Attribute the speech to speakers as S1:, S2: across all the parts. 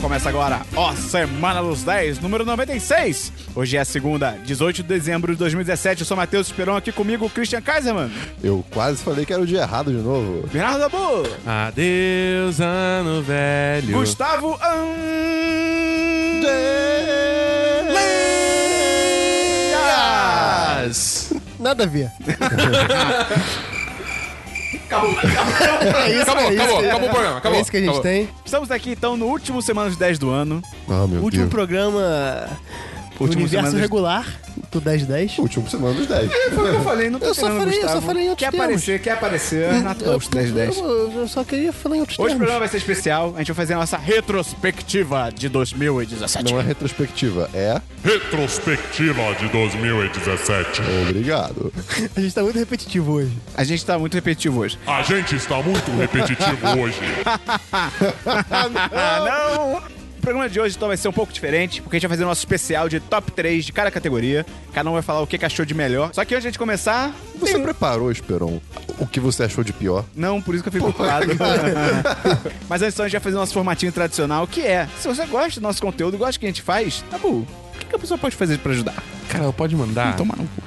S1: Começa agora, ó, Semana dos 10, número 96. Hoje é segunda, 18 de dezembro de 2017. Eu sou Matheus Esperon, aqui comigo, Christian Kaiserman,
S2: Eu quase falei que era o dia errado de novo.
S1: Bernardo Dabu,
S3: Adeus, ano velho.
S1: Gustavo Andreas.
S4: Nada a ver. É isso,
S3: Acabou,
S4: é isso
S3: acabou,
S4: que-
S3: acabou o programa, acabou,
S4: É isso que a gente
S3: acabou.
S4: tem.
S1: Estamos aqui, então, no último Semana dos 10 do ano.
S2: Ah, meu
S4: Último
S2: Deus.
S4: programa do
S1: Último
S4: universo
S1: Semana dos-
S4: regular do 1010.
S2: Último semana dos 10.
S1: Foi o que eu falei, não tô
S4: Eu só
S1: pegando o
S4: falei- eu só
S1: Gustavo.
S4: falei em outros
S1: Quer
S4: termos.
S1: aparecer, quer aparecer. né, Renato
S4: Eu-
S1: Augusto, 10 10.
S4: Eu, eu só queria falar em outros
S1: Hoje o
S4: termos.
S1: programa vai ser especial, a gente vai fazer a nossa retrospectiva de 2017.
S2: Não é retrospectiva, é
S5: Retrospectiva de 2017.
S2: obrigado.
S4: A gente tá muito repetitivo hoje.
S1: A gente tá muito repetitivo hoje.
S5: A gente está muito repetitivo hoje.
S1: Ah, não! O programa de hoje então vai ser um pouco diferente, porque a gente vai fazer o nosso especial de top 3 de cada categoria. Cada um vai falar o que que achou de melhor. Só que antes de a gente começar,
S2: Você preparou, Esperon, o que você achou de pior?
S1: não, por isso que eu fico preocupado. Mas antes então, a gente vai fazer o nosso formatinho tradicional, que é: se você gosta do nosso conteúdo, gosta do que a gente faz, tá bom. O que, que a pessoa pode fazer pra ajudar?
S3: Cara, pode mandar.
S1: Tomar no cu.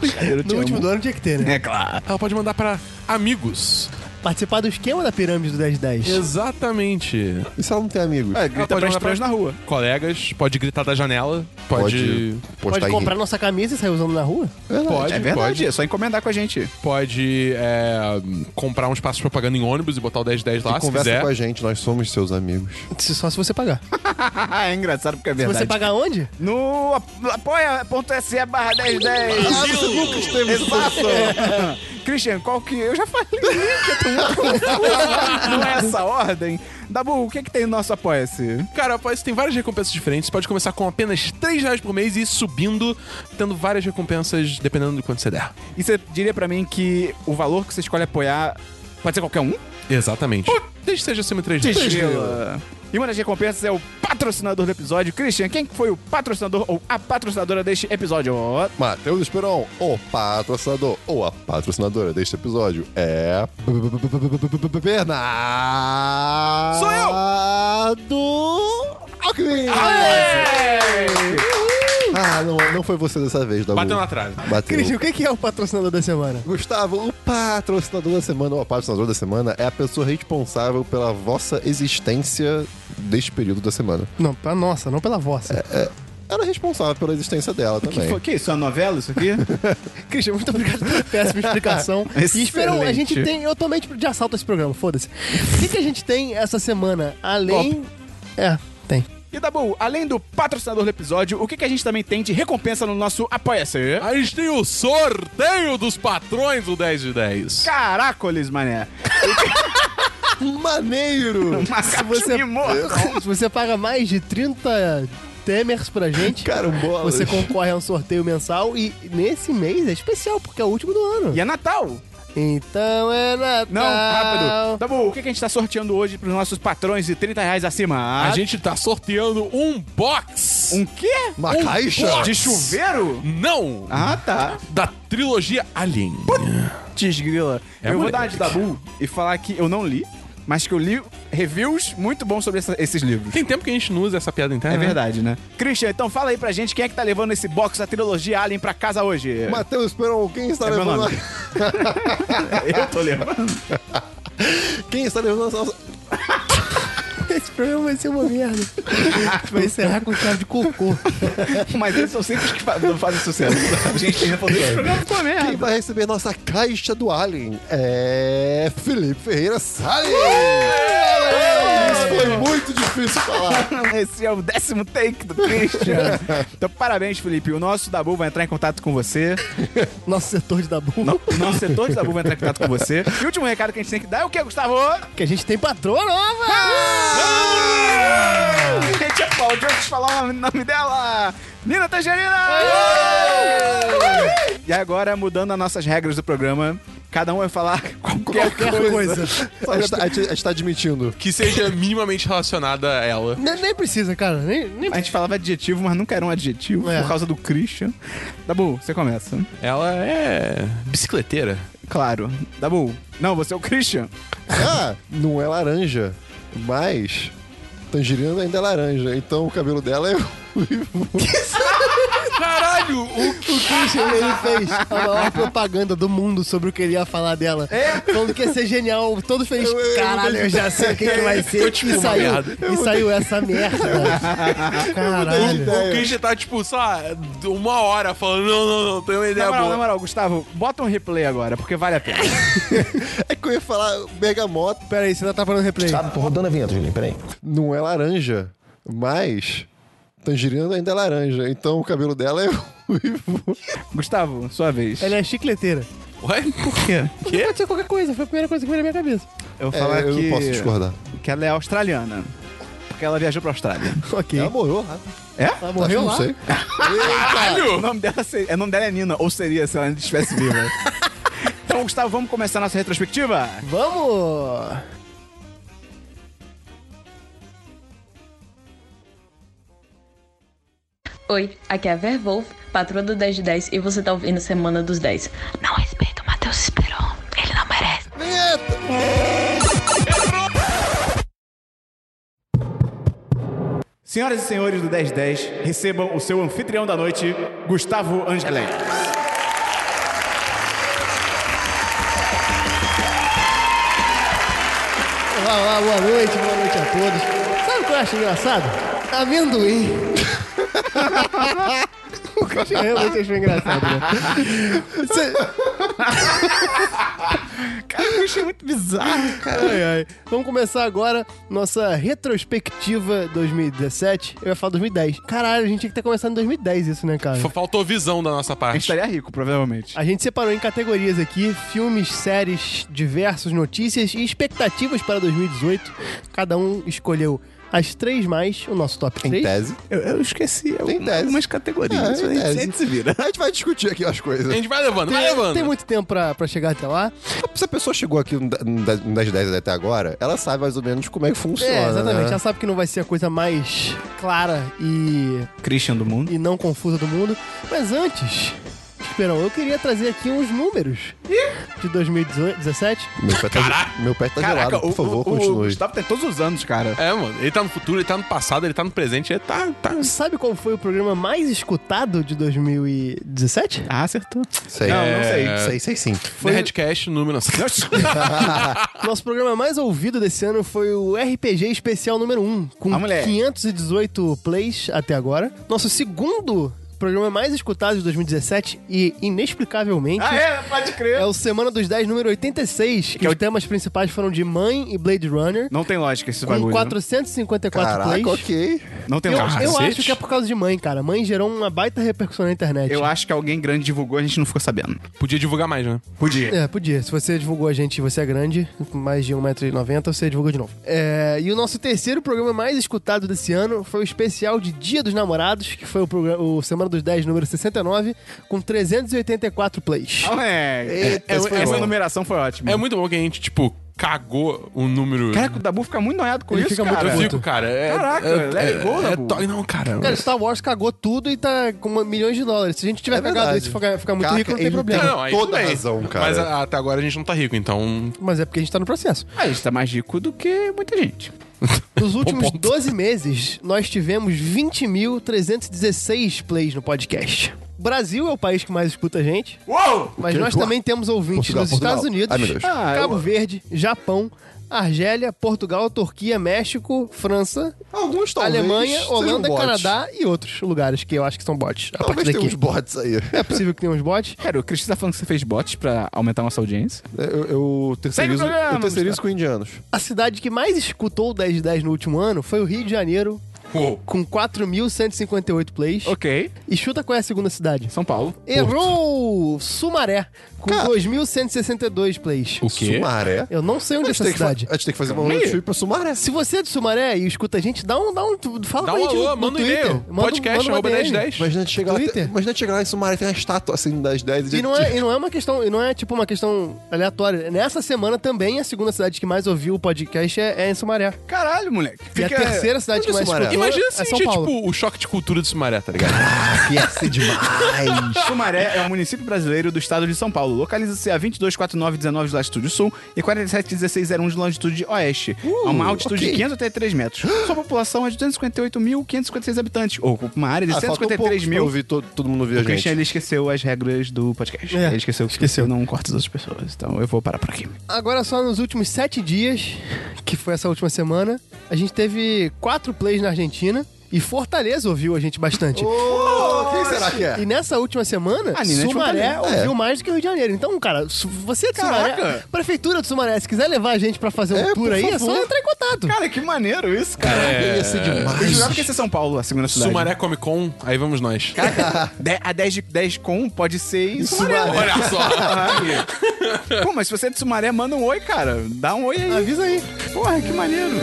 S1: Brincadeira, eu te
S4: No
S1: amo.
S4: último do ano tinha que ter, né?
S1: É claro.
S3: Ela pode mandar pra amigos.
S4: Participar do esquema da pirâmide do 1010.
S3: Exatamente.
S2: E se ela não tem amigos?
S1: É, grita
S3: pode
S1: pra
S3: mandar
S1: estranhos
S3: pra-
S1: na rua.
S3: Colegas, pode gritar da janela. Pode.
S2: postar
S4: Pode
S2: em-
S4: comprar nossa camisa e sair usando na rua?
S2: Verdade.
S3: Pode,
S1: é verdade, é só encomendar com a gente.
S3: pode. Pode é, comprar um espaço de propaganda em ônibus e botar o 1010 lá,
S2: E
S3: se
S2: conversa
S3: quiser.
S2: com a gente, nós somos seus amigos.
S4: Se- Só se você pagar.
S1: é engraçado porque é
S4: Se
S1: verdade.
S4: você pagar onde?
S1: No ap- apoia.se barra 1010.
S2: Ah, você nunca esteve
S1: Exato! Christian, qual que. Eu já falei né, que eu tô muito confuso. Não é essa a ordem? Dabu, o que, que tem no nosso apoia-se?
S3: Cara, rapaz, tem várias recompensas diferentes. Você pode começar com apenas 3 reais por mês e ir subindo, tendo várias recompensas dependendo de quanto você der.
S1: E você diria pra mim que o valor que você escolhe apoiar pode ser qualquer um?
S3: Exatamente. Desde que seja acima de 3 reais.
S1: Estrela. E uma das recompensas é o patrocinador do episódio. Christian, quem que foi o patrocinador ou a patrocinadora deste episódio? Ó,
S2: Matheus Esperon, o patrocinador ou a patrocinadora deste episódio é. Bernardo.
S1: Sou
S2: Alckmin!
S1: É.
S2: Ah, não, não foi você dessa vez, Dabu.
S3: Bateu na trave.
S2: Bateu.
S4: Cristian, o que que é o patrocinador da semana?
S2: Gustavo, o patrocinador da semana, ou a patrocinadora da semana, é a pessoa responsável pela vossa existência deste período da semana.
S4: Não, pra nossa, não pela vossa.
S2: Ela é responsável pela existência dela
S1: que,
S2: também.
S1: foi, que isso? É uma novela isso aqui?
S4: Christian, muito obrigado pela péssima explicação. E Esperão, a gente
S1: Excelente.
S4: tem. Eu tomei de assalto esse programa, foda-se. O que, que a gente tem essa semana? Além. É, tem.
S1: E Dabu, além do patrocinador do episódio, o que, que a gente também tem de recompensa no nosso Apoia-se?
S3: A gente tem o sorteio dos patrões do 10 de 10.
S1: Caracoles, mané.
S2: Maneiro!
S1: Um Macaco
S4: você-
S1: me mordam.
S4: Então, Se você paga mais de 30 Temers pra gente,
S2: Carambolas.
S4: você concorre a um sorteio mensal e nesse mês é especial, porque é o último do ano.
S1: E é Natal.
S4: Então é Natal.
S1: Não, rápido. Tá bom, o que, que a gente tá sorteando hoje pros nossos patrões de 30 reais acima?
S3: A gente tá sorteando um box.
S1: Um quê?
S2: Uma caixa?
S1: De chuveiro?
S3: Não!
S1: Ah, tá.
S3: Da trilogia Alien.
S1: Tisgrila.
S3: É,
S1: eu vou
S3: moleque.
S1: dar uma de Dabu e falar que eu não li, mas que eu li reviews muito bons sobre essa- esses livros.
S3: Tem tempo que a gente não usa essa piada interna.
S1: É
S3: né?
S1: verdade, né? Christian, então fala aí pra gente quem é que tá levando esse box da trilogia Alien pra casa hoje.
S2: Matheus Esperon, quem está
S1: É meu
S2: levando
S1: nome. eu tô levando.
S2: Quem está levando a nossa...
S4: Esse programa vai ser uma merda. vai encerrar com chave de cocô.
S1: Mas eles são sempre os que fa- não fazem sucesso. A gente tem responsabilidade.
S2: Quem vai receber nossa caixa do Alien é Felipe Ferreira Salles!
S1: É!
S2: Isso foi muito difícil falar.
S1: Esse é o décimo take do Christian. Então, parabéns, Felipe. O nosso Dabu vai entrar em contato com você.
S4: Nosso setor de Dabu.
S1: No- O nosso setor de Dabu vai entrar em contato com você. E o último recado que a gente tem que dar é o que, Gustavo?
S4: Que a gente tem patroa nova!
S1: Ah! Gente, aplaude. Eu te falar o nome dela. Nina Tangerina! E agora, mudando as nossas regras do programa, cada um vai falar qualquer, coisa.
S4: Qualquer coisa.
S2: A gente tá- a gente está admitindo.
S3: Que seja minimamente relacionada a ela.
S4: Nem, nem precisa, cara. Nem, nem...
S1: A gente falava adjetivo, mas nunca era um adjetivo
S4: É.
S1: por causa do Christian. Dabu, você começa.
S3: Ela é bicicleteira.
S1: Claro. Dabu. Não, você é o Christian.
S2: Ah, não é laranja, mas Tangerina ainda é laranja, então o cabelo dela é ruivo.
S3: Caralho! O...
S4: O Christian ele fez a maior propaganda do mundo sobre o que ele ia falar dela. É? Falando que ia ser genial, todo feliz. Caralho, eu já sei quem que vai ser.
S3: Eu tive
S4: e
S3: uma
S4: saiu,
S3: merda.
S4: e saiu essa merda. Caralho.
S1: É.
S3: O Christian tá, tipo, sei lá, uma hora falando, não, não, não, tenho uma ideia
S1: Na moral,
S3: é boa.
S1: na moral, Gustavo, bota um replay agora, porque vale a pena.
S2: É que eu ia falar Megamoto
S4: Pera aí, você ainda tá parando o replay.
S6: Tá rodando a vinheta, Julinho, peraí.
S2: não é laranja, mas Tangerina ainda é laranja, então o cabelo dela é ruivo.
S1: Gustavo, sua vez.
S4: Ela é chicleteira.
S3: Ué? Por quê? Quê?
S4: Pode ser qualquer coisa, foi a primeira coisa que veio na minha cabeça.
S1: Eu vou
S2: É,
S1: falar
S2: eu
S1: que,
S2: não posso discordar.
S1: que ela é australiana. Porque ela viajou pra Austrália.
S4: Ok.
S2: Ela
S4: Tá,
S2: né? morou lá.
S1: É?
S4: Ela
S2: Acho que
S4: morreu
S2: Tá, não
S4: Tá lá?
S2: sei.
S1: O nome dela, se- é, o nome dela é Nina, ou seria se ela ainda estivesse viva. então, Gustavo, vamos começar a nossa retrospectiva?
S4: Vamos!
S7: Oi, aqui é a Verwolf, patroa do 10 de 10 e você tá ouvindo Semana dos 10. Não respeita o Matheus Esperon, ele não merece.
S1: Senhoras e senhores do 1010, recebam o seu anfitrião da noite, Gustavo Angelelli.
S4: Olá, olá, boa noite, boa noite a todos. Sabe o que eu acho engraçado? Tá Amendoim. o Christian realmente achou engraçado, né? Você-
S1: Cara, eu achei muito bizarro, cara.
S4: Ai, ai. Vamos começar agora nossa retrospectiva 2017. Eu ia falar 2010. Caralho, a gente tinha que ter começado em 2010 isso, né, cara?
S3: F- Faltou visão da
S1: A
S3: nossa
S1: gente tá
S3: parte.
S1: estaria rico, provavelmente.
S4: A gente separou em categorias aqui filmes, séries, diversos, notícias e expectativas para 2018. Cada um escolheu as três mais, o nosso top
S2: Em
S4: 3.
S2: tese.
S1: Eu, eu esqueci
S2: Tem
S1: algum-
S2: tese.
S1: algumas categorias.
S2: É,
S1: a,
S2: tem
S1: gente, a
S2: tese.
S1: gente se vira.
S2: A gente vai discutir aqui as
S3: A
S2: coisas.
S3: gente vai levando, vai
S4: Tem,
S3: levando.
S4: tem muito tempo pra, pra chegar até lá.
S2: Então, Se a pessoa chegou aqui no 10 10 10 até agora, ela sabe mais ou menos como é que funciona.
S4: É, exatamente.
S2: né?
S4: Já sabe que não vai ser a coisa mais clara e,
S1: Christian do mundo.
S4: e não confusa do mundo. Mas antes, Esperão, eu queria trazer aqui uns números de 2017.
S2: Meu pé tá,
S3: Caraca!
S2: meu pé tá
S1: Caraca,
S2: gelado, por
S1: o,
S2: favor,
S1: o, o
S2: continue.
S1: Gustavo tem todos os anos, cara.
S3: É, mano, ele tá no futuro, ele tá no passado, ele tá no presente, ele tá. tá...
S4: Sabe qual foi o programa mais escutado de 2017?
S1: Ah, acertou.
S2: Sei.
S1: Não, não sei.
S2: Sei, sei sim.
S3: Foi... Nerdcast, número.
S4: Nosso programa mais ouvido desse ano foi o RPG Especial número 1, com
S1: Ah, moleque.
S4: 518 plays até agora. Nosso segundo programa mais escutado de 2017 e, inexplicavelmente,
S1: Ah, é? Pode crer.
S4: é o Semana dos 10, número 86, que
S1: é
S4: os
S1: o-
S4: temas principais foram de Mãe e Blade Runner,
S1: Não tem lógica esse
S4: com
S1: bagulho. né?
S4: 454 plays.
S2: Caraca, ok.
S1: Não tem
S4: Eu,
S1: lógica.
S4: eu
S3: Cacete.
S4: acho que é por causa de Mãe, cara. Mãe gerou uma baita repercussão na internet.
S1: Eu acho que alguém grande divulgou, a gente não ficou sabendo.
S3: Podia divulgar mais, né?
S1: Podia.
S4: É, podia. Se você divulgou a gente e você é grande, com mais de 1,90m, você divulga de novo. É, e o nosso terceiro programa mais escutado desse ano foi o especial de Dia dos Namorados, que foi o, programa, o Semana dos 10, número 69, com 384 plays.
S1: Ah, moleque.
S2: Eita,
S1: É,
S2: isso foi
S1: essa
S2: bom.
S1: numeração foi ótima.
S3: É muito bom que a gente, tipo, cagou o número.
S1: Caraca, o Dabu fica muito noiado com
S4: Ele
S1: isso,
S4: fica muito
S1: cara.
S3: eu fico, cara. é-
S1: Caraca,
S3: é,
S1: let it go,
S3: é, é,
S1: Dabu.
S3: to- Não, cara.
S4: Cara, Star Wars cagou tudo e tá com uma- milhões de dólares. Se a gente tiver
S2: É
S4: cagado
S2: verdade.
S4: isso e ficar, ficar muito
S2: Caca,
S4: rico, não tem
S2: ele
S4: problema.
S2: tem-
S3: não, aí
S2: toda
S3: tudo bem.
S2: razão, cara.
S3: Mas a- até agora a gente não tá rico, então.
S4: Mas é porque a gente tá no processo.
S1: Ah, ele tá mais rico do que muita gente.
S4: Nos últimos
S3: ponto.
S4: 12 meses, nós tivemos 20.316 plays no podcast. O Brasil é o país que mais escuta a gente.
S1: Uou!
S4: Mas
S2: Porque-
S4: nós também temos ouvintes
S2: Portugal,
S4: nos
S2: Portugal.
S4: Estados Unidos,
S2: Ai, meu Deus.
S1: Ah,
S4: Cabo
S1: eu-
S4: Verde, Japão, Argélia, Portugal, Turquia, México, França,
S2: Alguns talvez
S4: Alemanha,
S2: sejam
S4: Holanda,
S2: bots.
S4: Canadá e outros lugares que eu acho que são bots. A partir
S2: Talvez tenha uns
S4: daqui.
S2: bots aí.
S4: É possível que tenha uns bots.
S1: Cara, o Cristian tá falando que você fez bots pra aumentar nossa audiência.
S2: É, Eu, eu terceirizo,
S1: Segue o programa,
S2: eu terceirizo com indianos.
S4: A cidade que mais escutou o 10 de 10 no último ano foi o Rio de Janeiro,
S3: Uou.
S4: com 4.158 plays.
S1: Ok.
S4: E chuta qual é a segunda cidade?
S1: São Paulo.
S4: Errou! Sumaré, com 2.162 plays.
S3: O quê?
S2: Sumaré.
S4: Eu não sei onde é
S2: A gente,
S4: essa
S2: tem que, fa-
S4: cidade.
S2: a gente tem que fazer uma road trip pra Sumaré.
S4: Se você é de Sumaré e escuta a gente, dá um. Dá um fala
S3: Dá
S4: com a
S3: um
S4: gente
S3: alô,
S4: no, no
S3: manda um
S4: Twitter.
S3: e-mail.
S4: Manda um-
S3: Podcast,
S4: manda uma
S3: arroba
S4: DM.
S3: 1010.
S2: Imagina a gente chegar lá,
S4: Twitter?
S2: imagina a gente chegar lá em Sumaré tem uma estátua assim das 10
S4: E não, é, e não é uma questão, e não é tipo uma questão aleatória. Nessa semana também a segunda cidade que mais ouviu o podcast é, é em Sumaré.
S1: Caralho, moleque.
S4: E a terceira cidade
S2: onde
S4: que
S2: é
S4: mais
S2: Sumaré?
S4: escutou.
S3: E imagina se
S4: é São
S3: encher,
S4: Paulo.
S3: tipo, o choque de cultura de Sumaré, tá ligado?
S4: é?
S2: Ah, ia ser demais.
S1: Sumaré é um município brasileiro do estado de São Paulo. Localiza-se a 224919 de latitude sul e 471601 de longitude oeste, a uma altitude
S2: ok.
S1: de 583 metros. Sua população é de 258.556 habitantes, ou ocupa uma área de
S2: Ah, faltou poucos
S1: 153
S2: pra
S1: mil.
S2: ouvir todo, todo mundo ouvir a
S1: O Christian
S2: gente.
S1: ele esqueceu as regras do podcast.
S4: É,
S1: ele esqueceu que
S4: esqueceu.
S1: eu não corta as outras pessoas. Então eu vou parar por aqui.
S4: Agora só nos últimos sete dias, que foi essa última semana, a gente teve quatro plays na Argentina e Fortaleza ouviu a gente bastante.
S2: Ô, quem será que
S4: E
S2: é?
S4: nessa última semana,
S1: A Nina é de
S4: Sumaré
S1: Fortaleza.
S4: ouviu mais do que o Rio de Janeiro. Então, cara, su- você é de Sumaré,
S1: Caraca.
S4: prefeitura de Sumaré, se quiser levar a gente pra fazer um
S2: É,
S4: tour
S2: por
S4: aí, é só
S2: favor.
S4: entrar em contato.
S1: Cara, que maneiro isso, cara.
S4: É.
S2: Ia ser
S1: Eu
S2: demais.
S1: jurava que ia ser São Paulo, a segunda cidade.
S3: Sumaré Comic Con, aí vamos nós.
S1: De- a 10 de 10 com pode ser em Sumaré.
S2: Sumaré.
S3: Olha só.
S1: Pô, mas se você é de Sumaré, manda um oi, cara. Dá um oi aí.
S4: Avisa aí.
S1: Porra, que maneiro.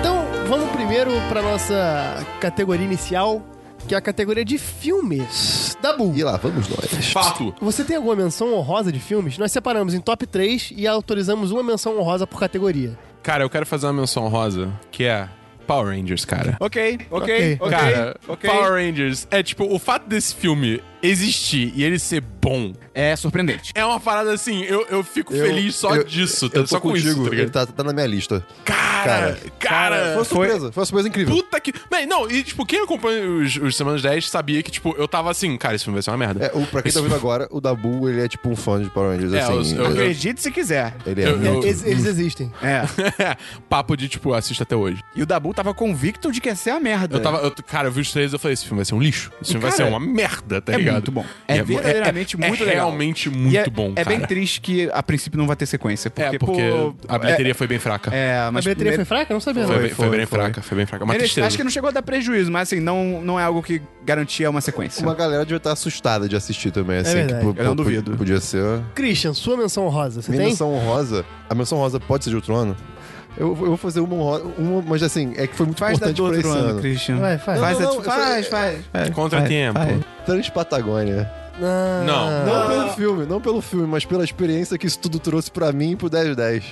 S4: Então, vamos primeiro pra nossa categoria inicial, que é a categoria de filmes. Da Bull.
S2: E lá, vamos nós.
S3: Fato.
S4: Você tem alguma menção honrosa de filmes? Nós separamos em top 3 e autorizamos uma menção honrosa por categoria.
S3: Cara, eu quero fazer uma menção rosa, que é Power Rangers, cara.
S1: Ok,
S4: Ok.
S1: ok, ok.
S3: cara,
S1: ok.
S3: Power Rangers é tipo, o fato desse filme existir e ele ser bom
S1: É surpreendente.
S3: é uma parada assim, eu, eu fico
S2: Eu-
S3: feliz só
S2: eu-
S3: disso, tá?
S2: Eu tô
S3: só com isso,
S2: contigo.
S3: tá
S2: Ele
S3: ligado?
S2: tá, tá na minha lista.
S3: Cara, cara,
S2: Foi uma surpresa. Foi uma surpresa incrível.
S3: Puta que. Bem, não, e tipo, quem acompanha os, os Semanas 10 sabia que, tipo, eu tava assim, cara, esse filme vai ser uma merda.
S2: É, o, pra quem
S3: Esse
S2: tá ouvindo agora, o Dabu, ele é tipo um fã de Power Rangers,
S3: É,
S2: assim.
S3: eu- eu-
S2: ele-
S1: Acredite se quiser.
S2: ele é
S3: eu-
S2: muito...
S4: Eles, eles existem.
S1: É.
S3: Papo de, tipo, assista até hoje.
S1: E o Dabu tava convicto de que ia ser a merda.
S3: Eu tava. eu- cara, eu vi os trailers e eu falei, esse filme vai ser um lixo. Esse filme vai
S1: É. Cara,
S3: ser uma merda, tá
S1: é
S3: ligado?
S1: muito bom.
S3: E
S1: É verdadeiramente muito
S3: é
S1: legal.
S3: realmente
S1: E
S3: muito
S1: é,
S3: bom,
S1: É
S3: cara.
S1: bem triste que a princípio não vai ter sequência. Porque,
S3: É, porque
S1: pô,
S3: a bilheteria foi bem fraca.
S1: É, é,
S4: A
S1: mas.
S4: bilheteria foi
S1: mere-
S4: fraca? Eu Não sabia,
S3: foi,
S4: não.
S3: bem- foi
S2: foi,
S3: bem
S2: foi.
S3: fraca, foi bem fraca. É Uma
S1: mere-
S3: tristeza.
S1: Acho que não chegou a dar prejuízo, mas assim, não, não é algo que garantia uma sequência.
S2: Uma galera devia estar assustada de assistir também, assim.
S4: É verdade.
S2: que, pô,
S1: Eu não
S2: pô,
S1: duvido.
S2: Podia ser...
S4: Christian, sua menção honrosa, você
S2: Minha
S4: tem?
S2: menção honrosa... A menção honrosa pode ser de outro ano? Eu, eu vou fazer uma honrosa... Uma, mas assim, é que foi muito
S1: Faz da
S2: importante
S1: do
S2: pra esse
S1: outro ano,
S2: ano.
S1: Christian.
S4: Vai, faz.
S1: Faz,
S2: Não,
S1: a-
S2: não, eu
S1: faz,
S2: falei-
S1: faz, faz.
S3: Contratempo.
S1: Vai, vai.
S2: Transpatagônia.
S4: Ah,
S3: Não.
S2: Não pelo filme, não pelo filme, mas pela experiência que isso tudo trouxe pra mim e pro 1010.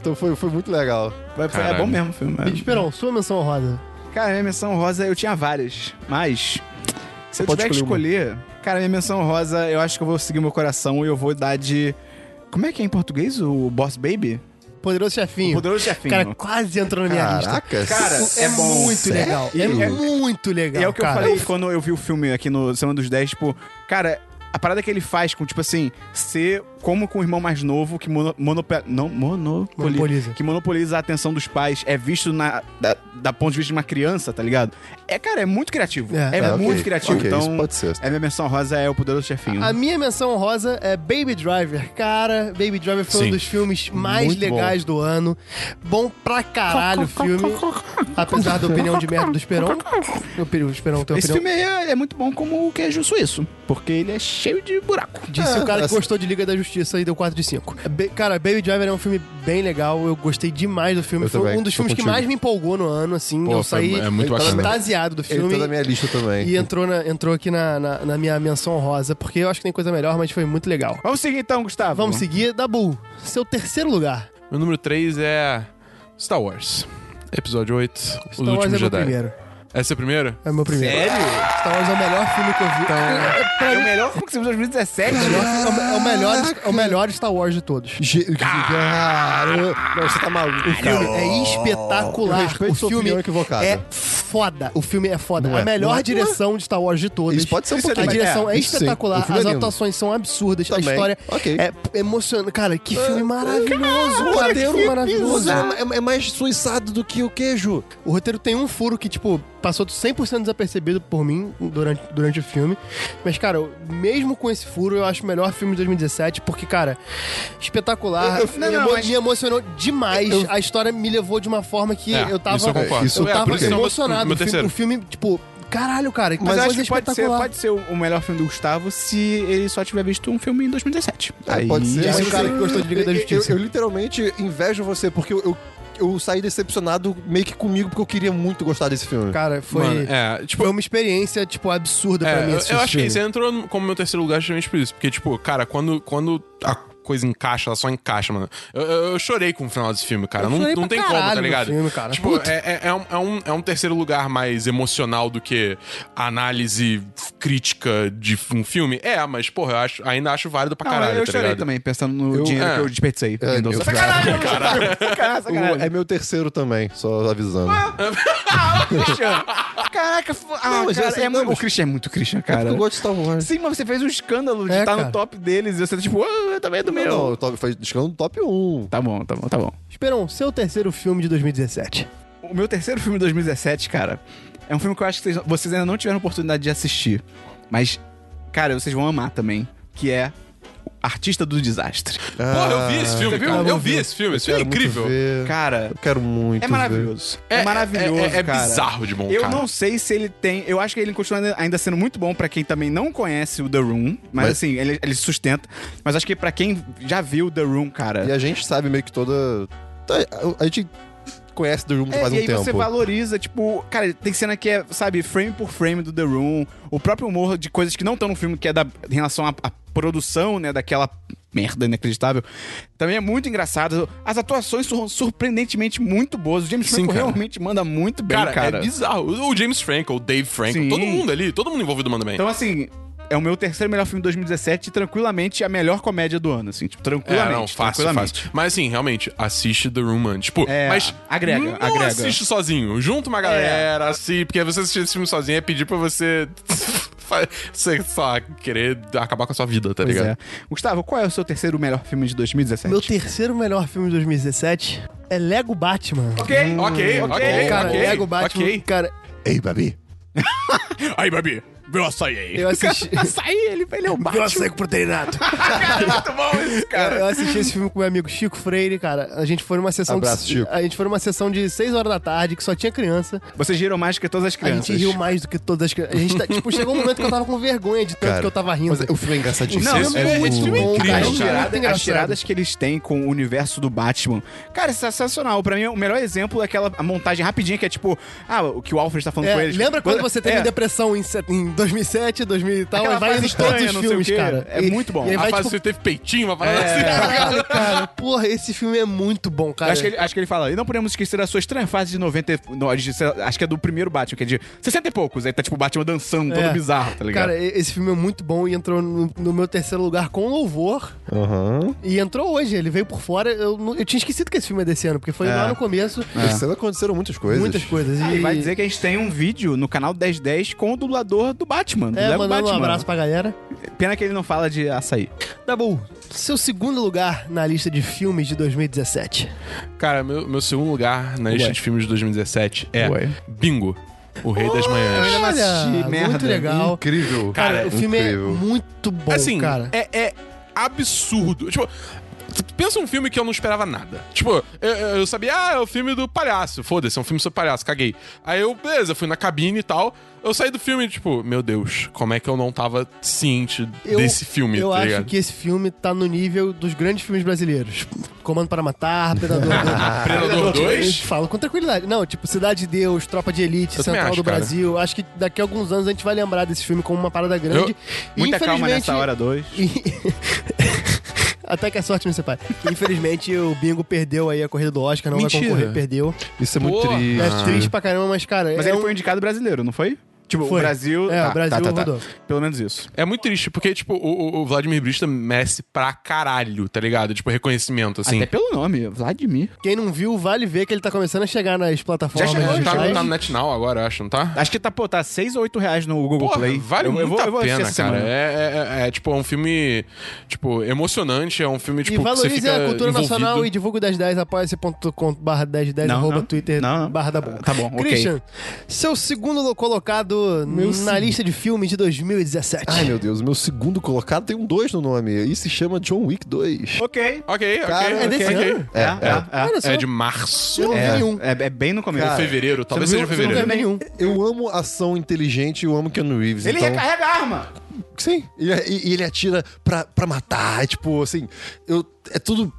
S2: Então foi, foi muito legal.
S1: Vai- foi- É
S3: Caralho.
S1: bom mesmo o filme. é.
S4: Esperão, sua menção honrosa.
S1: Cara, minha menção rosa, eu tinha várias, mas. Se eu
S2: Pode
S1: tiver que
S2: escolher
S1: escolher. Cara, minha menção rosa, eu acho que eu vou seguir meu coração e eu vou dar de. Como é que é em português? O Boss Baby?
S4: Poderoso
S1: O
S4: Chefinho.
S1: Poderoso
S4: O
S1: Chefinho.
S4: Cara, quase entrou na minha lista.
S1: Cara,
S2: s-
S1: é bom.
S4: Muito
S2: sério?
S4: legal. É,
S2: E-
S4: muito legal,
S1: E é o que
S4: cara.
S1: eu falei quando eu vi o filme aqui no Semana dos 10, tipo, cara, a parada que ele faz com, tipo assim, ser como com o irmão mais novo que mono, monopo- não, monopoli-
S4: Monopoliza.
S1: Que monopoliza a atenção dos pais, é visto na, da, da ponto de vista de uma criança, tá ligado? É, cara, é muito criativo.
S4: É.
S1: É,
S2: Ah, ok,
S1: muito criativo.
S2: ok,
S1: então,
S2: isso pode ser.
S1: é minha menção rosa, é o Poderoso Chefinho.
S4: A minha menção honrosa é Baby Driver. Cara, Baby Driver foi um
S3: Sim.
S4: dos filmes mais
S2: Muito bom.
S4: legais do ano. Bom pra caralho o filme. Apesar da opinião de merda do Esperão. Meu peru, Esperão, tem
S1: Esse
S4: opinião.
S1: filme aí é, é muito bom como o queijo suíço, porque ele é cheio de buraco.
S4: Disse
S2: É,
S4: o cara que
S2: assim-
S4: gostou de Liga da Justiça e deu 4 de 5. Be- cara, Baby Driver é um filme bem legal. Eu gostei demais do filme.
S2: Eu
S4: Foi
S2: também,
S4: um dos
S2: tô
S4: filmes que
S2: contigo.
S4: mais me empolgou no ano, assim.
S3: Pô,
S4: eu
S3: foi-
S4: saí
S3: é muito
S2: Ele tá na
S3: bacana.
S4: extasiado do
S2: Ele
S4: filme.
S2: tá na minha lista também.
S4: E entrou, na- entrou aqui na, na- na minha menção rosa, porque eu acho que tem coisa melhor, mas foi muito legal.
S1: Vamos seguir então, Gustavo.
S2: Tá
S4: Vamos seguir, Dabu, seu terceiro lugar.
S3: Meu número 3 é Star Wars. Episódio 8, Os
S4: Star Wars
S3: Últimos
S4: é meu
S3: Jedi.
S4: primeiro.
S3: Esse é o primeiro?
S4: É meu primeiro.
S1: Sério?
S4: Star Wars é o melhor filme que eu vi.
S2: Então,
S4: É, pra
S1: É
S4: mim,
S1: o melhor filme que você viu em 2017?
S4: é o melhor- é o melhor, é o melhor Star Wars de todos.
S2: Ge- Cara, não, você tá maluco.
S4: O filme é espetacular.
S2: Eu respeito
S4: o
S2: sua
S4: filme
S2: opinião equivocada.
S4: é foda. O filme é foda.
S2: Não é.
S4: a melhor
S2: Não é.
S4: direção de Star Wars de todos.
S2: Isso pode ser um
S4: A
S2: pouquinho.
S4: direção é,
S2: É, isso sim. O
S4: espetacular.
S2: filme é
S4: As
S2: lindo.
S4: atuações são absurdas.
S2: Também. Ah.
S4: A história
S2: Ok.
S4: é emocionante. Cara, que filme maravilhoso. O roteiro Um maravilhoso.
S2: É, é mais suiçado do que o queijo.
S4: O roteiro tem um furo que, tipo, passou 100% desapercebido por mim durante, durante o filme. Mas, cara, eu- mesmo com esse furo, eu acho o melhor filme de 2017, porque, cara, espetacular.
S1: Eu- eu-
S4: me,
S1: não,
S4: emo-
S1: mas-
S4: me emocionou demais. A história me levou de uma forma que
S3: É,
S4: eu tava.
S3: isso eu concordo.
S4: eu
S2: Isso- é,
S4: tava
S2: por isso que é
S3: meu-
S4: emocionado.
S3: meu
S4: o, filme,
S3: terceiro.
S4: o filme, tipo, caralho, cara, que
S1: Mas, eu
S4: coisa
S1: acho que pode ser,
S4: espetacular.
S1: pode ser o melhor filme do Gustavo se ele só tiver visto um filme em 2017.
S2: É, pode ser.
S4: Disse
S2: mas
S4: o cara
S2: assim,
S4: que gostou de Liga da
S2: eu-
S4: Justiça.
S2: Eu, eu literalmente invejo você, porque eu, eu eu saí decepcionado meio que comigo, porque eu queria muito gostar desse filme.
S4: Cara, foi.
S3: Mano, é, tipo,
S4: Foi uma experiência, tipo, absurda
S3: É,
S4: pra mim.
S3: eu-
S4: assistir
S3: eu
S4: esse
S3: acho que
S4: filme.
S3: isso entrou como meu terceiro lugar justamente por isso. Porque, tipo, cara, quando, quando a coisa encaixa, ela só encaixa, mano. Eu, eu- eu chorei com o final desse filme, cara.
S4: Eu
S3: Não,
S4: chorei
S3: não
S4: pra
S3: tem como,
S4: caralho
S3: tá
S4: no
S3: ligado?
S4: filme, cara.
S3: Tipo, é, é- é um, é um- é um terceiro lugar mais emocional do que a análise crítica de f- um filme. É, mas, porra, eu acho, ainda acho válido pra
S1: Não,
S3: caralho,
S1: eu
S3: tá
S1: chorei
S3: ligado?
S1: também, pensando no dinheiro
S3: é.
S1: que eu desperdicei. Vendo
S2: eu-
S1: o- Sacanagem, Caralho, sacanagem,
S2: O-
S1: sacanagem.
S2: é meu terceiro também, só avisando.
S3: Ah,
S1: Christian. Caraca, fo- ah,
S2: Não, mas
S1: cara,
S2: eu sei,
S1: é
S2: não,
S1: muito-
S2: mas-
S1: o Christian é muito Christian,
S2: É porque
S1: cara.
S2: eu gosto de Star Wars.
S1: Sim, mas você fez um escândalo de
S4: É,
S1: estar
S4: cara.
S1: no top deles e você tá tipo, ah, eu também é do
S2: Não,
S1: meu.
S2: não, o top, foi descando no um top 1.
S1: Tá bom, tá bom, tá bom.
S4: Esperão, seu terceiro filme de 2017.
S1: O meu terceiro filme de 2017, cara, é um filme que eu acho que vocês, vocês ainda não tiveram oportunidade de assistir. Mas, cara, vocês vão amar também, que é Artista do Desastre.
S3: Porra, eu vi esse filme,
S1: Você viu?
S3: cara. Eu
S4: Eu
S3: vi
S4: vi.
S3: esse filme. Esse
S2: Eu
S3: filme é
S2: quero muito
S3: incrível.
S2: ver.
S1: Cara,
S2: Eu quero muito.
S1: é
S2: ver.
S1: maravilhoso. É, maravilhoso,
S3: É, é- é
S1: cara.
S3: bizarro de bom,
S1: Eu
S3: cara.
S1: não sei se ele tem. Eu acho que ele continua ainda sendo muito bom pra quem também não conhece o The Room. Mas,
S2: Mas-
S1: assim, ele, ele sustenta. Mas acho que pra quem já viu The Room, cara.
S2: E a gente sabe meio que toda. Tá, a- A gente conhece do Room
S1: É,
S2: faz um
S1: e aí
S2: tempo.
S1: você valoriza, tipo, cara, tem cena que é, sabe, frame por frame do The Room, o próprio humor de coisas que não estão no filme, que é da, em relação à, à produção, né, daquela merda inacreditável. Também é muito engraçado. As atuações são surpreendentemente muito boas. O James
S3: Sim,
S1: Franco
S3: cara.
S1: realmente manda muito bem,
S3: Cara,
S1: cara.
S3: é bizarro. O o James Franco, o Dave Franco,
S1: Sim.
S3: todo mundo ali, todo mundo envolvido manda bem.
S1: Então, assim, é o meu terceiro melhor filme de 2017 e tranquilamente a melhor comédia do ano, assim, tipo,
S3: É,
S1: tranquilamente.
S3: não, fácil,
S1: tranquilamente.
S3: fácil. Mas assim, realmente, assiste The Room, mano. Tipo,
S1: É,
S3: mas.
S1: agrega,
S3: não
S1: agrega. É.
S3: assiste sozinho. Junta uma galera, assim. Porque você assistir esse filme sozinho é pedir pra você. fa- Você só querer acabar com a sua vida, tá
S1: Pois
S3: ligado?
S1: é. Gustavo, qual é o seu terceiro melhor filme de 2017?
S4: Meu terceiro melhor filme de 2017 é Lego Batman.
S3: Ok, ok, ok,
S4: cara,
S3: ok.
S4: Lego Batman,
S3: ok.
S4: cara,
S2: Ei, Babi.
S3: Aí, baby, meu açaí aí.
S4: eu assisti...
S1: Sai ele, ele é o Batman. É.
S4: proteinado.
S3: Muito bom esse, cara.
S4: Eu assisti esse filme com meu amigo Chico Freire, cara. A gente foi numa sessão
S2: Abraço,
S4: de...
S2: Chico.
S4: A gente foi numa sessão de 6 horas da tarde, que só tinha criança.
S1: Vocês riram mais que todas as
S4: A
S1: crianças.
S4: gente riu mais do que todas as crianças. A gente, tá- tipo, chegou um momento que eu tava com vergonha de tanto
S2: Cara,
S4: que eu tava rindo.
S2: Mas o filme é engraçadíssimo.
S1: Não,
S3: esse filme- esse filme é
S4: bom,
S3: incrível,
S4: cara.
S1: As,
S4: Não,
S3: cara.
S4: cara.
S1: tiradas, as
S4: engraçado.
S1: tiradas que eles têm com o universo do Batman. Cara, é sensacional. Pra mim, o melhor exemplo é aquela a montagem rapidinha que é tipo, ah, o que o Alfred tá falando
S4: É,
S1: com eles.
S4: lembra quando você teve
S1: É,
S4: depressão em, set- em 2007, 2000 e tal?
S1: Aquela
S4: E vai
S1: fase
S4: indo em todos
S1: estranha,
S4: os
S1: não sei o
S4: filmes,
S1: quê.
S4: cara.
S1: É
S4: E-
S1: muito bom.
S4: E aí
S3: A
S4: vai,
S3: fase
S4: tipo,
S3: que Ah, você teve peitinho, uma parada
S1: É.
S3: assim.
S4: caralho, cara. Porra, esse filme é muito bom, cara.
S1: Acho que, ele, acho que ele fala, e não podemos esquecer a sua estranha fase de 90. e- Não, de- acho que é do primeiro Batman, que é de 60 e poucos. Aí tá tipo o Batman dançando,
S4: É.
S1: todo bizarro, tá ligado?
S4: Cara, e- esse filme é muito bom e entrou no, no meu terceiro lugar com louvor.
S2: Aham.
S4: E entrou hoje, ele veio por fora. Eu, não- eu tinha esquecido que esse filme é desse ano, porque foi lá no começo.
S2: Esse ano aconteceram muitas É, coisas.
S4: Muitas coisas.
S1: e Ah, vai dizer que a gente tem um vídeo no canal 1010 com o dublador do Batman. do
S4: É,
S1: Lego
S4: mandando
S1: Batman.
S4: um abraço pra galera.
S1: Pena que ele não fala de açaí.
S4: Dabu, seu segundo lugar na lista de filmes de 2017.
S3: Cara, meu, meu segundo lugar na lista
S1: Ué.
S3: de filmes de 2017 é
S1: Ué.
S3: Bingo, o Rei das Manhãs.
S1: não assisti,
S4: Olha, Muito
S1: merda.
S4: legal.
S2: Incrível.
S4: Cara,
S3: Cara,
S4: o filme
S2: incrível.
S4: é muito bom,
S3: assim,
S4: cara.
S3: É, é absurdo. Tipo, pensa um filme que eu não esperava nada. Tipo, eu, eu- eu sabia, ah, é o filme do palhaço. Foda-se, é um filme sobre palhaço, caguei. Aí eu, beleza, fui na cabine e tal. Eu saí do filme, tipo, meu Deus, como é que eu não tava ciente
S4: Eu-
S3: desse filme,
S4: Eu
S3: tá
S4: acho
S3: ligado?
S4: que esse filme tá no nível dos grandes filmes brasileiros. Comando para Matar, Predador 2.
S3: Predador 2?
S4: Falo com tranquilidade. Não, tipo, Cidade de Deus, Tropa de Elite,
S3: Eu também
S4: Central
S3: acho,
S4: do
S3: cara.
S4: Brasil. Acho que daqui a alguns anos a gente vai lembrar desse filme como uma parada grande.
S3: Eu-
S4: E,
S1: Muita calma
S4: infelizmente,
S1: nessa hora, dois.
S4: Até que a sorte não separe. Infelizmente, o Bingo perdeu aí a corrida do Oscar, não
S3: Mentira. Ah.
S4: vai concorrer, perdeu.
S2: Isso é muito
S3: Porra.
S2: triste.
S4: É triste pra caramba, mas, cara.
S1: Mas
S4: é
S1: ele
S4: um-
S1: foi indicado brasileiro, não foi? Tipo,
S4: Foi.
S1: o Brasil. tá,
S4: É, o Brasil rodou.
S1: Pelo menos isso.
S3: É muito triste, porque, tipo, o, o- o Vladimir Brista merece pra caralho, tá ligado? Tipo, reconhecimento, assim.
S1: Até pelo nome, Vladimir.
S4: Quem não viu, vale ver que ele tá começando a chegar nas
S3: Já
S4: plataformas.
S3: chegou, tá,
S4: digitais.
S3: tá no NetNow agora, eu acho, não tá?
S1: Acho que tá, pô, tá 6 ou 8 reais no Google
S3: Porra,
S1: Play.
S3: vale muito a
S1: assistir
S3: pena,
S1: essa
S3: cara.
S1: semana.
S3: É, é- é, tipo, é um filme, tipo, emocionante, é um filme,
S4: e
S3: tipo, que você
S4: valorize
S3: fica
S4: a cultura
S3: envolvido.
S4: nacional e divulga o 1010, apoia-se.com barra 1010,
S1: Não,
S4: arroba
S1: não.
S4: twitter
S1: Não, não.
S4: barra da boca.
S1: Tá bom, ok.
S4: Christian, seu segundo lo- colocado na lista de filmes de 2017.
S2: Ai, meu Deus, meu segundo colocado tem um 2 no nome. E se chama John Wick 2.
S1: Ok.
S3: Ok, ok,
S2: Cara,
S3: ok.
S4: é desse
S3: ok.
S4: ano?
S1: É, é,
S4: Olha só,
S3: É de março.
S4: eu não vi
S1: é.
S4: nenhum.
S1: É, é bem no começo.
S2: Cara,
S3: Fevereiro, talvez
S1: viu-
S3: seja
S1: você não
S3: fevereiro.
S1: viu
S4: nenhum.
S2: Eu amo ação inteligente e eu amo Keanu Reeves.
S1: Ele
S2: então...
S1: recarrega a arma.
S2: Sim. E, e- e ele atira pra, pra matar. É tipo, assim, eu, é tudo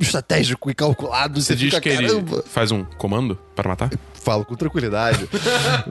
S2: estratégico e calculado.
S3: Você diz
S2: fica,
S3: que ele
S2: caramba.
S3: faz um comando para matar?
S2: Falo com tranquilidade.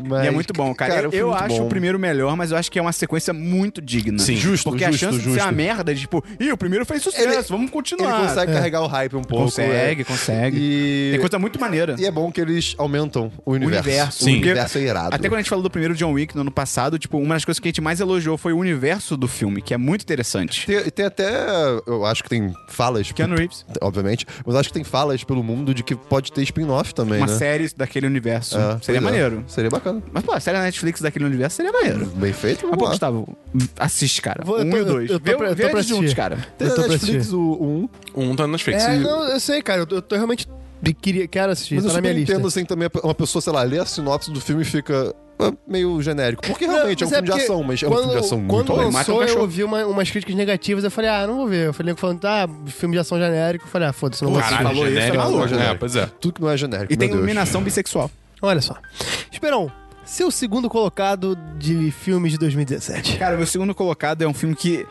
S2: Mas,
S1: E é muito bom, cara. eu
S2: é um filme
S1: eu
S2: muito
S1: acho
S2: bom.
S1: o primeiro melhor, mas eu acho que é uma sequência muito digna.
S3: Sim.
S2: Justo,
S1: Porque
S2: justo,
S1: a chance de ser
S2: justo.
S1: uma merda, de tipo, ih, o primeiro fez sucesso,
S2: Ele-
S1: vamos
S2: Ele
S1: continuar.
S2: consegue carregar o hype um pouco.
S1: É. consegue,
S2: é.
S1: consegue.
S2: E...
S1: Tem coisa muito maneira.
S2: e é bom que eles aumentam o universo.
S1: universo.
S2: O
S3: Sim.
S2: universo é irado.
S1: Até quando a gente falou do primeiro John Wick no ano passado, tipo, uma das coisas que a gente mais elogiou foi o universo do filme, que é muito interessante.
S2: Tem, tem até. Eu acho que tem falas.
S1: Keanu Reeves.
S2: Obviamente. Mas acho que tem falas pelo mundo de que pode ter spin-off também,
S1: Uma
S2: né?
S1: série daquele universo.
S2: É,
S1: seria
S2: pois é.
S1: maneiro.
S2: Seria bacana.
S1: Mas, pô, a série da Netflix daquele universo seria maneiro.
S2: Bem feito,
S1: Mas,
S2: vamos
S1: Ah, pô, tá-
S2: lá.
S1: Gustavo, assiste, cara.
S4: Vou- eu
S1: um
S4: tô-
S1: e o
S4: eu-
S1: dois.
S4: eu tô
S1: vê
S4: pra-
S1: o-
S4: eu
S1: vê
S4: tô pra
S1: eles juntos,
S4: assistir.
S1: cara.
S2: Tem
S4: Eu tô
S2: na
S4: pra
S2: Netflix
S4: assistir.
S2: o 1. Um,
S3: Um tá na Netflix.
S4: É, não, eu sei, cara. Eu, tô- eu tô realmente queria, quero assistir.
S2: mas
S4: tá
S2: eu
S4: na minha
S2: super
S4: lista.
S2: entendo, assim, também uma pessoa, sei lá, lê a sinopse do filme e fica ah, meio genérico. Porque realmente é
S4: Não, mas
S2: um filme de
S4: porque
S2: ação, mas é um
S4: quando-
S2: filme de ação
S4: Quando
S2: muito
S1: bom. Mata
S2: bom.
S1: um
S4: lançou, eu
S1: cachorro.
S4: ouvi uma- umas críticas negativas. Eu falei, ah, não vou ver. Eu falei, falando, tá, filme de ação genérico. Eu falei, ah, foda-se, não vou assistir.
S3: Caralho,
S1: falou isso, é
S3: genérico.
S1: maluco,
S4: né?
S3: é,
S2: genérico.
S3: pois é.
S2: Tudo que não é genérico,
S1: E tem
S2: meu Deus.
S1: iluminação bissexual.
S4: Olha só. Esperão, seu segundo colocado de filmes de 2017.
S1: Cara, meu segundo colocado é um filme que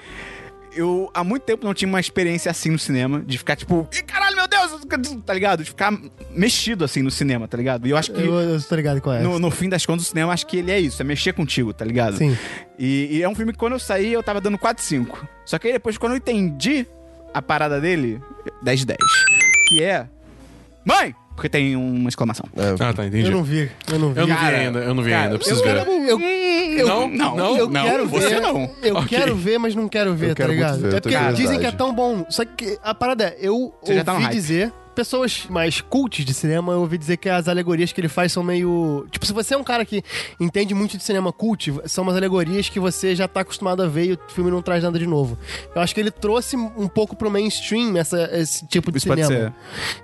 S1: eu há muito tempo não tinha uma experiência assim no cinema, de ficar tipo, Ih, caralho, meu Deus, tá ligado? De ficar mexido assim no cinema, tá ligado? E eu acho que
S4: Eu, eu tô ligado qual é.
S1: no, no fim das contas o cinema acho que ele é isso, é mexer contigo, tá ligado?
S4: Sim.
S1: E, e é um filme que quando eu saí eu tava dando 4 5. Só que aí depois quando eu entendi a parada dele, 10 10, que é Mãe, porque tem uma exclamação.
S3: Ah, tá, entendi.
S4: Eu não vi. Eu não vi.
S3: Eu não vi
S1: Cara,
S3: ainda, eu não vi
S1: cara,
S3: ainda, eu preciso
S4: eu-
S3: ver.
S4: eu- eu-
S1: não, não, não,
S4: eu quero
S1: você
S4: ver,
S1: não.
S4: Eu
S3: Ok.
S4: quero ver, mas não quero ver,
S2: Eu quero
S4: tá
S2: muito
S4: ligado?
S2: ver, eu
S4: é porque
S2: tenho
S4: dizem
S2: curiosidade.
S4: que é tão bom. Só que a parada é, eu
S1: Você já tá no
S4: ouvi
S1: hype.
S4: dizer. Pessoas mais cultes de cinema, eu ouvi dizer que as alegorias que ele faz são meio. Tipo, se você é um cara que entende muito de cinema cult, são umas alegorias que você já tá acostumado a ver e o filme não traz nada de novo. Eu acho que ele trouxe um pouco pro mainstream essa- esse tipo de
S1: Isso pode ser.
S4: cinema.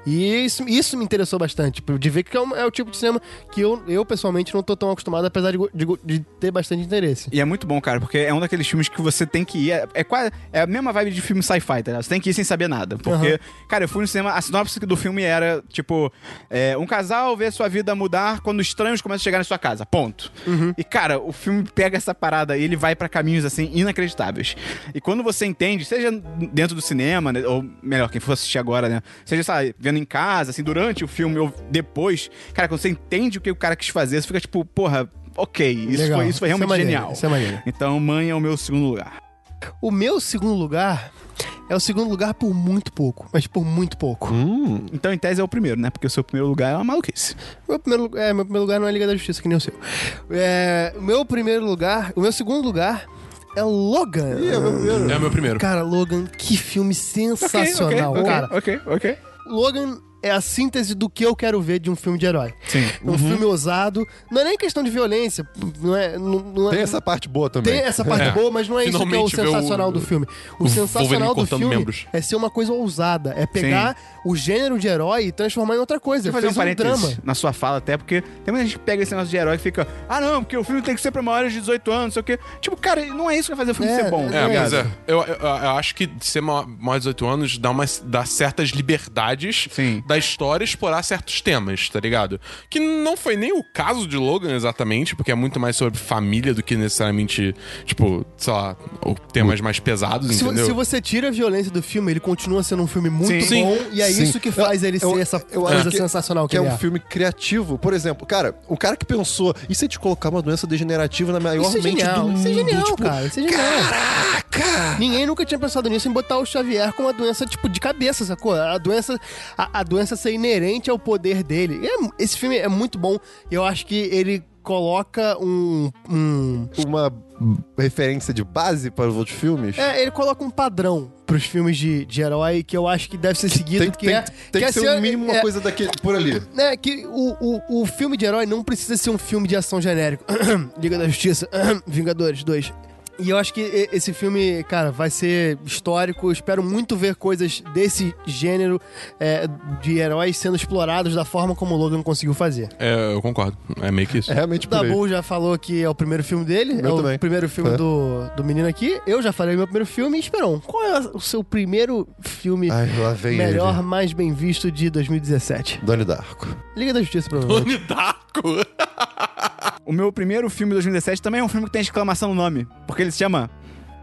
S4: E isso, isso me interessou bastante, tipo, de ver que é, um- é o tipo de cinema que eu, eu pessoalmente não tô tão acostumado, apesar de, go- de go- de ter bastante interesse.
S1: E é muito bom, cara, porque é um daqueles filmes que você tem que ir. É, é quase. É a mesma vibe de filme sci-fi, tá ligado? Você tem que ir sem saber nada. Porque, cara, eu fui no cinema. A sinopse do filme era, tipo, é, um casal vê sua vida mudar quando estranhos começam a chegar na sua casa. Ponto. E, cara, o filme pega essa parada e ele vai pra caminhos assim inacreditáveis. E quando você entende, seja dentro do cinema, né, ou melhor, quem for assistir agora, né? Seja, sabe, vendo em casa, assim, durante o filme ou depois, cara, quando você entende o que o cara quis fazer, você fica tipo, porra. Ok, isso
S4: Legal.
S1: foi, isso foi
S4: Isso é
S1: realmente
S4: maneiro,
S1: genial.
S4: isso é maneiro.
S1: Então, mãe é o meu segundo lugar.
S4: O meu segundo lugar é o segundo lugar por muito pouco, mas por muito pouco.
S1: Então, em tese, é o primeiro, né? Porque o seu primeiro lugar é uma maluquice.
S4: Meu, primeiro, lu- é, meu primeiro lugar não é Liga da Justiça, que nem o seu. É, o meu primeiro lugar, o meu segundo lugar é Logan.
S3: É o meu primeiro.
S4: Cara, Logan, que filme sensacional,
S1: ok,
S4: cara.
S1: ok, ok.
S4: Logan é a síntese do que eu quero ver de um filme de herói.
S1: Sim. Uhum.
S4: É um filme ousado. Não é nem questão de violência. Não é, não, não é-
S2: Tem essa parte boa também.
S4: Tem essa parte
S3: É.
S4: boa, mas não é isso que é o
S3: Finalmente ver o-
S4: sensacional do filme. O,
S3: o Wolverine
S4: sensacional do
S3: cortando
S4: filme
S3: membros.
S4: é ser uma coisa ousada. É pegar o gênero de herói e transformar em outra coisa.
S1: Vou fazer um
S4: Fez um
S1: parênteses
S4: drama.
S1: na sua fala, até porque tem muita gente que pega esse negócio de herói e fica, ah, não, porque o filme tem que ser pra maiores de 18 anos, não sei o quê. Tipo, cara, não é isso que vai fazer o filme
S4: É,
S1: ser bom.
S4: é,
S1: tá
S3: É,
S1: ligado?
S3: mas é. Eu, eu, eu acho que ser ma- maior de 18 anos dá, umas, dá certas liberdades
S1: Sim.
S3: da história explorar certos temas, tá ligado? Que não foi nem o caso de Logan exatamente, porque é muito mais sobre família do que necessariamente, tipo, sei lá, ou temas mais pesados,
S4: Se, vo-
S3: entendeu?
S4: se você tira a violência do filme, ele continua sendo um filme muito
S3: Sim.
S4: bom. E é
S2: Sim.
S4: isso que faz ele ser
S2: Eu-
S4: essa
S2: eu acho
S4: coisa
S2: que-
S4: sensacional que,
S2: Que é
S4: ele
S2: um filme criativo. Por exemplo, cara, o cara que pensou, e se a gente colocar uma doença degenerativa na maior
S4: Isso é
S2: mente do
S4: genial,
S2: mundo?
S4: isso é genial,
S2: Tipo,
S4: cara. Isso é genial.
S2: Caraca!
S4: Ninguém nunca tinha pensado nisso em botar o Xavier com uma doença tipo de cabeça, sacou? A doença, a, a doença ser inerente ao poder dele. E é- esse filme é muito bom. Eu acho que ele coloca um, um-
S2: Uma referência de base para os outros filmes.
S4: é, ele coloca um padrão pros filmes de, de herói que eu acho que deve ser seguido,
S2: Tem,
S4: que
S2: tem,
S4: é
S2: tem que
S4: é
S2: ser no mínimo uma
S4: é-
S2: coisa daquele, por ali.
S4: né, que o, o, o filme de herói não precisa ser um filme de ação genérico. Liga da Justiça, Vingadores 2. E eu acho que e- esse filme, cara, vai ser histórico. Eu Espero muito ver coisas desse gênero é, de heróis sendo explorados da forma como o Logan conseguiu fazer.
S3: É, eu concordo. É meio que isso.
S2: É realmente
S4: O
S2: por aí.
S4: Dabu já falou que é o primeiro filme dele,
S2: Meu
S4: é o
S2: também.
S4: primeiro filme
S2: É.
S4: do, do menino aqui. Eu já falei meu primeiro filme. Esperão, qual é o seu primeiro filme
S2: Ai, lá vem
S4: melhor,
S2: ele.
S4: mais bem visto de 2017?
S2: Donnie Darko.
S4: Liga da Justiça, provavelmente.
S3: Donnie Darko.
S1: O meu primeiro filme de 2017 também é um filme que tem exclamação no nome, porque ele se chama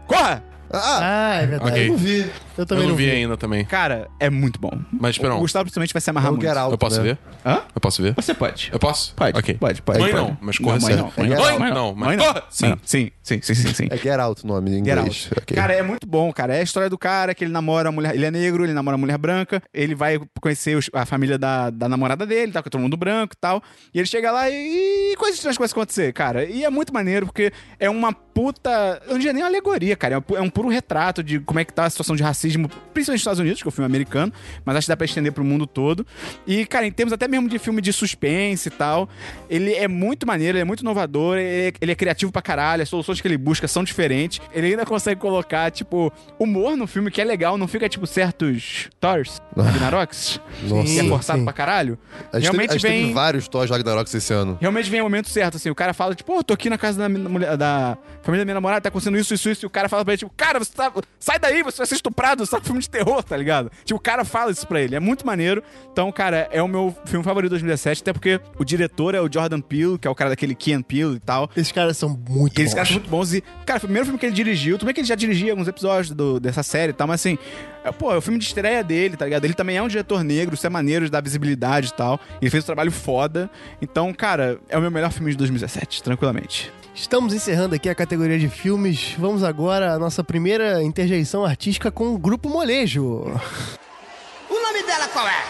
S1: Corra!
S2: Ah,
S4: Ah, é verdade.
S3: Ok.
S2: eu não vi.
S4: Eu
S3: Eu
S4: também
S3: não vi, ainda também.
S1: Cara, é muito bom.
S3: Mas, Perão-
S1: O Gustavo principalmente vai se
S2: É
S1: amarrar
S2: o
S1: muito.
S2: Get Out,
S3: Ah, Eu posso
S2: né?
S3: ver?
S1: Hã?
S3: Eu posso ver?
S1: Você pode.
S3: Eu posso?
S1: Pode,
S3: Ok.
S1: pode, pode.
S3: Mãe
S1: pode.
S3: não, mas corra
S1: não, mãe
S3: certo.
S1: não, mãe não.
S3: Mãe não, mas
S1: mãe não.
S3: corra. Sim.
S1: Mãe não. Sim, sim, sim, sim, sim.
S2: É Get Out o nome em
S1: Get
S2: inglês.
S1: Out.
S2: Ok.
S1: Cara, é muito bom, cara. É a história do cara que ele namora a mulher. Ele é negro, ele namora a mulher branca. Ele vai conhecer os- a família da, da namorada dele, tá com todo mundo branco e tal. E ele chega lá e, e coisas estranhas começam a acontecer, cara. E é muito maneiro, porque é uma puta. Eu não diria nem uma alegoria, cara. É um, pu- é um puro retrato de como é que tá a situação de racismo, principalmente nos Estados Unidos, que é um filme americano, mas acho que dá pra estender pro mundo todo. E, cara, em termos até mesmo de filme de suspense e tal, ele é muito maneiro, ele é muito inovador, ele é, ele é criativo pra caralho, as soluções que ele busca são diferentes. Ele ainda consegue colocar, tipo, humor no filme que é legal, não fica, tipo, certos Thors, Gnarox, que é
S4: Sim,
S1: forçado
S4: sim.
S1: pra caralho.
S2: A gente,
S1: Realmente
S2: teve, a gente
S1: vem.
S2: teve vários Thor Ragnaroks esse ano.
S1: Realmente vem o momento certo, assim. O cara fala, tipo, pô, eu tô aqui na casa da, minha mulher- da família da minha namorada, tá acontecendo isso, isso, isso. E o cara fala pra ele, tipo, cara, você tá. Sai daí, você vai ser estuprado, você tá com filme de terror, tá ligado? Tipo, o cara fala isso pra ele. É muito maneiro. Então, cara, é o meu filme favorito de 2017, até porque o diretor é o Jordan Peele, que é o cara daquele Ken Peele e tal.
S4: Esses caras são muito
S1: E eles
S4: bons.
S1: caras são muito bons. E, cara, foi o primeiro filme que ele dirigiu. Tudo bem que ele já dirigia alguns episódios do- dessa série e tal, mas assim. é, Pô, é o filme de estreia dele, tá ligado? Ele também é um diretor negro, isso é maneiro, isso dá visibilidade e tal. Ele fez um trabalho foda. Então, cara, é o meu melhor filme de 2017, tranquilamente.
S4: Estamos encerrando aqui a categoria de filmes. Vamos agora à nossa primeira interjeição artística com o Grupo Molejo.
S6: O nome dela qual é?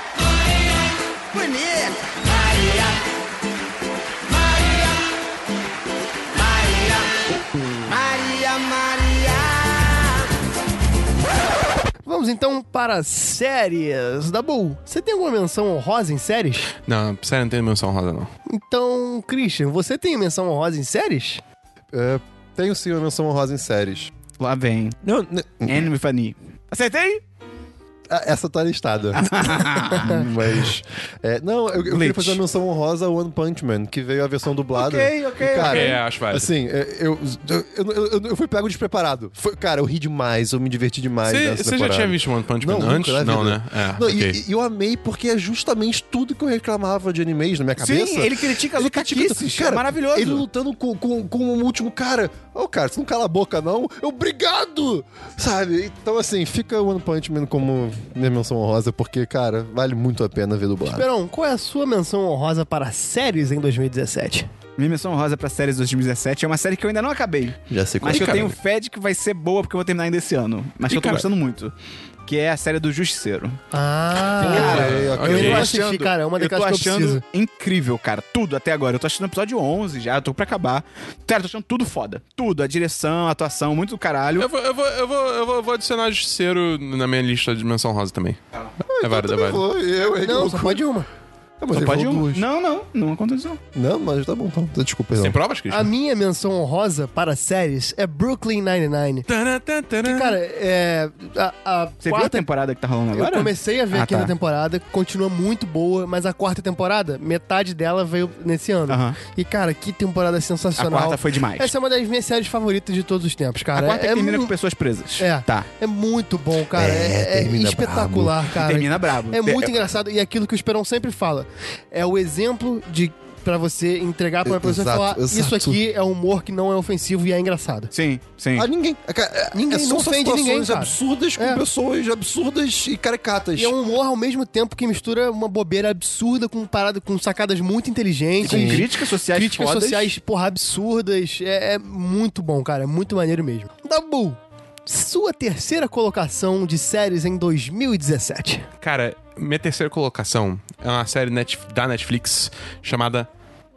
S6: Bonita. Maria. Maria. Maria, Maria.
S4: Vamos então para séries. Dabu, você tem alguma menção honrosa em séries?
S3: Não, sério, não tem menção rosa, não.
S4: Então, Christian, você tem menção honrosa em séries?
S2: É, tenho sim uma menção honrosa em séries.
S1: Lá vem.
S2: Não,
S1: Anime Fanny. Acertei?
S2: Ah, Essa tá listada. Mas. é, não, eu, eu
S1: Glitch.
S2: queria fazer uma menção honrosa ao One Punch Man, que veio a versão dublada.
S1: Ok, ok,
S2: E, cara,
S3: ok, acho válido.
S2: Assim, é, eu, eu, eu, eu- eu fui pego despreparado. Foi- cara, eu ri demais, eu me diverti demais.
S3: Você
S2: nessa
S3: você já
S2: temporada.
S3: tinha visto One Punch Man
S2: Não, nunca
S3: antes?
S2: na
S3: não,
S2: vida.
S3: né? É,
S2: Não,
S3: ok.
S2: e, e eu amei porque é justamente tudo que eu reclamava de animes na minha cabeça.
S1: Sim, ele critica as
S2: tudo.
S1: Ukakisses.
S2: Cara,
S1: É maravilhoso.
S2: Ele lutando com, com, com o último cara. Ô, cara, você não cala a boca, não? Eu, obrigado! Sabe? Então, assim, fica o One Punch Man como minha menção honrosa, porque, cara, vale muito a pena ver dublado.
S4: Perão, qual é a sua menção honrosa para séries em 2017?
S1: Minha menção rosa pra séries de 2017 é uma série que eu ainda não acabei.
S2: Já sei qual
S1: Mas é que eu
S2: cara.
S1: tenho fé de que vai ser boa, porque eu vou terminar ainda esse ano. Mas que eu tô
S3: cara-
S1: gostando muito. Que é a série do Justiceiro.
S4: Ah,
S2: Cara,
S3: ok.
S4: eu
S3: eu
S4: não
S3: tô
S4: assisti, cara. É uma
S1: eu tô
S4: daquelas que eu
S1: achando
S4: preciso.
S1: incrível, cara. Tudo até agora. Eu tô achando o episódio 11 já, eu tô pra acabar. Cara, eu tô achando tudo foda. Tudo. A direção, a atuação, muito do caralho.
S3: Eu vou, eu vou, eu vou, eu vou, eu vou adicionar Justiceiro na minha lista de menção rosa também. é válido,
S2: Então
S3: é
S2: Também
S3: válido.
S2: vou, eu, eu,
S4: Não, só pode uma.
S2: eu, mas
S1: Só
S2: ele
S1: pode
S2: falou
S1: um.
S2: duas.
S1: Não, não. Não aconteceu.
S2: Não, mas tá bom, então. Desculpa,
S3: Tem
S2: não.
S3: provas, Christian?
S4: A minha menção honrosa para séries é Brooklyn Nine-Nine.
S3: Tanã, tanã, tanã.
S4: Cara, é. A, a
S1: Você viu a
S4: quarta
S1: temporada que tá rolando agora?
S4: Eu comecei a ver
S1: Ah,
S4: a quinta
S1: tá.
S4: temporada, continua muito boa, mas a quarta temporada, metade dela veio nesse ano.
S1: Aham.
S4: E, cara, que temporada
S1: A
S4: sensacional.
S1: quarta foi demais.
S4: Essa é uma das minhas séries favoritas de todos os tempos,
S1: A
S4: cara.
S1: quarta
S4: é,
S1: que termina
S4: mu-
S1: com pessoas presas.
S4: É.
S1: Tá.
S4: é muito bom, cara.
S2: É,
S4: É, é
S2: termina
S4: espetacular, cara.
S1: Termina brabo.
S4: É muito engraçado. E aquilo que o Esperão sempre fala. É o exemplo de. Pra você entregar pra uma pessoa e
S2: Exato,
S4: falar: Isso
S2: exato.
S4: aqui é humor que não é ofensivo e é engraçado.
S1: Sim, sim.
S2: A ninguém. É, cara, é-
S4: Ninguém,
S2: é só
S4: não ofende ninguém,
S2: situações
S4: cara.
S2: absurdas com
S4: É.
S2: pessoas absurdas e caricatas.
S4: E é um humor ao mesmo tempo que mistura uma bobeira absurda com parada com sacadas muito inteligentes.
S1: Com críticas sociais
S4: Críticas
S1: fodas.
S4: sociais, porra, absurdas. É, é muito bom, cara. É muito maneiro mesmo. Dabu, sua terceira colocação de séries em 2017.
S3: Cara, minha terceira colocação é uma série net- da Netflix chamada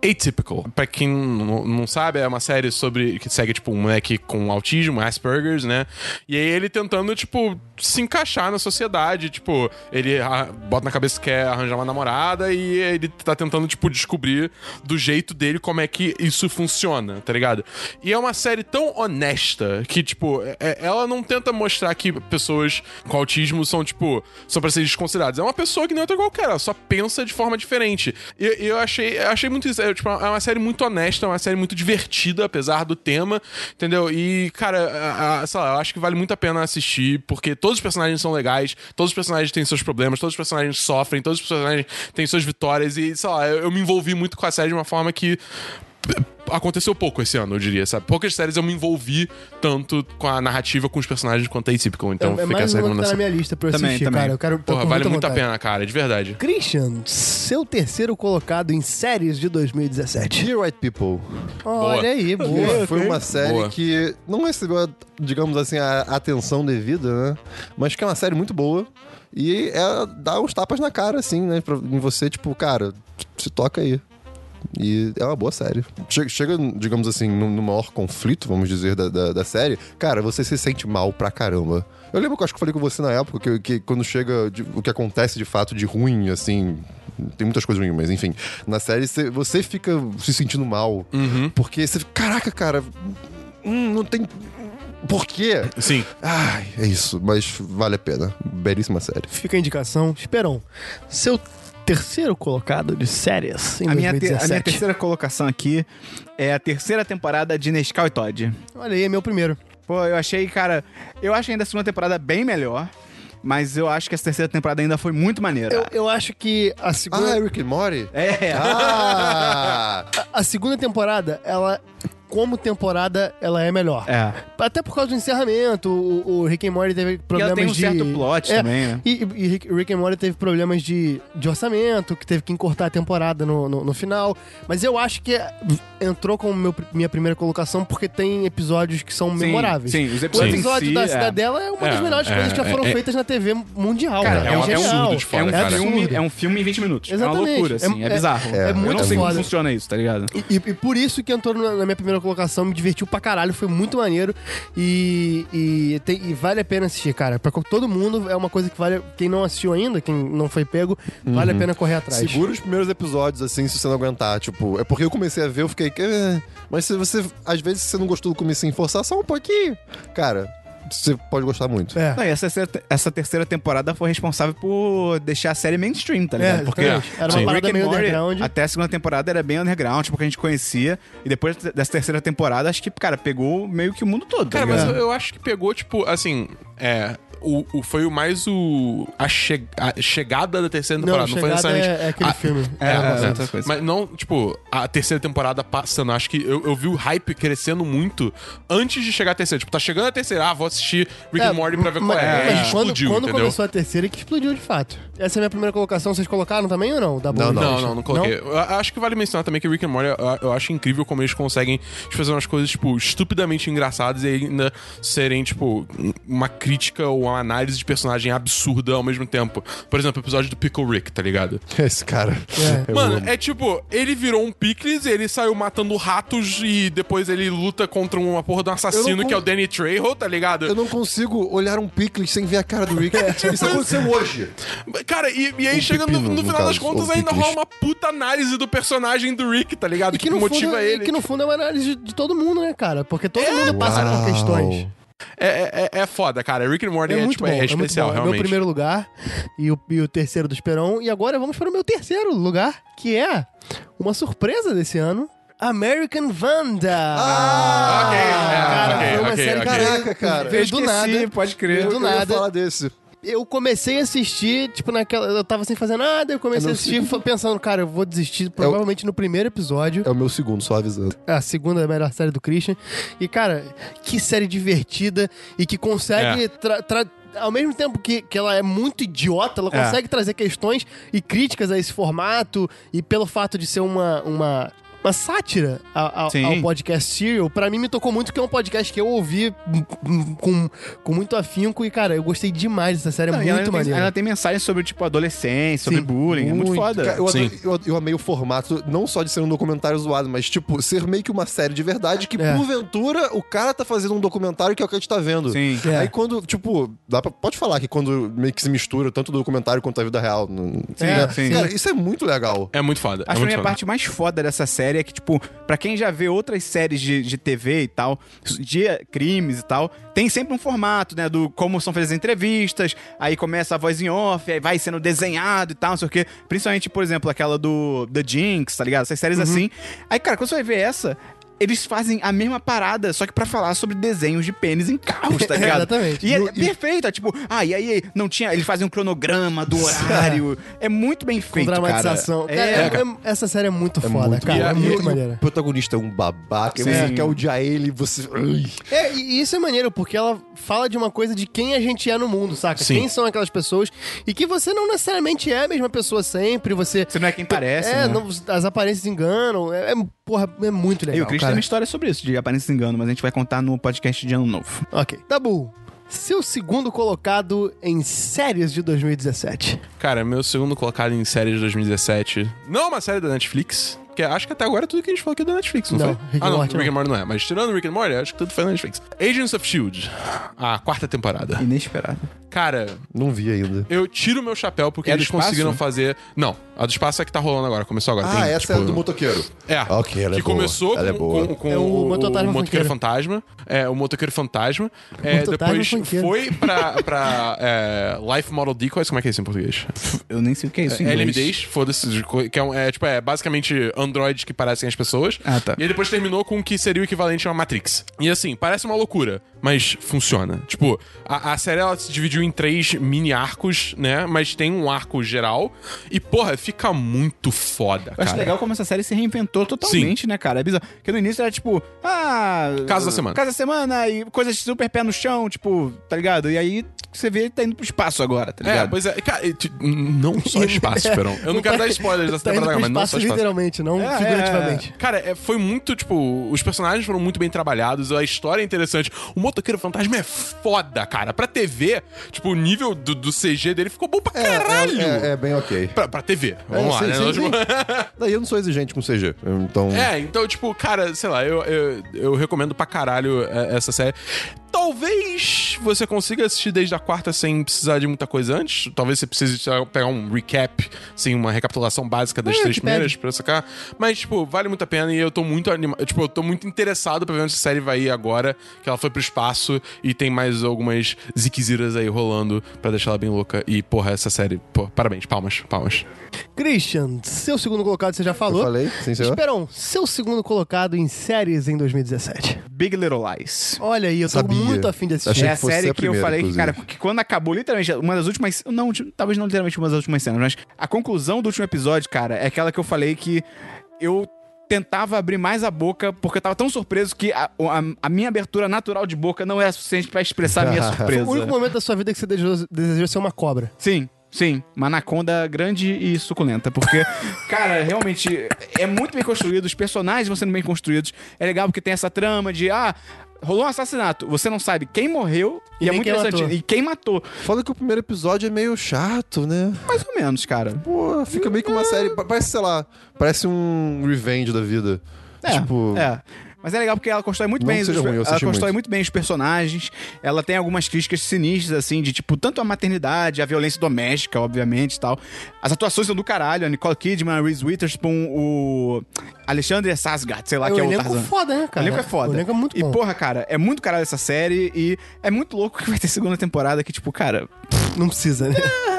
S3: Atypical. Pra quem não não sabe, é uma série sobre. que segue, tipo, um moleque com autismo, Asperger's, né? E aí ele tentando, tipo, se encaixar na sociedade. Tipo, ele ah, bota na cabeça que quer arranjar uma namorada e ele tá tentando, tipo, descobrir do jeito dele como é que isso funciona, tá ligado? E é uma série tão honesta que, tipo, é- é- ela não tenta mostrar que pessoas com autismo são, tipo, são pra ser desconsideradas. É uma pessoa que nem outra qualquer, ela só pensa de forma diferente. E e eu achei, eu achei muito isso. É, tipo, é uma série muito honesta, é uma série muito divertida, apesar do tema, entendeu? E, cara, a- a- sei lá, eu acho que vale muito a pena assistir, porque todos os personagens são legais, todos os personagens têm seus problemas, todos os personagens sofrem, todos os personagens têm suas vitórias, e, sei lá, eu, eu me envolvi muito com a série de uma forma que. Aconteceu pouco esse ano, eu diria, sabe? Poucas séries eu me envolvi tanto com a narrativa, com os personagens, quanto a Atypical. Então
S4: é
S3: fica
S4: mais um
S3: essa
S4: que tá na
S3: recomendação.
S4: minha lista pra eu
S1: Também,
S4: assistir,
S1: também.
S4: cara. Eu quero, tô
S3: Porra,
S4: com
S3: vale
S4: muita
S3: muito a
S4: vontade.
S3: pena, cara, de verdade.
S4: Christian, seu terceiro colocado em séries de 2017.
S2: Dear White People.
S4: Olha aí, boa.
S2: Foi uma série
S3: Boa.
S2: que não recebeu, digamos assim, a atenção devida, né? Mas que é uma série muito boa. E é, dá uns tapas na cara, assim, né? Pra, em você, tipo, cara, se toca aí. E é uma boa série. Che- Chega, digamos assim, no, no maior conflito, vamos dizer, da, da, da série. Cara, você se sente mal pra caramba. Eu lembro que eu acho que eu falei com você na época que, que quando chega de- o que acontece de fato de ruim, assim. Tem muitas coisas ruins, mas enfim. Na série você, você fica se sentindo mal. Porque você fica, caraca, cara, hum, não tem. Por quê?
S3: Sim.
S2: Ai, é isso, mas vale a pena. Belíssima série.
S4: Fica a indicação. Esperão, seu terceiro colocado de séries em
S1: A minha, te-
S4: 2017.
S1: a minha terceira colocação aqui é a terceira temporada de Nescau e Todd.
S4: Olha aí, é meu primeiro.
S1: Pô, eu achei, cara. Eu acho ainda a segunda temporada bem melhor. Mas eu acho que essa terceira temporada ainda foi muito maneira.
S4: Eu, eu acho que a segunda,
S2: Ah, Rick and Morty?
S1: É.
S2: Ah!
S4: a segunda temporada, ela, como temporada, ela é melhor.
S1: É.
S4: Até por causa do encerramento, o, o Rick and Morty teve problemas
S1: tem um
S4: de... É,
S1: certo plot também, né?
S4: E, e Rick, Rick and Morty teve problemas de, de orçamento, que teve que encurtar a temporada no, no, no final. Mas eu acho que é- entrou como meu, minha primeira colocação porque tem episódios que são
S1: Sim,
S4: memoráveis.
S1: sim, os
S4: O
S1: episódios em
S4: episódio
S1: si,
S4: da
S1: é.
S4: Cidadela é uma das
S3: É,
S4: melhores
S3: é,
S4: coisas que já
S3: é,
S4: foram
S3: é.
S4: feitas na TV mundial.
S1: Cara,
S4: cara.
S1: é um- é um
S4: genial.
S3: absurdo de
S1: É
S3: Fala,
S1: um,
S3: cara.
S1: filme,
S4: Absurdo.
S1: é um filme em 20 minutos. É uma
S4: Exatamente.
S1: loucura, assim. É,
S4: É-
S1: bizarro.
S4: é
S1: eu
S4: muito
S1: não sei como
S4: foda.
S1: funciona isso, tá ligado?
S4: E, e- e por isso que entrou na, na minha primeira colocação, me divertiu pra caralho, foi muito maneiro. E, e, tem- e vale a pena assistir, cara. Pra co- todo mundo é uma coisa que vale. Quem não assistiu ainda, quem não foi pego, vale a pena correr atrás.
S2: Segura os primeiros episódios, assim, se você não aguentar. Tipo, é porque eu comecei a ver, eu fiquei. "Eh", Mas se você. Às vezes, se você não gostou do começo em forçar só um pouquinho, cara, você pode gostar muito.
S4: É.
S1: Não, e essa, essa terceira temporada foi responsável por deixar a série mainstream, tá ligado?
S4: É,
S1: Porque
S3: assim,
S4: exatamente. Era uma
S1: tipo,
S4: parada
S1: Rick and
S4: meio
S1: Morty,
S4: underground.
S1: Até a segunda temporada era bem underground, tipo, que a gente conhecia. E depois dessa terceira temporada, acho que, cara, pegou meio que o mundo todo, tá
S3: Cara, mas
S1: ligado?
S4: é.
S3: eu, eu acho que pegou, tipo, assim, é. O, o- foi o mais o. A, che- a chegada da terceira
S4: Não,
S3: temporada. Não, foi
S4: Chegada
S3: necessariamente.
S4: é- é aquele
S3: a-
S4: filme.
S3: É,
S4: É,
S1: é,
S3: é,
S1: outra coisa.
S3: Mas não, tipo, a terceira temporada passando. Acho que eu, eu vi o hype crescendo muito antes de chegar a terceira. Tipo, tá chegando a terceira, ah, vou assistir Rick and Morty pra ver qual
S4: mas-
S3: é.
S4: mas
S3: E
S4: quando,
S3: explodiu,
S4: quando
S3: entendeu?
S4: começou a terceira, que explodiu de fato. Essa é a minha primeira colocação. Vocês colocaram também ou não?
S2: Não,
S4: Da Boa
S3: Não,
S4: Vista?
S3: não, não coloquei. Eu acho que vale mencionar também que Rick and Morty, eu- eu acho incrível como eles conseguem tipo, fazer umas coisas, tipo, estupidamente engraçadas e ainda serem, tipo, um- uma crítica ou uma análise de personagem absurda ao mesmo tempo. Por exemplo, o episódio do Pickle Rick, tá ligado?
S2: Esse cara.
S4: É.
S2: eu
S3: Mano,
S2: amo.
S3: é tipo, ele virou um Pickles, ele saiu matando ratos e depois ele luta contra uma porra de um
S2: Eu
S3: assassino
S2: não
S3: que é o
S2: con-
S3: Danny Trejo, tá ligado?
S2: Eu não consigo olhar um picles sem ver a cara do Rick. Isso aconteceu hoje.
S3: Cara, e, e aí
S2: Um
S3: chega no,
S2: pepino,
S3: no
S2: no
S3: final
S2: caso,
S3: das contas
S2: ou
S3: ainda
S2: picles.
S3: rola uma puta análise do personagem do Rick, tá ligado?
S4: E que,
S3: que
S4: no
S3: motiva
S4: fundo,
S3: ele. tipo
S4: e que no fundo é uma análise de, de todo mundo, né, cara? Porque todo mundo passa por questões.
S3: É, é, é foda, cara. Rick and Morty
S4: É,
S3: é,
S4: muito
S3: tipo,
S4: bom,
S3: é,
S4: é muito
S3: especial,
S4: bom. É
S3: realmente.
S4: meu primeiro lugar e o, e o terceiro do Esperão. E agora vamos para o meu terceiro lugar, que é uma surpresa desse ano. American Vanda! Ah,
S3: ok, é,
S4: cara,
S3: ok,
S4: foi uma
S3: ok,
S4: série
S3: ok.
S4: que
S2: Caraca, cara.
S4: veio do nada.
S1: pode
S4: Veio do
S2: Eu ia
S4: nada.
S2: falar desse.
S4: Eu comecei a assistir, tipo, naquela. Eu tava sem fazer nada, eu comecei
S2: Eu não
S4: a assistir fa- pensando, cara, eu vou desistir provavelmente no primeiro episódio.
S2: É o meu segundo, só avisando.
S4: A segunda melhor série do Christian. E, cara, que série divertida e que consegue.
S3: É.
S4: tra- tra- ao mesmo tempo que, que ela é muito idiota, ela
S1: É.
S4: consegue trazer questões e críticas a esse formato e pelo fato de ser uma. uma uma sátira a- a-
S1: Sim.
S4: ao podcast Serial, pra mim me tocou muito, que é um podcast que eu ouvi hum, hum, com, com muito afinco e, cara, eu gostei demais dessa série, é
S1: Não, e
S4: muito
S1: ela, tem,
S4: maneiro.
S1: ela tem mensagem sobre, tipo, adolescência, sobre
S4: Sim.
S1: bullying. É muito foda.
S2: Cara, eu,
S3: Sim.
S2: adorei- eu, eu amei o formato, não só de ser um documentário zoado, mas, tipo, ser meio que uma série de verdade que,
S4: É.
S2: porventura, o cara tá fazendo um documentário que é o que a gente tá vendo.
S1: Sim.
S4: É.
S2: Aí quando, tipo, dá pra- pode falar que quando meio que se mistura tanto o documentário quanto a vida real. no-
S1: É,
S2: né?
S1: sim.
S2: Cara, isso é muito legal.
S3: É muito foda.
S1: Acho
S3: é
S1: que a
S3: muito
S1: minha
S3: foda.
S1: parte mais foda dessa série é que, tipo, pra quem já vê outras séries de, de TV e tal, de crimes e tal, tem sempre um formato, né? Do como são feitas as entrevistas, aí começa a voz em off, aí vai sendo desenhado e tal, não sei o quê.
S4: Uhum.
S1: Principalmente, por exemplo, aquela do The Jinx, tá ligado? Essas séries assim. Aí, cara, quando você vai ver essa. eles fazem a mesma parada, só que pra falar sobre desenhos de pênis em carros, tá
S4: É,
S1: ligado?
S4: exatamente.
S1: E é,
S4: No-
S1: é perfeito, é tipo, ah, e aí não tinha. Eles fazem um cronograma do horário. é muito bem
S4: Com
S1: feito.
S4: dramatização.
S1: Cara.
S4: Cara,
S1: é,
S4: é- é- essa série é muito foda, cara.
S3: e a-
S4: é
S3: e
S4: muito
S2: o-
S4: maneira.
S2: O protagonista é um babaca, e você
S1: Sim.
S2: quer odiar ele, você. Ai.
S4: É, e isso é maneiro, porque ela fala de uma coisa de quem a gente é no mundo, saca?
S3: Sim.
S4: Quem são aquelas pessoas. E que você não necessariamente é a mesma pessoa sempre, você.
S1: Você não é quem parece. né?
S4: É, não- as aparências enganam. É, é- porra, é muito legal.
S1: E o Chris tem
S4: cara.
S1: uma história sobre isso, de aparência e engano, mas a gente vai contar no podcast de ano novo.
S4: Ok. Dabu, seu segundo colocado em séries de 2017.
S3: Cara, meu segundo colocado em série de 2017. Não é uma série da Netflix. Porque acho que até agora tudo que a gente falou aqui é da Netflix, não,
S4: Não,
S3: foi?
S4: Rick and
S3: ah, não,
S4: Morty
S3: Rick and
S4: não.
S3: Morty não é. Mas tirando Rick and Morty, acho que tudo foi da Netflix. Agents of S.H.I.E.L.D. A quarta temporada.
S1: Inesperado.
S3: Cara,
S2: Não vi ainda.
S3: eu tiro meu chapéu porque
S1: É do
S3: eles
S1: espaço?
S3: conseguiram fazer... Não, a do espaço é que tá rolando agora. Começou agora.
S2: Ah,
S3: Tem,
S2: essa
S3: tipo,
S2: é a do motoqueiro.
S3: É.
S2: Ok, ela é
S3: que
S2: boa.
S3: começou
S2: Ela é
S3: com,
S2: boa.
S3: com- com
S4: É o Mototário
S3: Motoqueiro Fantasma. É, o Motoqueiro Fantasma. É,
S4: Mototário
S3: depois
S4: Funkeiro.
S3: foi pra, pra é, Life Model Decoys. Como é que é isso em português?
S1: Eu nem sei o que é isso. em inglês.
S3: LMDs, foda-se. Que é, um- é, tipo, é basicamente androides que parecem as pessoas.
S1: Ah, tá.
S3: E aí depois terminou com o que seria o equivalente a uma Matrix. E assim, parece uma loucura, mas funciona. Tipo, a, a série ela se dividiu em três mini arcos, né? Mas tem um arco geral. E, porra, fica muito foda,
S1: Eu
S3: cara.
S1: acho legal como essa série se reinventou totalmente, né, cara? É bizarro. Porque no início era tipo, ah.
S3: Caso da semana.
S1: Casa da semana e coisas super pé no chão, tipo, tá ligado? E aí você vê ele tá indo pro espaço agora, tá
S3: É,
S1: ligado?
S3: pois é. Cara, e, tipo, não só espaço, Esperão. Eu não quero dar spoilers dessa
S4: Tá indo
S3: temporada,
S4: pro
S3: mas não
S4: espaço
S3: só espaço.
S4: literalmente, não
S1: É,
S4: figurativamente.
S3: Cara, é, foi muito, tipo, os personagens foram muito bem trabalhados, a história é interessante. O motoqueiro fantasma é foda, cara. Pra TV, tipo, o nível do, do CG dele ficou bom pra
S2: É, é-
S3: caralho.
S2: É, é bem ok.
S3: Pra, pra TV, vamos
S2: É,
S3: lá,
S2: sim,
S3: né?
S2: sim,
S3: Nós-
S2: sim. Daí eu não sou exigente com CG. Então.
S3: É, então, tipo, cara, sei lá, eu, eu, eu recomendo pra caralho é, essa série. Talvez você consiga assistir desde a quarta sem precisar de muita coisa antes. Talvez você precise sei lá, pegar um recap, assim, uma recapitulação básica das
S4: É,
S3: três
S4: que
S3: primeiras pra sacar. Mas, tipo, vale muito a pena e eu tô muito animado. Tipo, eu tô muito interessado pra ver onde essa série vai ir agora, que ela foi pro espaço e tem mais algumas ziquiziras aí rolando pra deixar ela bem louca. E, porra, essa série, pô, parabéns, palmas, palmas.
S4: Christian, seu segundo colocado você já
S2: Eu
S4: falou.
S2: falei, sim, senhor.
S4: Esperão, seu segundo colocado em séries em 2017.
S1: Big Little Lies.
S4: Olha aí, eu tô
S2: Sabia.
S4: muito afim de assistir.
S2: Achei
S1: é
S2: que
S1: a
S2: fosse
S1: série
S2: a
S1: que eu
S2: primeira,
S1: falei que, cara,
S2: inclusive.
S1: que quando acabou, literalmente, uma das últimas. Não, tipo, talvez não literalmente uma das últimas cenas, mas a conclusão do último episódio, cara, é aquela que eu falei que eu tentava abrir mais a boca porque eu tava tão surpreso que a, a, a minha abertura natural de boca não era suficiente pra expressar a minha surpresa.
S4: O único momento da sua vida que você desejou, desejou ser uma cobra.
S1: Sim, sim. Uma anaconda grande e suculenta. Porque, cara, realmente é muito bem construído, os personagens vão sendo bem construídos. É legal porque tem essa trama de, ah, rolou um assassinato, você não sabe quem morreu
S4: E
S1: e, é
S4: nem
S1: muito
S4: quem
S1: interessante.
S4: matou.
S1: E quem matou.
S2: Foda que o primeiro episódio é meio chato, né?
S1: Mais ou menos, cara.
S2: Pô, fica meio que uma série. pa- Parece, sei lá, parece um revenge da vida.
S1: É,
S2: tipo.
S1: é. Mas é legal porque ela constrói muito
S2: Não
S1: bem
S2: que
S1: os,
S2: seja ruim, eu
S1: ela
S2: assisti
S1: constrói
S2: muito.
S1: muito bem os personagens. Ela tem algumas críticas sinistras assim de tipo tanto a maternidade, a violência doméstica, obviamente, e tal. As atuações são do caralho, a Nicole Kidman, a Reese Witherspoon, o Alexandre Asgard, sei lá que é
S4: o
S1: o
S4: elenco
S1: Tarzan.
S4: foda, né, cara?
S1: O elenco é foda.
S4: O elenco é muito
S1: e,
S4: bom.
S1: porra, cara, é muito caralho essa série e é muito louco que vai ter segunda temporada que, tipo, cara,
S4: Não precisa, né?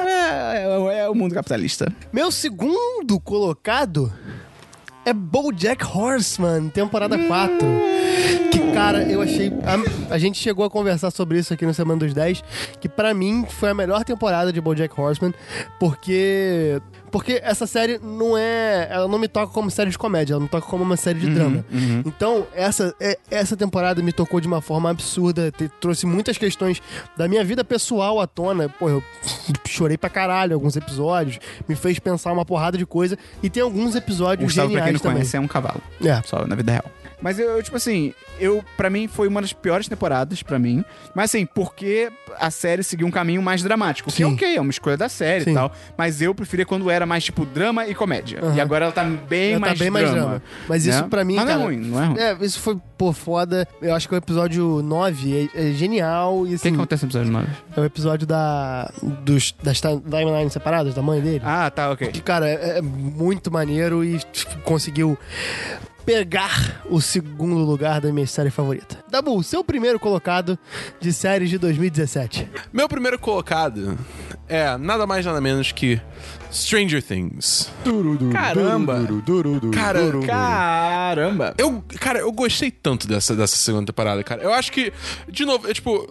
S1: é, é- é o mundo capitalista.
S4: Meu segundo colocado é BoJack Horseman, temporada 4. Que, cara, eu achei... A, a gente chegou a conversar sobre isso aqui no Semana dos 10, que pra mim foi a melhor temporada de BoJack Horseman, porque... Porque essa série não é... Ela não me toca como série de comédia, ela me toca como uma
S1: Uhum,
S4: série de drama. Então, essa, é- essa temporada me tocou de uma forma absurda, te- trouxe muitas questões da minha vida pessoal à tona. Pô, eu chorei pra caralho em alguns episódios, me fez pensar uma porrada de coisa, e tem alguns
S1: O
S4: episódios
S1: Gustavo, pra quem
S4: geniais
S1: não
S4: também.
S1: conhece, é um cavalo.
S4: É.
S1: Só na vida real. Mas eu, eu, tipo assim, eu para mim foi uma das piores temporadas pra mim. Mas assim, porque a série seguiu um caminho mais dramático. Que
S4: Sim.
S1: ok, é uma escolha da série
S4: Sim.
S1: e tal. Mas eu preferia quando era mais tipo drama e comédia.
S4: Aham.
S1: E agora ela tá bem,
S4: Ela tá
S1: mais,
S4: bem mais
S1: drama,
S4: drama. Mas isso pra mim,
S1: Mas
S4: cara,
S1: não é ruim, não é ruim.
S4: É, isso foi, pô, foda. Eu acho que o episódio 9 é, é genial. E,
S1: O que
S4: assim,
S1: acontece no episódio 9?
S4: é o episódio da, dos, das ti- timelines separadas, da mãe dele.
S1: Ah, tá, ok.
S4: Que, cara, é, é muito maneiro e tipo, conseguiu pegar o segundo lugar da minha série favorita. Dabu, seu primeiro colocado de séries de 2017.
S3: Meu primeiro colocado é nada mais nada menos que Stranger Things.
S1: Caramba.
S3: Cara,
S1: Caramba.
S3: eu, cara, eu gostei tanto dessa, dessa segunda temporada, cara. Eu acho que, de novo, é tipo.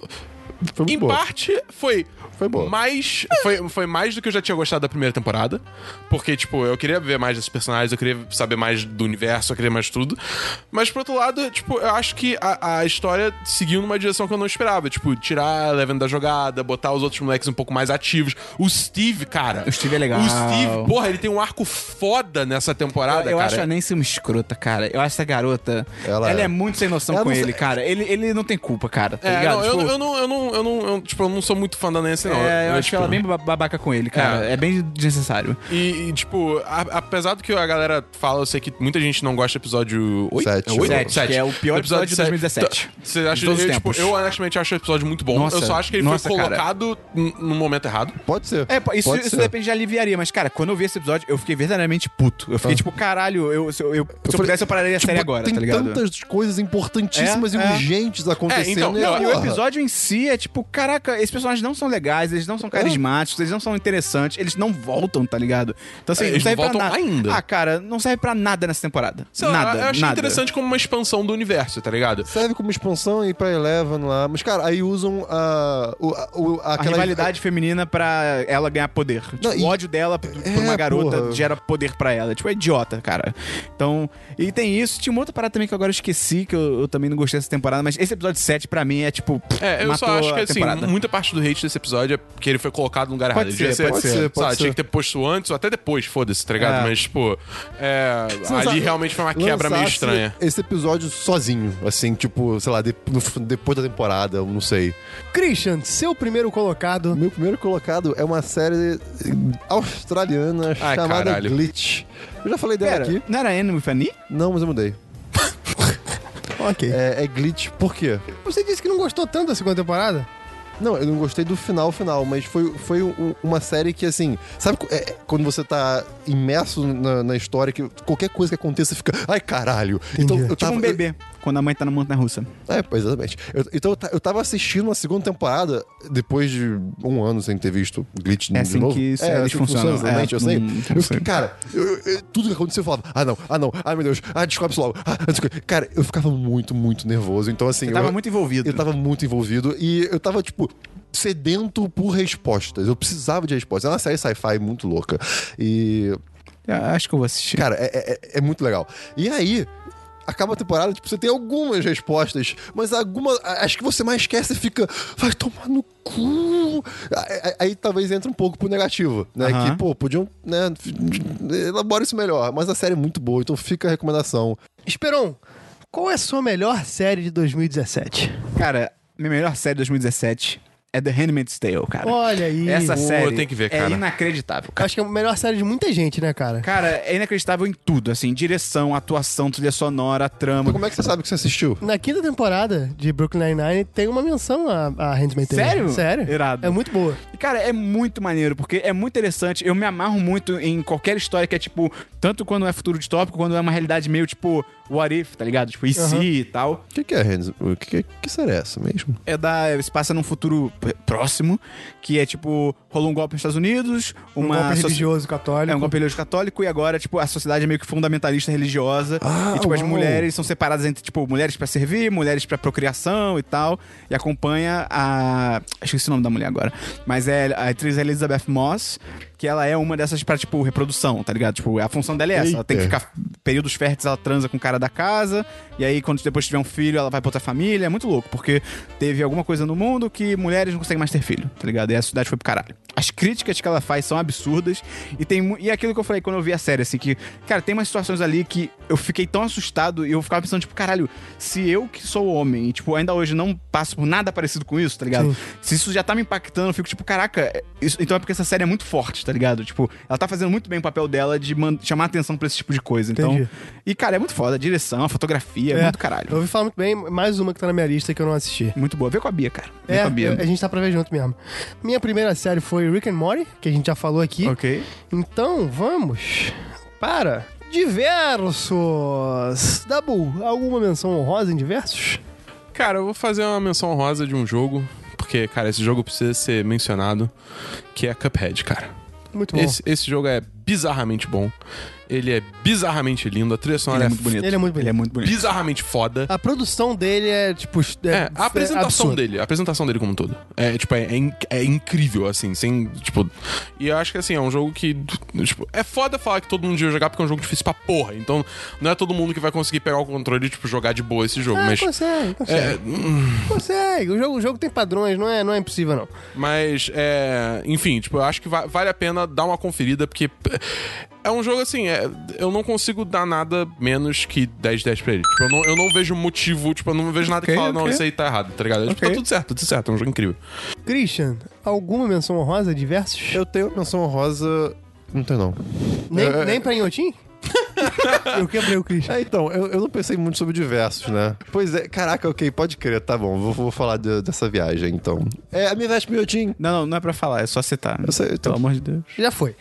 S2: Foi muito
S3: em
S2: boa.
S3: parte, foi.
S2: Foi boa.
S3: Mais, foi, foi mais do que eu já tinha gostado da primeira temporada. Porque, tipo, eu queria ver mais desses personagens, eu queria saber mais do universo, eu queria mais tudo. Mas, por outro lado, tipo, eu acho que a, a história seguiu numa direção que eu não esperava. Tipo, tirar a Eleven da jogada, botar os outros moleques um pouco mais ativos. O Steve, cara.
S1: O Steve é legal.
S3: O Steve, porra, ele tem um arco foda nessa temporada,
S1: eu
S3: cara.
S1: acho a Nancy uma escrota, cara. Eu acho essa garota.
S2: Ela
S1: Ela,
S2: é.
S1: é. muito sem noção
S2: Ela
S1: com
S2: não
S1: ele,
S2: sei-
S1: cara. Ele, ele não tem culpa, cara. Tá
S3: É,
S1: ligado?
S3: não,
S1: Tipo,
S3: eu, eu não, eu não, eu não, eu, tipo, eu não sou muito fã da Nancy, não.
S1: é, eu acho
S3: tipo,
S1: ela bem ba- babaca com ele, cara.
S3: É.
S1: É, bem desnecessário.
S3: E, e, tipo, a- apesar do que a galera fala, eu sei que muita gente não gosta do episódio 8.
S2: Sete.
S1: Sete, que é o pior episódio de 2017.
S3: Você acha,
S1: De todos os
S3: eu, tipo,
S1: tempos.
S3: eu honestamente acho o episódio muito bom. eu
S1: Nossa,
S3: só acho que ele
S1: nossa,
S3: foi
S1: cara.
S3: colocado n- no momento errado.
S2: Pode ser.
S1: É, pô, isso,
S2: Pode
S1: isso
S2: ser.
S1: de repente já aliviaria, mas, cara, quando eu vi esse episódio, eu fiquei verdadeiramente puto. Eu fiquei tipo, caralho, eu, se eu, eu- se eu
S2: falei,
S1: pudesse, eu pararia a série
S2: Tipo,
S1: agora,
S2: tem
S1: tá ligado?
S2: tantas coisas importantíssimas
S1: É,
S2: e
S1: é.
S2: urgentes acontecendo.
S3: É, então,
S2: e
S3: não,
S1: E o
S2: porra.
S1: episódio em si é tipo, caraca, esses personagens não são legais, eles não são carismáticos, eles não são interessantes, eles não voltam, tá ligado? Então assim,
S3: É,
S1: não
S3: eles
S1: serve
S3: não
S1: pra
S3: voltam
S1: nada.
S3: ainda.
S1: Ah, cara, não serve pra nada nessa temporada.
S3: Sei lá,
S1: nada,
S3: eu achei
S1: nada.
S3: interessante como uma expansão do universo, tá ligado?
S2: Serve como expansão e pra Eleven lá. Mas, cara, aí usam a. o- a- o-
S1: A
S2: aquela
S1: rivalidade feminina pra ela ganhar poder. Tipo,
S2: Não, e-
S1: O ódio dela p- por uma
S2: É,
S1: garota
S2: porra.
S1: gera poder pra ela. Tipo, é idiota, cara. Então, e tem isso. Tinha uma outra parada também que eu agora esqueci, que eu, eu também não gostei dessa temporada, mas esse episódio 7 pra mim é tipo. pff,
S3: É, eu
S1: matou
S3: só acho que
S1: a
S3: assim,
S1: temporada.
S3: muita parte do hate desse episódio é porque ele foi colocado no lugar errado.
S1: Pode
S3: Ele
S1: ser,
S3: devia
S1: pode
S2: ser,
S3: sei lá,
S2: pode
S3: Tinha
S2: ser.
S3: que ter posto antes ou até depois, foda-se, tá ligado?
S1: É.
S3: Mas, tipo, é, ali
S2: lança-
S3: realmente foi uma quebra meio
S2: lançasse
S3: estranha.
S2: Esse episódio sozinho, assim, tipo, sei lá, de- no f- depois da temporada, eu não sei.
S4: Christian, seu primeiro colocado.
S2: Meu primeiro colocado é uma série australiana
S3: Ai,
S2: chamada
S3: caralho.
S2: Glitch. Eu já falei dela
S1: Pera,
S2: aqui.
S1: não era Enemy Fanny?
S2: Não, mas eu mudei.
S4: Ok.
S2: É, é Glitch, por quê?
S4: Você disse que não gostou tanto da segunda temporada?
S2: Não, eu não gostei do final final, mas foi, foi um- uma série que, assim, sabe co- é, quando você tá imerso na, na história, que qualquer coisa que aconteça fica, ai caralho. Então eu
S1: Tipo
S2: tava.
S1: um bebê, quando a mãe tá na montanha russa.
S2: Eu, é, pois, exatamente. Eu- então eu, ta- eu tava assistindo a segunda temporada, depois de um ano sem ter visto Glitch
S1: É
S2: de
S1: assim
S2: novo.
S1: que séries funcionam,
S2: exatamente,
S1: é,
S2: eu sei.
S1: hum, sei.
S2: eu fiquei, cara, eu- eu- tudo que aconteceu eu falava, ah não, ah não, ah meu Deus, ah descobre isso logo. Ah, não sei o quê. cara, eu ficava muito, muito nervoso. Então assim.
S1: Você tava
S2: eu-
S1: muito envolvido.
S2: eu tava muito envolvido e eu tava, tipo, sedento por respostas. Eu precisava de respostas. É uma série sci-fi muito louca. E,
S1: Eu Acho que eu vou assistir.
S2: cara, é, é- é- é muito legal. E aí. Acaba a temporada, tipo, você tem algumas respostas, mas alguma. a- Acho que você mais quer, você fica. Vai tomar no cu. A- a- Aí talvez entre um pouco pro negativo, né?
S1: Aham.
S2: Que, pô, podiam, né? Elabora isso melhor. Mas a série é muito boa, então fica a recomendação.
S4: Esperon, qual é a sua melhor série de 2017?
S1: Cara, minha melhor série de 2017 é The Handmaid's Tale, cara.
S4: Olha aí.
S1: Essa
S3: Pô,
S1: série
S3: tem que ver,
S1: é
S3: cara.
S1: inacreditável, cara.
S4: Acho que é a melhor série de muita gente, né, cara?
S1: Cara, é inacreditável em tudo, assim, direção, atuação, trilha sonora, trama.
S2: Como é que você sabe que você assistiu?
S4: Na quinta temporada de Brooklyn Nine-Nine tem uma menção a, a Handmaid's Tale.
S1: Sério?
S4: Sério.
S1: Irado.
S4: É muito boa.
S1: E, Cara, é muito maneiro, porque é muito interessante. Eu me amarro muito em qualquer história que é, tipo, tanto quando é futuro distópico, quando é uma realidade meio, tipo, what if, tá ligado? Tipo, e se e tal.
S2: O que, que é, Hans? O que, que, que série é essa mesmo?
S1: É da. Se passa num futuro p- próximo, que é, tipo, rolou um golpe nos Estados Unidos,
S4: Um
S1: uma.
S4: golpe
S1: soci-
S4: religioso católico.
S1: É um golpe religioso católico e agora, tipo, a sociedade é meio que fundamentalista religiosa.
S2: Ah,
S1: e, tipo, as
S2: uau.
S1: mulheres são separadas entre, tipo, mulheres pra servir, mulheres pra procriação e tal. E acompanha a. Esqueci é o nome da mulher agora. Mas é a atriz Elizabeth Moss, que ela é uma dessas pra, tipo, reprodução, tá ligado? Tipo, a função dela é essa. Ela tem que
S2: Eita.
S1: ficar períodos férteis, ela transa com o cara da casa. E aí, quando depois tiver um filho, ela vai pra outra família. É muito louco, porque teve alguma coisa no mundo que mulheres não conseguem mais ter filho, tá ligado? E a cidade foi pro caralho. As críticas que ela faz são absurdas. E tem mu- e é aquilo que eu falei quando eu vi a série, assim, que, cara, tem umas situações ali que eu fiquei tão assustado e eu ficava pensando, tipo, caralho, se eu que sou homem e, tipo, ainda hoje não passo por nada parecido com isso, tá ligado? Se isso já tá me impactando, eu fico, tipo, caraca, é- isso- então é porque essa série é muito forte, tá ligado? Tipo, ela tá fazendo muito bem o papel dela de man- chamar atenção pra esse tipo de coisa.
S4: Entendi.
S1: Então. E, cara, é muito foda. A direção, a fotografia, é, muito
S4: Eu
S1: caralho.
S4: ouvi falar muito bem, mais uma que tá na minha lista que eu não assisti.
S1: Muito boa. Vê com a Bia, cara. Vê
S4: É,
S1: com a Bia.
S4: a gente tá pra ver junto mesmo. Minha primeira série foi Rick and Morty, que a gente já falou aqui.
S1: Ok. é
S4: Então, vamos para diversos. Dabu, alguma menção honrosa em diversos?
S3: Cara, eu vou fazer uma menção honrosa de um jogo. porque, cara, esse jogo precisa ser mencionado, que é Cuphead, cara.
S4: Muito bom.
S3: Esse, esse jogo é bizarramente bom. Ele é bizarramente lindo, a trilha sonora
S1: é
S3: é,
S1: muito bonito.
S4: Ele é muito bonito.
S1: Ele é muito bonito.
S3: bizarramente foda.
S4: A produção dele é, tipo... É,
S3: É, a apresentação
S4: absurda.
S3: dele, a apresentação dele como um todo. É, tipo, é, é in- é incrível, assim, sem, tipo... E eu acho que, assim, é um jogo que, tipo, é foda falar que todo mundo ia jogar porque é um jogo difícil pra porra. Então, não é todo mundo que vai conseguir pegar o controle e, tipo, jogar de boa esse jogo,
S4: Ah,
S3: mas...
S4: consegue, consegue.
S3: É,
S4: Consegue. O jogo, o jogo tem padrões, não é, não é impossível, não.
S3: Mas, é, enfim, tipo, eu acho que va- vale a pena dar uma conferida, porque p- é um jogo assim, é, eu não consigo dar nada menos que 10 10 pra ele. Tipo, eu não, eu não vejo motivo, tipo, eu não vejo nada que fala, não, isso aí tá errado, tá ligado? Tipo, tá tudo certo, tá tudo certo, é um jogo incrível.
S4: Christian, alguma menção honrosa de versus?
S2: Eu tenho menção honrosa. Não tem, não.
S4: Nem,
S2: é-
S4: nem pra Inhotim? eu quebrei o Christian.
S2: É, então, eu, eu não pensei muito sobre diversos, né? Pois é, caraca, ok, pode crer, tá bom, vou, vou falar de- dessa viagem, então. É, a minha veste Miotin.
S1: Não, não, não é pra falar, é só citar. né?
S2: Eu sei, então.
S1: Pelo amor de Deus.
S4: Já foi.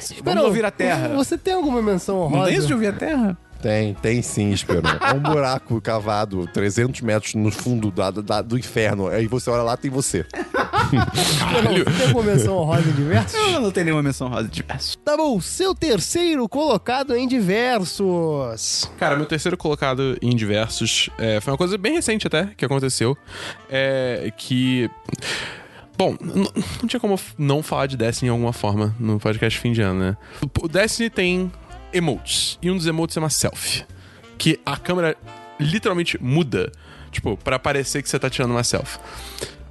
S4: Esperão,
S1: ouvir a terra.
S4: Você tem alguma menção
S1: Não
S4: honrosa?
S1: tem tipo isso de ouvir a terra?
S2: Tem, tem sim, Esperon. É um buraco cavado 300 metros no fundo da- da- do inferno. Aí você olha lá, tem você.
S4: Esperão, você tem alguma menção honrosa de versus?
S1: Eu não tenho nenhuma menção rosa tipo, é de verso.
S4: Tá bom, seu terceiro colocado em diversos.
S3: Cara, meu terceiro colocado em diversos é, foi uma coisa bem recente até que aconteceu. É que. Bom, n- não tinha como f- não falar de Destiny de alguma forma no podcast fim de ano, né? O Destiny tem emotes. E um dos emotes é uma selfie. Que a câmera literalmente muda. Tipo, pra parecer que você tá tirando uma selfie.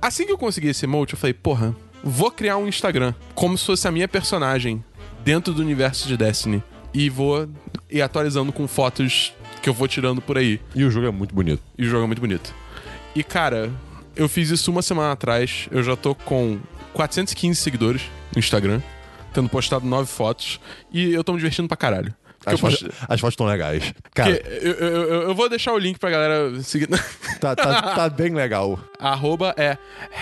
S3: Assim que eu consegui esse emote, eu falei, porra, vou criar um Instagram. Como se fosse a minha personagem dentro do universo de Destiny. E vou ir atualizando com fotos que eu vou tirando por aí.
S2: E o jogo é muito bonito.
S3: E o jogo é muito bonito. E cara, eu fiz isso uma semana atrás. Eu já tô com 415 seguidores no Instagram, tendo postado nove fotos. E eu tô me divertindo pra caralho. Porque
S2: As,
S3: eu posto-
S2: fotos- as fotos estão legais. Cara,
S3: porque eu, eu- eu- eu vou deixar o link pra galera seguir.
S2: tá, tá- tá bem legal.
S3: A arroba é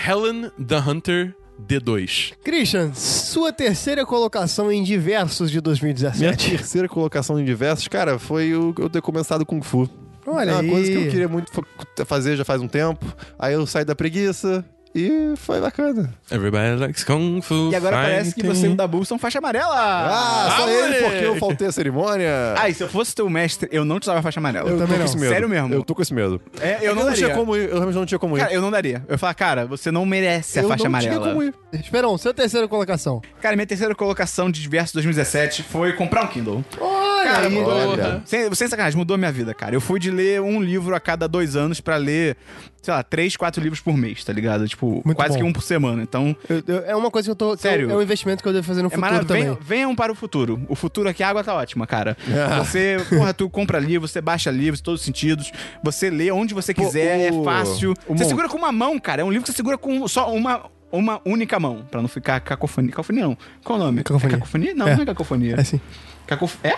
S3: Helen the Hunter D2.
S4: Christian, sua terceira colocação em diversos de
S2: Minha
S4: 2017.
S2: terceira colocação em diversos, cara, foi o, eu ter começado Kung Fu.
S4: Olha
S2: é uma
S4: aí.
S2: coisa que eu queria muito fa- fazer já faz um tempo. Aí eu saí da preguiça e foi bacana.
S3: Everybody likes Kung Fu.
S1: E agora
S3: fighting.
S1: parece que você e o Dabu são faixa amarela.
S2: Ah, só
S3: ah,
S2: ele
S3: moleque!
S2: porque eu faltei a cerimônia.
S1: Ah, e se eu fosse teu mestre, eu não te dava faixa amarela.
S4: também
S2: tô
S4: não.
S2: com esse medo.
S1: Sério mesmo?
S2: Eu tô com esse medo.
S1: É, eu, não, daria.
S2: tinha como ir, eu realmente não tinha como ir.
S1: Cara, eu não daria. Eu ia falar, cara, você não merece a
S2: Eu
S1: faixa
S2: não
S1: amarela.
S2: tinha como ir.
S4: Esperão, sua terceira colocação.
S1: Cara, minha terceira colocação de diversos 2017 foi comprar um Kindle.
S4: Olha
S1: Cara,
S4: aí.
S1: mudou-
S2: Olha.
S1: Sem, sem sacanagem, mudou minha vida, cara. Eu fui de ler um livro a cada dois anos pra ler, sei lá, três, quatro livros por mês, tá ligado? Tipo,
S4: Muito
S1: quase
S4: bom.
S1: que um por semana. Então,
S4: Eu- eu- é uma coisa que eu tô. que
S1: Sério?
S4: É um investimento que eu devo fazer no
S1: É
S4: futuro também. É.
S1: maravilhoso. Venham para o futuro. O futuro aqui, a água tá ótima, cara. Você, porra, tu compra livro, você baixa livros, todos os sentidos. Você lê onde você quiser,
S2: o-
S1: é fácil.
S2: o
S1: você
S2: mon-
S1: segura com uma mão, cara. É um livro que você segura com só uma, uma única mão, pra não ficar cacofonia. Cacofonia não. Qual o nome?
S4: Cacofonia.
S1: É cacofonia? Não,
S4: É.
S1: não é cacofonia.
S4: É assim.
S1: Cacof... É?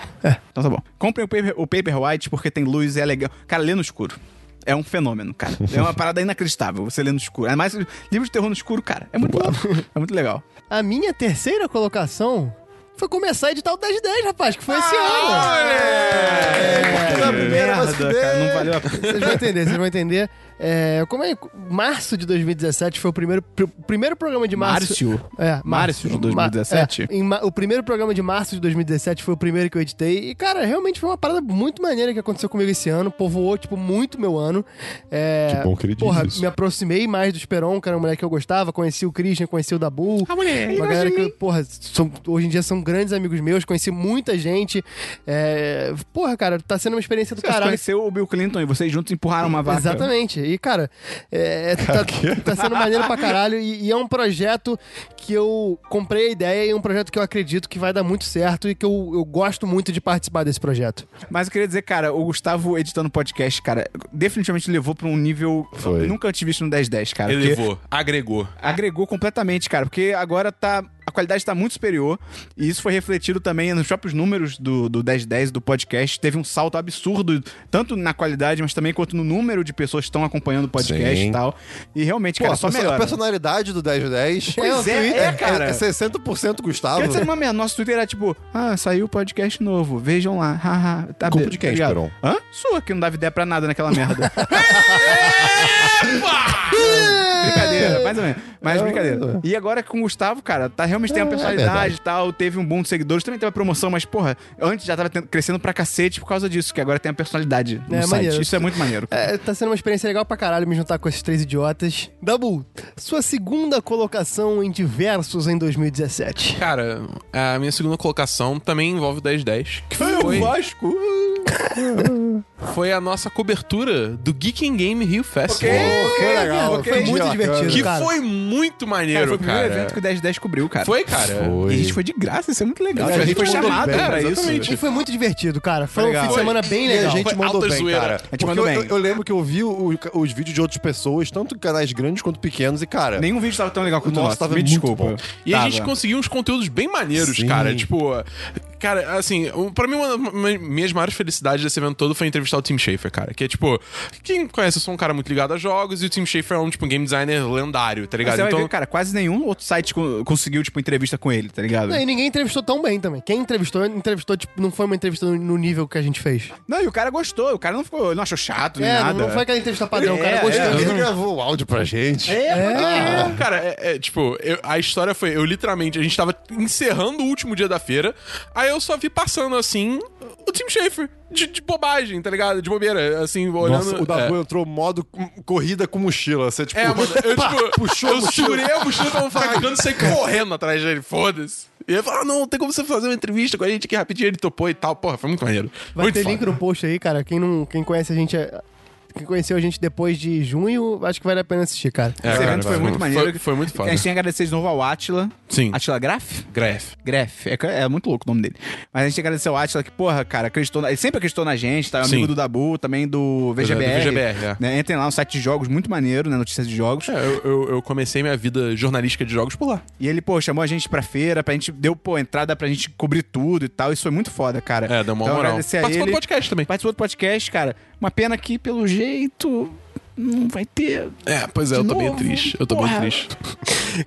S1: Então tá bom. Comprem o paper, o paper White porque tem luz e é legal. Cara, lê no escuro. É um fenômeno, cara. É uma parada inacreditável você lê no escuro. É mais livro de terror no escuro, cara. É muito louco. É muito legal.
S4: A minha terceira colocação foi começar a editar o 10 de 10, rapaz, que foi esse
S1: Ah,
S4: ano. É.
S1: Puta
S2: primeira vai se fuder.
S1: cara, não valeu a pena.
S4: Vocês vão entender, vocês vão entender. É, como é, março de 2017 foi o primeiro, pr- primeiro programa de março.
S1: Márcio.
S4: É,
S1: Março de 2017?
S4: Ma- é, em ma- o primeiro programa de março de 2017 foi o primeiro que eu editei. E, cara, realmente foi uma parada muito maneira que aconteceu comigo esse ano. Povoou, tipo, muito meu ano. É,
S2: Que bom que ele diz
S4: Porra,
S2: isso.
S4: me aproximei mais do Esperon, que era um moleque que eu gostava. Conheci o Christian, conheci o Dabu.
S3: Ah, moleque.
S4: Uma galera que, porra, são- hoje em dia são grandes amigos meus. Conheci muita gente. É, porra, cara, tá sendo uma experiência do
S1: Você
S4: caralho.
S1: conheceu o Bill Clinton e vocês juntos empurraram uma vaca.
S4: Exatamente. E, cara, é, é, tá, tá sendo maneiro pra caralho. E, e é um projeto que eu comprei a ideia e é um projeto que eu acredito que vai dar muito certo e que eu, eu gosto muito de participar desse projeto.
S1: Mas eu queria dizer, cara, o Gustavo editando podcast, cara, definitivamente levou pra um nível.
S2: Foi.
S1: Nunca eu tive visto no 1010, cara. porque
S3: Elevou, agregou.
S1: Agregou completamente, cara, porque agora tá. A qualidade tá muito superior. E isso foi refletido também nos próprios números do, do 1010 do podcast. Teve um salto absurdo, tanto na qualidade, mas também quanto no número de pessoas que estão acompanhando o podcast
S2: Sim.
S1: e tal. E realmente,
S2: Pô,
S1: cara, só
S2: a perso-
S1: melhora.
S2: A personalidade do 10 de 10.
S1: Pois é,
S2: Twitter-
S1: é, cara.
S2: É, 60% Gustavo.
S1: Porque antes era uma merda. Nosso Twitter era tipo, ah, saiu o podcast novo, vejam lá. Haha. Tá
S2: Culpa
S1: be-
S2: de quem,
S1: obrigado.
S2: Esperon?
S1: Hã? Sua, que não dava ideia pra nada naquela merda. brincadeira, mais ou menos. Mas
S2: É,
S1: brincadeira.
S2: mano.
S1: E agora com o Gustavo, cara, tá realmente tem uma personalidade
S2: verdade.
S1: e tal, teve um boom de seguidores, também teve a promoção, mas, porra, antes já tava tendo- crescendo pra cacete por causa disso, que agora tem a personalidade no
S4: É,
S1: site.
S4: maneiro.
S1: Isso é muito maneiro.
S4: É, tá sendo uma experiência legal pra caralho me juntar com esses três idiotas. Dabu, sua segunda colocação em diversos em 2017.
S3: Cara, a minha segunda colocação também envolve o 1010, que foi,
S2: Vasco!
S3: foi a nossa cobertura do Geek in Game Rio Festival.
S4: foi legal,
S1: ok,
S4: foi muito
S2: idiota.
S4: divertido,
S3: Que
S4: cara.
S3: foi muito
S1: Cara, foi
S3: maneiro,
S1: o primeiro
S3: cara.
S1: evento que o 1010 cobriu, cara.
S3: Foi, cara.
S1: E a gente foi de graça, isso é muito legal.
S2: A
S1: tipo, A gente
S2: gente
S1: foi
S2: mandou
S1: chamado,
S2: bem,
S3: né?
S1: cara, isso.
S4: E foi muito divertido, cara. Foi, um
S1: Legal.
S4: fim de semana bem
S2: E a
S4: legal.
S2: gente
S3: Foi
S2: mandou
S3: alta
S2: bem,
S3: zoeira.
S2: cara.
S1: A gente
S2: Porque
S1: mandou
S2: eu,
S1: bem.
S2: eu- eu lembro que eu vi o- os vídeos de outras pessoas, tanto canais grandes quanto pequenos, e, cara...
S1: Nenhum vídeo tava tão legal quanto o
S2: Nossa,
S1: nosso.
S2: tava
S1: Me
S2: muito
S1: desculpa.
S2: bom.
S3: E a
S1: Tava.
S3: gente conseguiu uns conteúdos bem maneiros,
S2: Sim.
S3: cara. Tipo, cara, assim, um- pra mim, uma das minhas maiores felicidades desse evento todo foi entrevistar o Tim Schafer, cara. Que é tipo, quem conhece, eu sou um cara muito ligado a jogos e o Tim Schafer é um, tipo, um game designer lendário, tá
S1: Mas
S3: ligado?
S1: Você vai
S3: Então,
S1: ver, cara, quase nenhum outro site co- conseguiu, tipo, entrevista com ele, tá ligado?
S4: Não, e ninguém entrevistou tão bem também. Quem entrevistou, entrevistou, tipo, não foi uma entrevista no- no nível que a gente fez.
S1: Não, e o cara gostou. O cara não ficou, ele não achou chato nem
S4: é, não-
S1: nada.
S4: não foi aquela entrevista padrão, o cara
S1: É,
S4: gostou.
S2: Ele gravou o áudio pra gente.
S3: Não, cara, é, é, tipo, eu- a história foi, eu literalmente, a gente tava encerrando o último dia da feira, aí eu só vi passando assim o Tim Schafer de, de bobagem, tá ligado? De bobeira, assim, olhando.
S2: Nossa, o
S3: é.
S2: Dabu entrou modo com- corrida com mochila. Você, tipo,
S3: É, mano, eu
S2: pá,
S3: tipo,
S2: puxou
S3: eu
S2: a mochila.
S3: segurei a mochila pra não ficar cagando e saí correndo atrás dele, foda-se. E ele falou, ah, não, tem como você fazer uma entrevista com a gente aqui rapidinho, ele topou e tal, porra, foi muito maneiro.
S4: Vai
S3: muito
S4: ter
S3: foda.
S4: link no post aí, cara. Quem, não, quem conhece a gente. é- Quem conheceu a gente depois de junho, acho que vale a pena assistir, cara.
S3: É,
S1: Esse
S3: cara,
S1: evento foi muito maneiro.
S3: Foi, foi muito foda.
S1: A gente tem que agradecer de novo ao Atila.
S3: Sim.
S1: Atila Graf?
S3: Gref.
S1: Graf. É, que- é muito louco o nome dele. Mas a gente tem que agradecer ao Atila, que, porra, cara, acreditou na- ele sempre acreditou na gente, tá? É um
S3: Sim.
S1: amigo do Dabu, também do VGBR.
S3: Do VGBR, é.
S1: né? Entrem lá no site de jogos, muito maneiro, né? Notícias de jogos.
S3: É, eu, eu- eu comecei minha vida jornalística de jogos por lá.
S1: E ele, pô, chamou a gente pra feira, pra gente, deu, pô, entrada pra gente cobrir tudo e tal. Isso foi muito foda, cara.
S3: É, deu uma
S1: então,
S3: moral.
S1: agradecer a
S3: Participou
S1: ele.
S3: do podcast também.
S1: Participou do podcast, cara. Uma pena que, pelo jeito, não vai ter.
S3: É, pois é, eu tô bem
S1: novo?
S3: triste. Eu tô bem
S1: Porra.
S3: triste.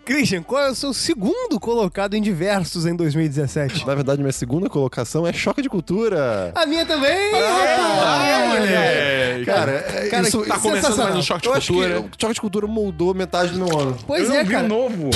S4: Christian, qual é o seu segundo colocado em diversos em 2017?
S2: Na verdade, minha segunda colocação é choque de cultura.
S4: A minha também! rapaz!
S3: É,
S2: Cara, é,
S4: cara,
S2: isso
S4: tá
S3: começando
S2: sensacional.
S3: mais um choque de
S2: Eu acho que
S3: cultura.
S2: o choque de cultura moldou metade do meu ano.
S4: Pois é, cara.
S1: um novo.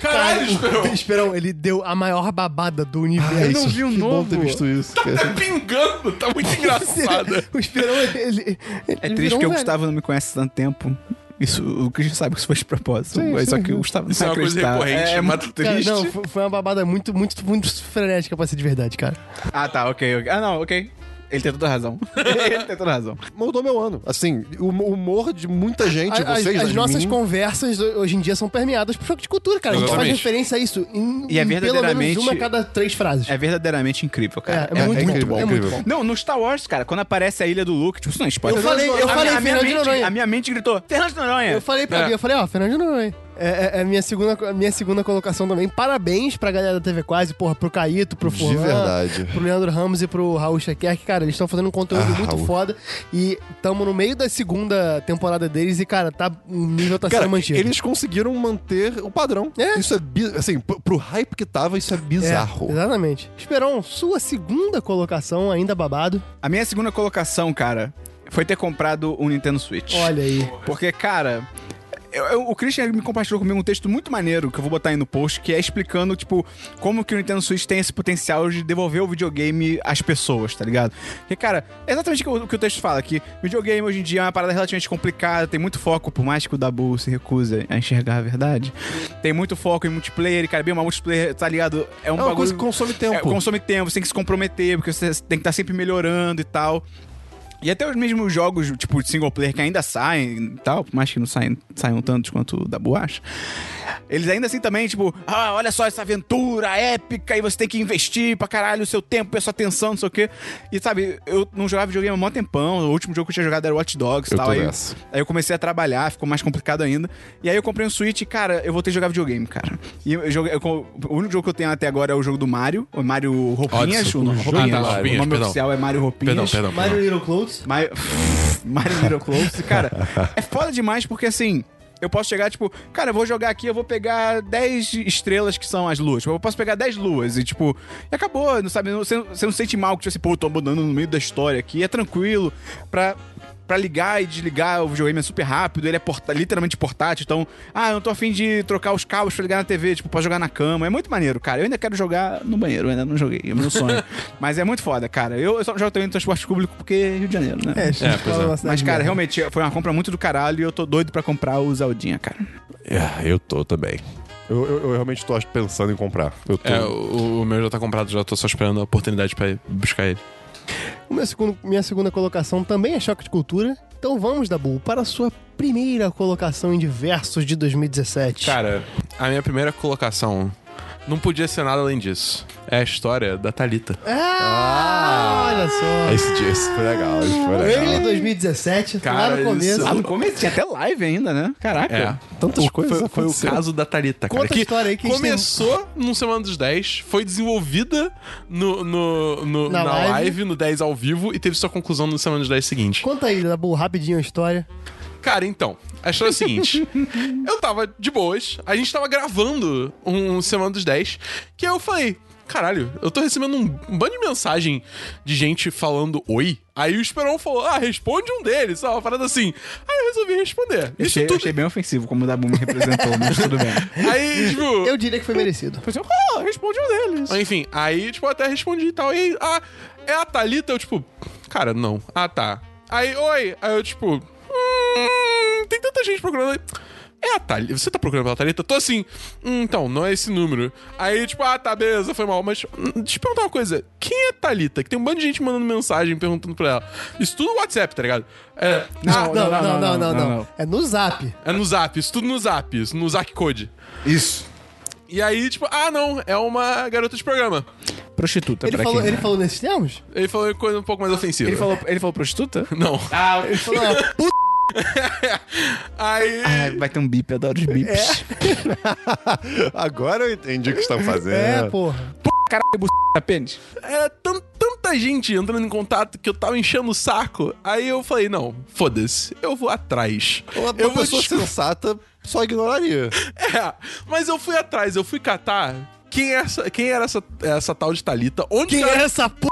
S3: Caralho, Esperão.
S4: Esperão, ele deu a maior babada do universo.
S1: eu não vi o
S2: É que
S1: novo.
S2: Bom ter visto isso. é-
S3: Tá pingando, tá muito engraçado.
S4: O Esperão, ele. ele-
S1: É
S4: ele
S1: triste
S4: virou
S1: porque
S4: um
S1: o
S4: velho.
S1: Gustavo não me conhece há tanto tempo. Isso, o Christian sabe que isso foi de propósito. mas só que o Gustavo não
S3: Isso é uma
S1: vai
S3: coisa
S1: acreditar.
S3: recorrente.
S1: É, é
S3: mas-
S1: muito
S4: Cara,
S1: triste.
S4: não, foi- foi uma babada muito, muito, muito frenética pra ser de verdade, cara.
S1: Ah, tá, ok, ok. Ah, não, ok. Ele tem toda a razão. Ele tem toda a razão.
S2: Moldou meu ano. Assim, o o humor de muita gente,
S4: A-
S2: vocês,
S4: as, as
S2: de
S4: nossas
S2: mim,
S4: conversas ho- hoje em dia são permeadas por choque de cultura, cara. A gente
S3: Exatamente.
S4: faz referência a isso em,
S1: E é
S4: em pelo menos
S1: verdadeiramente-
S4: uma a cada três frases.
S1: É verdadeiramente incrível, cara.
S4: É, é muito
S2: incrível,
S4: bom, é
S2: incrível.
S4: muito bom.
S1: Não, no Star Wars, cara, quando aparece a ilha do Luke, tipo, isso não é spoiler.
S4: Eu falei- eu
S1: A minha-
S4: falei
S1: a minha
S4: Fernando de
S1: mente,
S4: Noronha.
S1: A minha mente gritou, Fernando de Noronha.
S4: Eu falei pra
S3: É.
S4: mim, eu falei, ó, Fernando não é. É, é- é a minha segunda, a minha segunda colocação também. Parabéns pra galera da TV Quase, porra, pro Caíto, pro
S2: De
S4: Furlan,
S2: verdade.
S4: pro Leandro Ramos e pro Raul Shequer, que, cara, eles estão fazendo um conteúdo
S2: Ah,
S4: muito
S2: Raul.
S4: foda. E tamo no meio da segunda temporada deles e, cara, tá, o nível tá
S2: Cara,
S4: sendo mantido.
S2: eles conseguiram manter o padrão.
S4: É.
S2: Isso é bi- assim, p- pro hype que tava, isso é
S4: É,
S2: bizarro.
S4: exatamente. Esperão, sua segunda colocação, ainda babado.
S1: A minha segunda colocação, cara, foi ter comprado um Nintendo Switch.
S4: Olha aí.
S1: Porque, cara. eu- eu- o Christian me compartilhou comigo um texto muito maneiro que eu vou botar aí no post, que é explicando, tipo, como que o Nintendo Switch tem esse potencial de devolver o videogame às pessoas, tá ligado? Porque, cara, é exatamente o que o- o que o texto fala, que videogame hoje em dia é uma parada relativamente complicada, tem muito foco, por mais que o Dabu se recusa a enxergar a verdade, tem muito foco em multiplayer, e, cara, bem, uma multiplayer, tá ligado? É um
S2: é uma
S1: bagulho...
S2: coisa que consome tempo.
S1: É, consome tempo, você tem que se comprometer, porque você tem que estar sempre melhorando e tal. E até os mesmos jogos, tipo, de single player que ainda saem e tal, por mais que não saem, saiam tantos quanto o da Boacha, eles ainda assim também, tipo, ah, olha só essa aventura épica e você tem que investir pra caralho o seu tempo, a sua atenção, não sei o quê. E sabe, eu não jogava videogame há mó tempão, o último jogo que eu tinha jogado era Watch Dogs e
S2: Eu
S1: tal.
S2: tô
S1: aí,
S2: nessa.
S1: aí eu comecei a trabalhar, ficou mais complicado ainda. E aí eu comprei um Switch e, cara, eu voltei a jogar videogame, cara. E eu joguei, eu co- o único jogo que eu tenho até agora é o jogo do Mario, o Mario Roupinhas,
S3: Odyssey.
S1: o nome,
S3: O jogo
S1: Roupinhas.
S3: do Mario.
S1: o nome
S3: Perdão.
S1: oficial é Mario Roupinhas.
S3: Perdão, perdão.
S4: Mario Little Clothes.
S1: Mario, Mario Little Close, cara, é foda demais porque assim. Eu posso chegar, tipo, cara, eu vou jogar aqui, eu vou pegar 10 estrelas que são as luas. Tipo, eu posso pegar 10 luas e, tipo, e acabou, não sabe? Você, você não se sente mal que, tipo assim, pô, eu tô abandonando no meio da história aqui. É tranquilo pra pra ligar e desligar o videogame é super rápido, ele é porta- literalmente portátil, então, ah, eu não tô afim de trocar os cabos pra ligar na TV, tipo, pra jogar na cama. É muito maneiro, cara. Eu ainda quero jogar no banheiro, eu ainda não joguei, é meu sonho. Mas é muito foda, cara. Eu, eu só jogo também no transporte público porque é Rio de Janeiro, né?
S4: É, né?
S3: É, pois é.
S1: Mas, cara, realmente foi uma compra muito do caralho e eu tô doido pra comprar o Zeldinha, cara.
S2: É, eu tô também. Eu, eu- eu realmente tô acho, pensando em comprar. Eu tô.
S3: É, o, o meu já tá comprado, já tô só esperando a oportunidade pra ir buscar ele.
S4: O meu segundo- minha segunda colocação também é choque de cultura. Então vamos, Dabu, para a sua primeira colocação em diversos de 2017.
S3: Cara, a minha primeira colocação não podia ser nada além disso. É a história da Thalita.
S4: Ah, É, olha só.
S2: Esse dia esse foi legal, esse foi
S4: Ele
S2: legal.
S4: 2017, lá
S3: Cara,
S4: Tá no começo.
S3: isso-
S1: Lá no começo tinha até live ainda, né? Caraca.
S3: É.
S2: Tantas
S3: O-
S2: coisas
S3: Foi, foi o
S2: aconteceram.
S3: caso da Thalita, cara.
S4: Conta a história aí que a gente
S3: Começou no Semana dos 10, foi desenvolvida no, no- no-
S4: Na
S3: na,
S4: live.
S3: live. no 10 ao vivo, e teve sua conclusão no Semana dos 10 seguinte.
S4: Conta aí, Dabu, rapidinho a história.
S3: Cara, então, a história é a seguinte. eu tava de boas, a gente tava gravando um Semana dos 10, que eu falei, caralho, eu tô recebendo um um bando de mensagem de gente falando oi. Aí o Esperon falou, ah, responde um deles, sabe? Uma parada assim. Aí eu resolvi responder.
S1: Eu
S3: Isso
S1: achei, eu
S3: tudo.
S1: achei bem ofensivo como o Dabu me representou, mas tudo bem.
S3: Aí, tipo.
S4: Eu diria que foi merecido.
S1: Falei assim, "Ah, responde um deles.
S3: Enfim, aí, tipo, eu até respondi e tal. E aí, ah, é a Thalita? Eu, tipo, cara, não. Ah, tá. Aí, oi. Aí eu, tipo, hum, tem tanta gente procurando. É a Thalita. Você tá procurando pela Thalita? Tô assim, hum, então, não é esse número. Aí, tipo, ah, tá, beleza, foi mal. Mas, hum, deixa eu perguntar uma coisa. Quem é Thalita? Que tem um bando de gente mandando mensagem, perguntando pra ela. Isso tudo no WhatsApp, tá ligado? É, ah,
S4: Não, não, não, não, não.
S1: não, não.
S4: É no zap.
S3: é no Zap, isso tudo no Zap, isso no Zac Code.
S1: Isso.
S3: E aí, tipo, ah, não, é uma garota de programa.
S1: Prostituta,
S4: Ele
S1: pra
S4: falou,
S1: quem? é.
S4: ele falou nesses termos?
S3: Ele falou coisa um pouco mais ofensiva.
S1: Ele falou, ele falou prostituta?
S3: Não.
S4: Ele falou, ó, puta.
S3: Aí.
S1: Ah, vai ter um bip, eu adoro os bips.
S2: Agora eu entendi o que estão fazendo.
S4: É, porra.
S1: Caralho, buceta, pênis.
S3: é tan- tanta gente entrando em contato que eu tava enchendo o saco. Aí eu falei, não, foda-se, eu vou atrás.
S2: Uma,
S3: eu
S2: uma pessoa
S3: descobrir-
S2: sensata só ignoraria.
S3: É, mas eu fui atrás, eu fui catar quem, é essa, quem era essa, essa tal de Thalita, onde
S4: Quem
S3: que ela
S4: é essa p?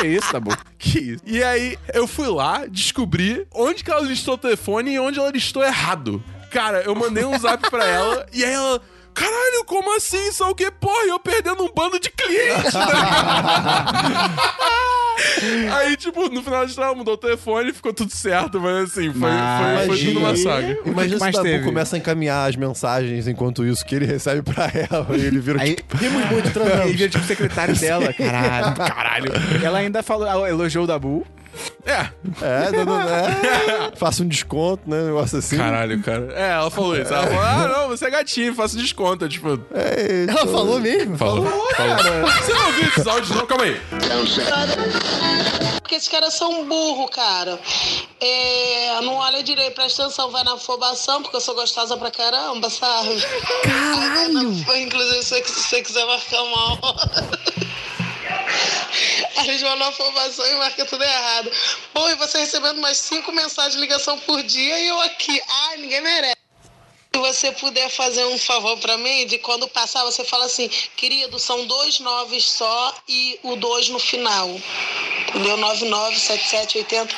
S1: Que isso, Dabu?
S3: Que isso? E aí, eu fui lá, descobri onde que ela listou o telefone e onde ela listou errado. Cara, eu mandei um zap pra ela e aí ela. Caralho, como assim? Só o quê? Porra, eu perdendo um bando de clientes, tá ligado? Aí, tipo, no final de história, ela mudou o telefone, ficou tudo certo, mas assim, foi, foi, foi tudo uma
S2: Imagina.
S3: saga.
S2: Imagina se o
S1: mais
S2: Dabu
S1: teve?
S2: começa a encaminhar as mensagens enquanto isso que ele recebe pra ela e ele vira
S1: Aí-
S2: tipo... Rimos muito, transamos.
S1: Ele vira tipo secretário dela. Caralho, caralho. Ela ainda falou, ela elogiou o Dabu.
S3: É,
S2: É, não, não, é. Faça um desconto, né? Um negócio assim.
S3: caralho, cara. É, ela falou isso. Ela falou, ah, não, você é gatinho, faço desconto. Eu, Tipo,
S2: É,
S4: Ela falou mesmo?
S3: falou. falou. Você não ouviu esses áudios, não? Calma aí.
S8: Porque esses caras são um burro, cara. É, não olha direito, presta atenção, vai na afobação, porque eu sou gostosa pra caramba, sabe? Caralho! Inclusive, se você- se você quiser marcar uma hora. Aí eles vão na afobação e marca tudo errado. Bom, e você recebendo umas cinco mensagens de ligação por dia e eu aqui. Ai, ninguém merece. Se você puder fazer um favor pra mim, de quando passar, você fala assim, querido, são dois noves só e o dois no final. Entendeu? 99, 77, 80.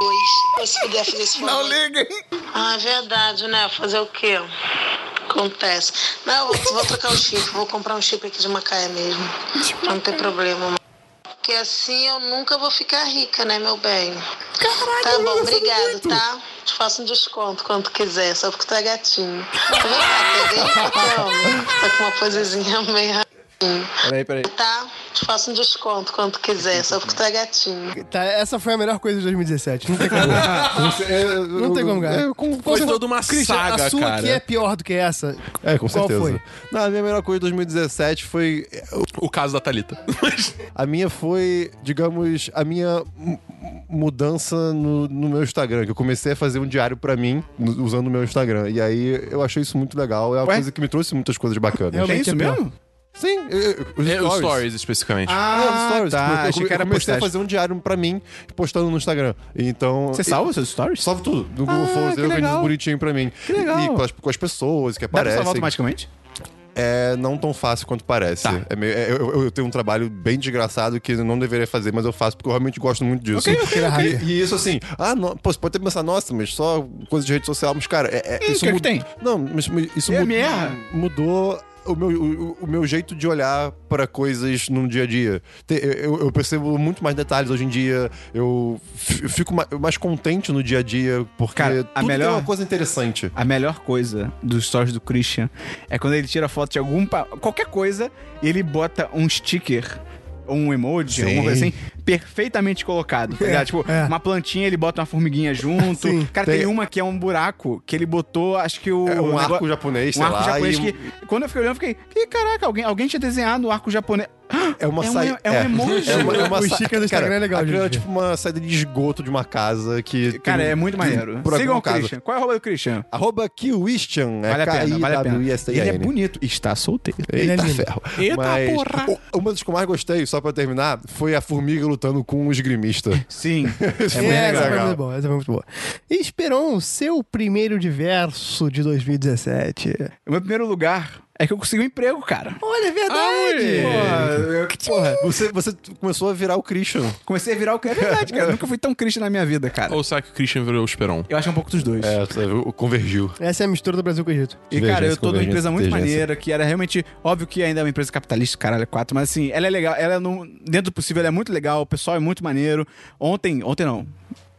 S8: Dois. Se você puder fazer esse favor. Não liga, hein? Ah, é verdade, né? Fazer o quê? Acontece. Não, eu vou, vou trocar o chip, vou comprar um chip aqui de Macaé mesmo. Pra não ter problema. Porque assim eu nunca vou ficar rica, né, meu bem? Caraca, Tá bom, obrigado, tá? Te faço um desconto quando quiser, só porque tu é gatinho. Tá vendo? Tá gay? Tá homem. Tá com uma posezinha meio ratinho.
S1: Peraí, peraí.
S8: Tá? Te faço um desconto quando quiser, só porque tu é gatinho.
S4: Tá, essa foi a melhor coisa de 2017. Não tem como.
S2: É,
S4: Não tem como, cara.
S2: É, com, com
S3: Foi
S2: certeza.
S3: toda uma
S4: Christian,
S3: saga,
S4: a sua
S3: cara.
S4: aqui é pior do que essa.
S2: É, com
S4: Qual
S2: certeza.
S4: foi?
S2: Não, a minha melhor coisa de 2017 foi.
S3: O caso da Thalita.
S2: A minha foi, digamos, a minha mu- mudança no, no meu Instagram. Que eu comecei a fazer um diário pra mim no- usando o meu Instagram. E aí eu achei isso muito legal. É uma
S1: Ué?
S2: coisa que me trouxe muitas coisas bacanas.
S4: Realmente.
S1: É isso
S4: é pior.
S1: mesmo?
S2: Sim, eu- eu- os
S3: É, os
S2: stories.
S3: stories, especificamente.
S2: Ah,
S1: Ah,
S2: os stories.
S1: tá.
S2: Tipo, eu,
S1: Achei que era
S2: eu comecei a
S1: postagem.
S2: fazer um diário pra mim, postando no Instagram. Então.
S1: Você salva seus stories?
S2: Salvo tudo. No Google
S1: Ah,
S2: Photos,
S1: que
S2: ele organiza
S1: legal.
S2: bonitinho pra mim.
S1: legal.
S2: E com as, com as pessoas que
S1: Dá pra
S2: aparecem.
S1: salvar automaticamente?
S2: É não tão fácil quanto parece.
S1: Tá.
S2: É meio- é- eu, eu- eu tenho um trabalho bem desgraçado que eu não deveria fazer, mas eu faço porque eu realmente gosto muito disso. E, e isso assim, ah, não, pô, você pode até pensar, nossa, mas só coisa de rede social, mas cara, é, é-
S1: Ih,
S2: isso
S1: o que é que
S2: mud-
S1: tem?
S2: Não, mas mu- isso
S1: É
S2: mud-
S1: merda.
S2: mudou o meu, o, o meu jeito de olhar para coisas no dia a dia. Te- Eu, eu percebo muito mais detalhes hoje em dia, eu f- eu fico ma- mais contente no dia a dia, porque
S1: Cara,
S2: tudo
S1: a melhor-
S2: tem uma coisa interessante.
S1: A melhor coisa dos stories do Christian é quando ele tira foto de algum pa- qualquer coisa e ele bota um sticker ou um emoji, alguma coisa assim, perfeitamente colocado, tá ligado? Tipo,
S4: é.
S1: uma plantinha, ele bota uma formiguinha junto.
S4: Sim.
S1: Cara, tem...
S2: Tem-
S1: uma que é um buraco que ele botou, acho que o
S2: É, um
S1: o
S2: arco
S1: negócio-
S2: japonês,
S1: um
S2: sei
S1: arco
S2: lá.
S1: japonês
S2: e um-
S1: que quando eu fiquei olhando, eu fiquei, que caraca, alguém, alguém tinha desenhado o arco japonês.
S2: É uma
S1: É um
S2: saída.
S1: e- é um emoji.
S2: É uma, é uma
S4: O
S2: sa-
S4: sticker do Instagram
S2: cara,
S4: é legal,
S2: aquilo era
S4: gente.
S2: tipo uma saída de esgoto de uma casa que.
S1: Cara,
S2: tem-
S1: é muito maneiro.
S2: Por
S1: Sigam
S2: algum
S1: o
S2: caso.
S1: Christian. Qual é o roubo do Christian?
S2: Arroba Kiwistian, é
S1: Vale a pena, vale a pena.
S2: K-I-W-I-S-T-I-A-N.
S1: Ele é bonito e está solteiro.
S4: Ele é
S2: Eita
S4: lindo.
S2: ferro.
S3: Eita
S2: Mas,
S3: porra.
S2: o- Uma das que eu mais gostei, só pra terminar, foi a formiga lutando com um esgrimista.
S1: Sim.
S2: É
S4: É, essa foi
S2: legal.
S4: muito boa, essa foi muito boa. E Esperon, seu primeiro diverso de 2017.
S1: o meu primeiro lugar é que eu consegui um emprego, cara.
S4: Olha, é
S1: Porra, Ah, eu, tipo, porra,
S2: Você, você começou a virar o Christian.
S1: comecei a virar o que é verdade, cara. Eu nunca fui tão crente na minha vida, cara.
S3: Ou será que o Christian virou o Esperon?
S1: Eu acho que é um pouco dos dois.
S2: É, sabe, o- convergiu.
S4: Essa é a mistura do Brasil com o Egito.
S1: E, cara, eu
S2: Divergência,
S1: tô numa empresa
S2: convergência,
S1: muito
S2: divergência.
S1: maneira, que era realmente. Óbvio que ainda é uma empresa capitalista, caralho, é quatro, mas assim, ela é legal, ela não. Dentro do possível, ela é muito legal, o pessoal é muito maneiro. Ontem, ontem não.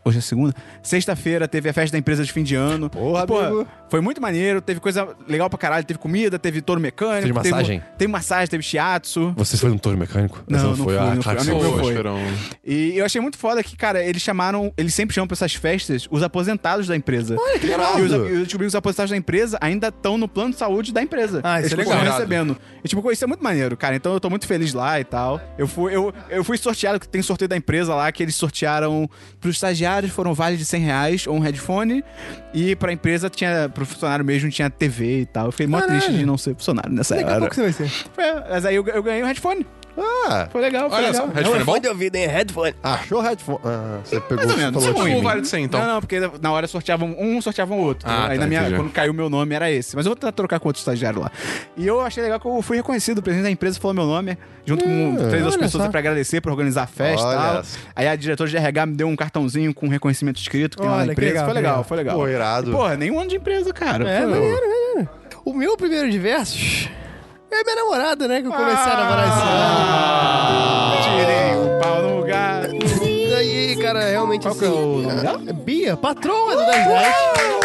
S1: Hoje é segunda. Sexta-feira teve a festa da empresa de fim de ano.
S2: Porra,
S1: E, pô,
S2: amigo.
S1: Foi muito maneiro, teve coisa legal pra caralho, teve comida, teve touro mecânico.
S2: Teve massagem?
S1: Teve massagem, teve shiatsu.
S2: Você foi um touro mecânico?
S1: Não,
S2: Essa
S1: não
S2: foi
S1: fui,
S2: a
S1: não fui.
S2: Clark
S1: Amigo
S2: Souza.
S1: meu foi.
S3: Esperon.
S1: E eu achei muito foda que, cara, eles chamaram, eles sempre chamam pra essas festas os aposentados da empresa. Olha, que
S2: irado.
S1: E os- eu descobri que os aposentados da empresa ainda estão no plano de saúde da empresa.
S4: Ah,
S1: eles
S4: isso é
S1: continuam
S3: legal.
S1: recebendo. E tipo, isso é muito maneiro, cara. Então eu tô muito feliz lá e tal. Eu fui, eu, eu fui sorteado, que tem sorteio da empresa lá, que eles sortearam pros estagiários, foram vales de 100 reais ou um headphone. E pra empresa tinha, pro funcionário mesmo, tinha TV e tal. Eu fiquei mó
S4: Caralho.
S1: triste de não ser funcionário nessa
S4: Daqui a
S1: hora.
S4: pouco você vai ser. É
S1: Foi, mas aí eu, eu ganhei um headphone.
S2: Ah,
S1: Foi legal, foi
S3: Olha só,
S1: legal.
S3: headphone é bom?
S4: de ouvido, hein? Headphone.
S2: achou o headphone. Ah, você pegou
S1: ou menos,
S2: falou assim,
S1: isso é
S2: de
S1: ruim.
S3: Ou
S2: mim.
S3: vale de 100, então?
S1: Não, não, porque na hora sorteavam um, sorteavam o outro.
S3: Ah,
S1: Aí
S3: tá,
S1: na minha,
S3: entendi.
S1: quando caiu meu nome era esse. Mas eu vou tentar trocar com outro estagiário lá. E eu achei legal que eu fui reconhecido. O presidente da empresa falou meu nome, junto com três outras
S4: olha
S1: pessoas
S4: só.
S1: pra agradecer, pra organizar a festa e
S2: Olha
S1: tal.
S2: só.
S1: Aí a diretora de RH me deu um cartãozinho com reconhecimento escrito que tem lá
S4: Olha,
S1: na
S4: que
S1: empresa.
S4: legal,
S1: foi
S4: que
S1: legal,
S4: legal.
S1: foi legal.
S2: Pô, irado.
S1: E, Porra, nem um ano de empresa, cara.
S4: É,
S1: Pô.
S4: maneiro, maneiro. O meu primeiro diverso é minha namorada, né? Que eu comecei a namorar esse ano.
S1: Ah, Tirei o pau no lugar.
S4: E aí, cara, realmente assim,
S1: Qual que é o nome dela?
S4: Bia, patroa do 10 10.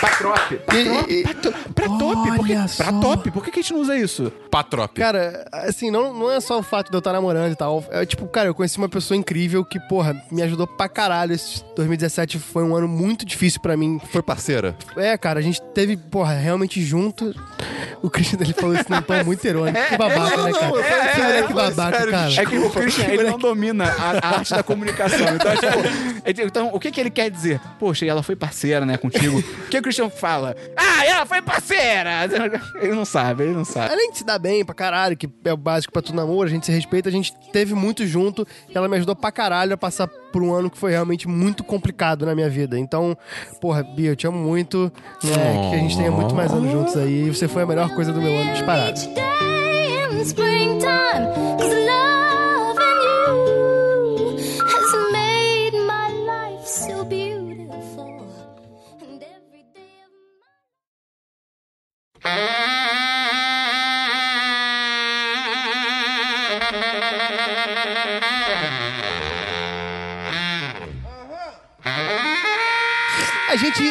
S1: Patrop.
S4: E- e-
S1: Pra top, por que,
S4: Olha
S1: pra
S4: só.
S1: top, por que que a gente não usa isso?
S3: Patrop.
S4: Cara, assim, não, não é só o fato de eu estar namorando e tal. É tipo, cara, eu conheci uma pessoa incrível que, porra, me ajudou pra caralho. Esse 2017 foi um ano muito difícil pra mim.
S2: Foi parceira.
S4: É, cara, a gente teve, porra, realmente junto. O Christian ele falou isso num tom muito irônico. Que babaca, né, cara? que moleque babaca, cara.
S1: É que o Christian, ele não domina a, a arte da comunicação. Então, é tipo, ele- então, o que, que ele quer dizer? Poxa, e ela foi parceira, né, contigo? O que o Christian fala? Ah, ela foi parceira! Ele não sabe, ele não sabe.
S4: Além de se dar bem pra caralho, que é o básico pra todo namoro, a gente se respeita, a gente teve muito junto e ela me ajudou pra caralho a passar por um ano que foi realmente muito complicado na minha vida. Então, porra, Bia, eu te amo muito, né, que a gente tenha muito mais anos juntos aí e você foi a melhor coisa do meu ano disparado. A gente,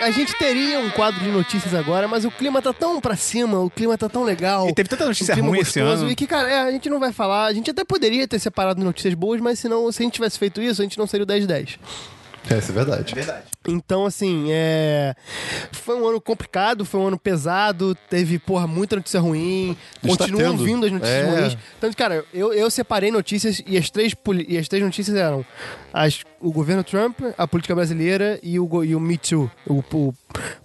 S4: a, a gente teria um quadro de notícias agora, mas o clima tá tão pra cima, o clima tá tão legal.
S1: E teve tanta notícia
S4: um clima
S1: ruim esse
S4: gostoso,
S1: ano.
S4: E que, cara, é, a gente não vai falar. A gente até poderia ter separado notícias boas, mas senão, se a gente tivesse feito isso, a gente não seria o 10-10.
S2: É, isso é verdade.
S4: Então, assim, é... foi um ano complicado, foi um ano pesado, teve, porra, muita notícia ruim,
S2: Está
S4: continuam
S2: tendo.
S4: vindo as notícias
S2: É.
S4: ruins. Tanto, cara, eu, eu separei notícias e as três, poli- e as três notícias eram as, o governo Trump, a política brasileira e o, go- e o Me Too, o, o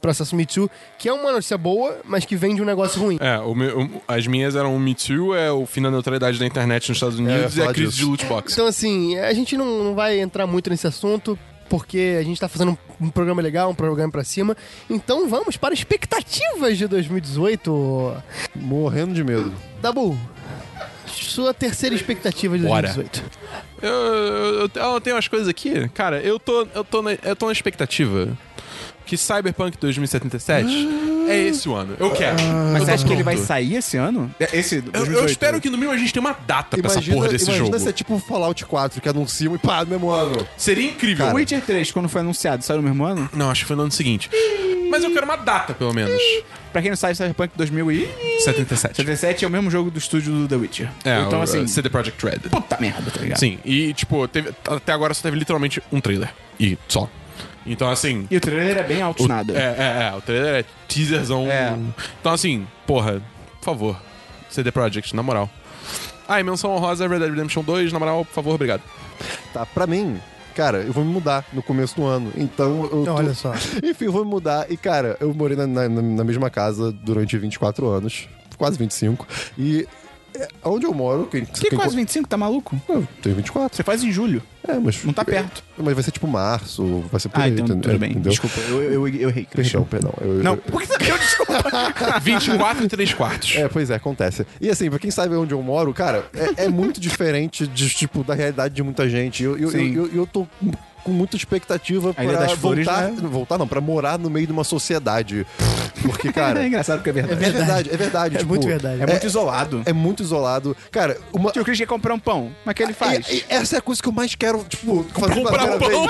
S4: processo Me Too, que é uma notícia boa, mas que vem de um negócio ruim.
S3: É, o meu- o- as minhas eram o Me Too, é o fim da neutralidade
S1: É,
S3: da internet nos Estados
S2: eu ia
S3: Unidos e a
S2: falar
S3: crise
S2: disso.
S3: de loot box.
S4: Então, assim, a gente não, não vai entrar muito nesse assunto. porque a gente tá fazendo um, um programa legal, um programa pra cima. Então vamos para expectativas de 2018.
S2: Morrendo de medo.
S4: Dabu, sua terceira expectativa de
S3: Bora.
S4: 2018.
S3: Eu, eu, eu tenho umas coisas aqui. Cara, eu tô, eu tô, na, eu tô na expectativa que Cyberpunk 2077 é esse o ano. Eu quero.
S1: Ah. Mas
S3: eu
S1: você
S3: tô
S1: acha que ele vai
S3: pronto.
S1: sair esse ano? É, Esse
S3: Eu,
S1: 2018.
S3: eu espero que no mínimo a gente tenha uma data pra essa porra desse
S2: imagina
S3: jogo.
S2: ser tipo Fallout 4, que anunciam e pá, no mesmo ano.
S3: Seria incrível.
S1: O Witcher 3, quando foi anunciado, saiu no mesmo ano?
S3: Não, acho que foi no ano seguinte. Mas eu quero uma data, pelo menos.
S1: Pra quem não sabe, Cyberpunk 2077
S3: 77.
S1: é o mesmo jogo do estúdio do The Witcher.
S3: É,
S1: então,
S3: o,
S1: assim,
S3: uh, CD Projekt Red.
S1: puta merda, tá ligado?
S3: Sim, e tipo, teve- até agora só teve literalmente um trailer. E só. Então, assim.
S1: E o trailer é bem
S3: o-
S1: altinado.
S3: É, é, é. O trailer é teaserzão.
S1: É.
S3: Então, assim, porra, por favor. CD Projekt, na moral. Ah, e menção honrosa Red Dead Redemption 2, na moral, por favor, obrigado.
S2: Tá, pra mim, cara, eu vou me mudar no começo do ano. Então eu. tô-
S4: Olha só.
S2: Enfim, eu vou me mudar. E, cara, eu morei na, na, na mesma casa durante 24 anos, quase 25. E é, onde eu moro. Quem,
S1: Que quase 25, tá maluco?
S2: Eu tenho 24.
S1: Você faz em julho.
S2: É, mas.
S1: Não tá perto.
S2: Mas vai ser tipo março, vai ser por
S1: Ah,
S2: aí,
S1: então
S2: entende-
S1: tudo bem.
S2: entendeu?
S1: Desculpa, eu, eu, eu, eu errei. Christian.
S2: Perdão, perdão. Eu-
S1: Não,
S2: eu-
S1: por que você deu desculpa?
S3: 24 e 3 quartos.
S2: É, pois é, acontece. E assim, pra quem sabe onde eu moro, cara, é, é muito diferente de, tipo, da realidade de muita gente. Eu, eu,
S1: Sim.
S2: eu, eu- eu tô com muita expectativa
S1: A Ilha
S2: pra
S1: das Flores,
S2: voltar.
S1: né?
S2: não, Voltar não, pra morar no meio de uma sociedade. Porque,
S1: é
S2: cara.
S1: engraçado porque é
S2: É
S1: verdade.
S2: verdade, é verdade.
S4: É
S2: tipo,
S4: muito verdade.
S1: É muito isolado.
S2: É muito isolado. Cara, uma.
S1: Tio Chris quer comprar um pão. Mas o que ele faz? um
S2: E- e essa é a coisa que eu mais quero, tipo, fazer pela
S3: Comprar
S2: primeira vez.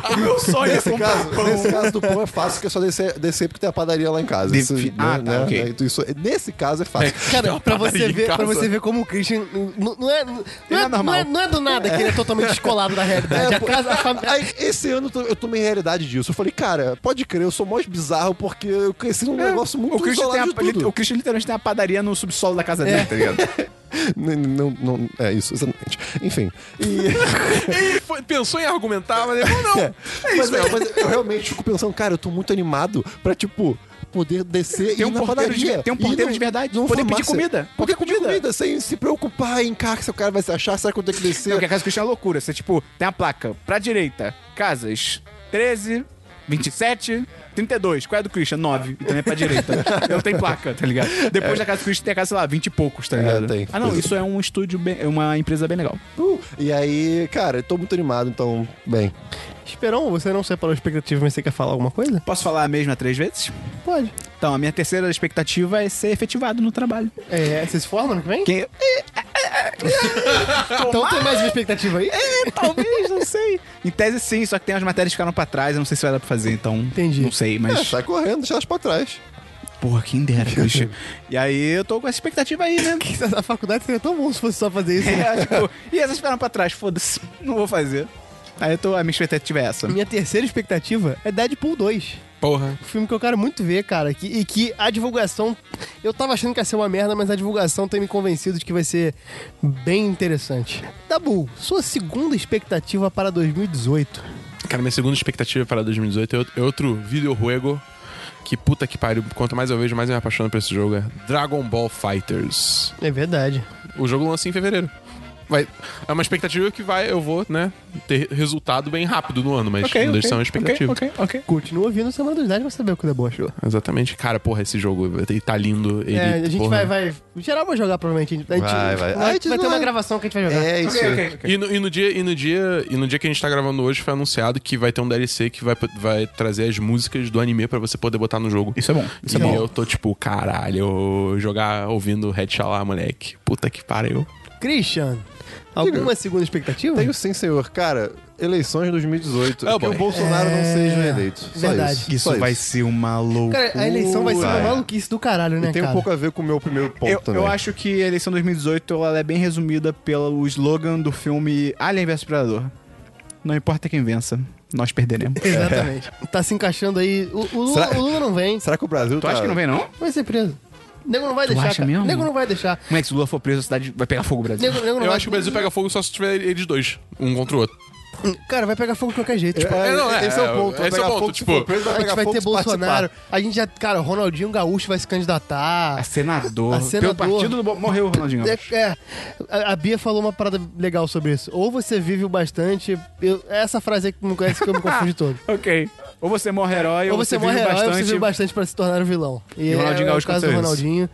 S3: pão!
S1: Meu sonho
S2: Nesse caso,
S1: um
S2: nesse caso do pão é fácil, que é só descer, descer porque tem a padaria lá em casa.
S1: De-
S2: Isso,
S1: Ah,
S2: né,
S1: tá,
S2: né,
S1: ok.
S2: isso- nesse caso é fácil.
S4: Cara, pra você,
S3: padaria em
S4: ver, pra
S3: casa.
S4: você ver como o Christian n- n- não é, não, é, não,
S1: normal.
S4: é, não é do nada que ele é totalmente descolado da realidade.
S2: É,
S4: a
S2: pô.
S4: casa, a fam-
S2: Aí, esse ano eu to- eu tomei realidade disso. Eu falei, cara, pode crer, eu sou mais bizarro porque eu cresci num é um negócio muito
S1: É, O Christian, tem
S2: isolado
S1: a-
S2: de tudo. É.
S1: ele- o Christian literalmente tem uma padaria no subsolo da casa dele, tá ligado?
S2: N- n- Não, não, é isso, exatamente. Enfim. E,
S3: Ele foi- pensou em argumentar, mas ele falou, não. É
S2: mas,
S3: isso
S2: é,
S3: mesmo.
S2: mas eu realmente fico pensando, cara, eu tô muito animado pra, tipo, poder descer e
S1: Tem
S2: ir
S1: um
S2: na
S1: porteiro
S2: padaria.
S1: de- tem um
S2: e
S1: porteiro
S2: não-
S1: de verdade.
S2: não
S1: Poder pedir
S2: farmácia.
S1: comida.
S2: Poder
S1: Poder
S2: pedir
S1: comida.
S2: comida sem se preocupar em cara, se o cara vai se achar, será que eu tenho que descer?
S1: Não, porque a casa do Cristiano é loucura. Você, tipo, tem a placa pra direita, casas 13, 27, 32. Qual é a do Christian? 9. Então é pra direita. Não tem placa, tá ligado? Depois da casa do Christian tem a casa, sei lá, 20 e poucos, tá ligado?
S2: É. tem.
S1: Ah, não, isso é um estúdio, bem, é uma empresa bem legal.
S2: Uh, e aí, cara, eu tô muito animado, então, bem.
S4: Esperão, você não separou a expectativa, mas você quer falar alguma coisa?
S1: Posso falar a mesma três vezes?
S4: Pode.
S1: Então, a minha terceira expectativa é ser efetivado no trabalho.
S4: É, você se forma ano que vem?
S1: Quem... É,
S4: Então tem mais uma expectativa aí?
S1: É, talvez, não sei. Em tese, sim, só que tem umas matérias que ficaram pra trás, eu não sei se vai dar pra fazer, então.
S4: Entendi.
S1: Não sei, mas.
S2: É, sai correndo, deixa elas pra trás.
S1: Porra, quem dera, bicho. E aí eu tô com essa expectativa aí, né?
S4: A faculdade seria tão bom se fosse só fazer isso. né?
S1: É, tipo, e essas ficaram pra trás, foda-se, não vou fazer. Aí eu tô, a minha expectativa é essa.
S4: Minha terceira expectativa é Deadpool 2.
S3: Porra.
S4: Um filme que eu quero muito ver, cara. que- e que a divulgação. Eu tava achando que ia ser uma merda, mas a divulgação tem me convencido de que vai ser bem interessante. Dabu, sua segunda expectativa para 2018.
S3: Cara, minha segunda expectativa para 2018 é outro- é outro videojuego que puta que pariu. Quanto mais eu vejo, mais eu me apaixono por esse jogo. É Dragon Ball Fighters.
S4: É verdade.
S3: O jogo lança em fevereiro. Vai, é uma expectativa que vai, eu vou, né, ter resultado bem rápido no ano, mas não deixa de ser uma expectativa.
S1: Ok, ok, ok.
S4: Continua ouvindo Semana dos 10 pra saber o que o Dabu achou.
S3: Exatamente. Cara, porra, esse jogo, ele tá lindo. Ele,
S4: é, a gente
S3: porra.
S4: vai, vai. Em geral vai jogar, provavelmente. A gente,
S2: Vai, vai. A
S4: vai,
S2: gente
S4: vai ter
S2: não
S4: uma
S2: é-
S4: gravação que a gente vai jogar.
S2: É isso aí.
S3: E no, e no dia, e no dia, e no dia que a gente tá gravando hoje foi anunciado que vai ter um DLC que vai, vai trazer as músicas do anime pra você poder botar no jogo.
S1: Isso é bom, isso é
S3: e
S1: bom.
S3: eu tô tipo, caralho, jogar ouvindo Headshot lá, moleque. Puta que pariu.
S4: Christian, alguma segunda expectativa?
S2: Tenho sim, senhor. Cara, eleições de 2018.
S3: Ah,
S2: que
S3: bom.
S2: o Bolsonaro não seja eleito. Só
S4: É, Verdade.
S2: Isso,
S1: É, Isso
S2: Só
S1: vai ser uma loucura.
S4: Cara, a eleição vai ser uma
S2: Vai.
S4: maluquice do caralho, né,
S2: E tem
S4: cara?
S2: um pouco a ver com o meu primeiro ponto né?
S1: Eu,
S2: também.
S1: eu acho que a eleição 2018 ela é bem resumida pelo slogan do filme Alien vs Predador. Não importa quem vença, nós perderemos.
S4: Exatamente. Tá se encaixando aí. O, o Lula,
S2: Será-
S4: o Lula não vem,
S2: Será que o Brasil
S1: Tu
S2: tá...
S1: acha que não vem, não?
S4: vai ser preso. Nego não vai deixar,
S1: acha
S4: cara.
S1: mesmo?
S4: Nego não vai deixar.
S1: Como é que se o Lula for preso, a cidade vai pegar fogo, Brasil?
S4: Nego, nego não
S3: Eu
S4: vai...
S3: acho que o Brasil pega fogo só se tiver eles dois, um contra o outro.
S4: Hum, Cara, vai pegar fogo de qualquer jeito. tipo,
S3: é, não, é,
S2: esse é o ponto. vai
S3: esse é o
S2: pegar
S3: ponto,
S2: fogo, se
S3: tipo,
S2: for preso, vai
S4: a gente
S2: pegar
S4: vai
S2: fogo
S4: ter
S2: se
S4: Bolsonaro.
S2: participar.
S4: A gente já, cara, o Ronaldinho Gaúcho vai se candidatar.
S1: A senador.
S4: A senador.
S1: Pelo partido do... Bo- Morreu É o Ronaldinho. Gaúcho.
S4: É, é. a, a Bia falou uma parada legal sobre isso. Ou você vive o bastante. eu- essa frase aí que não conhece que eu me confundo todo.
S1: ok. Ou você morre herói,
S4: É. Ou você, morre
S1: vive
S4: herói, ou você
S1: bastante.
S4: vive bastante pra se tornar um vilão. E,
S1: o Ronaldinho
S4: é, é o
S1: Gaúcho
S4: caso do
S1: aconteceu isso.
S4: Ronaldinho.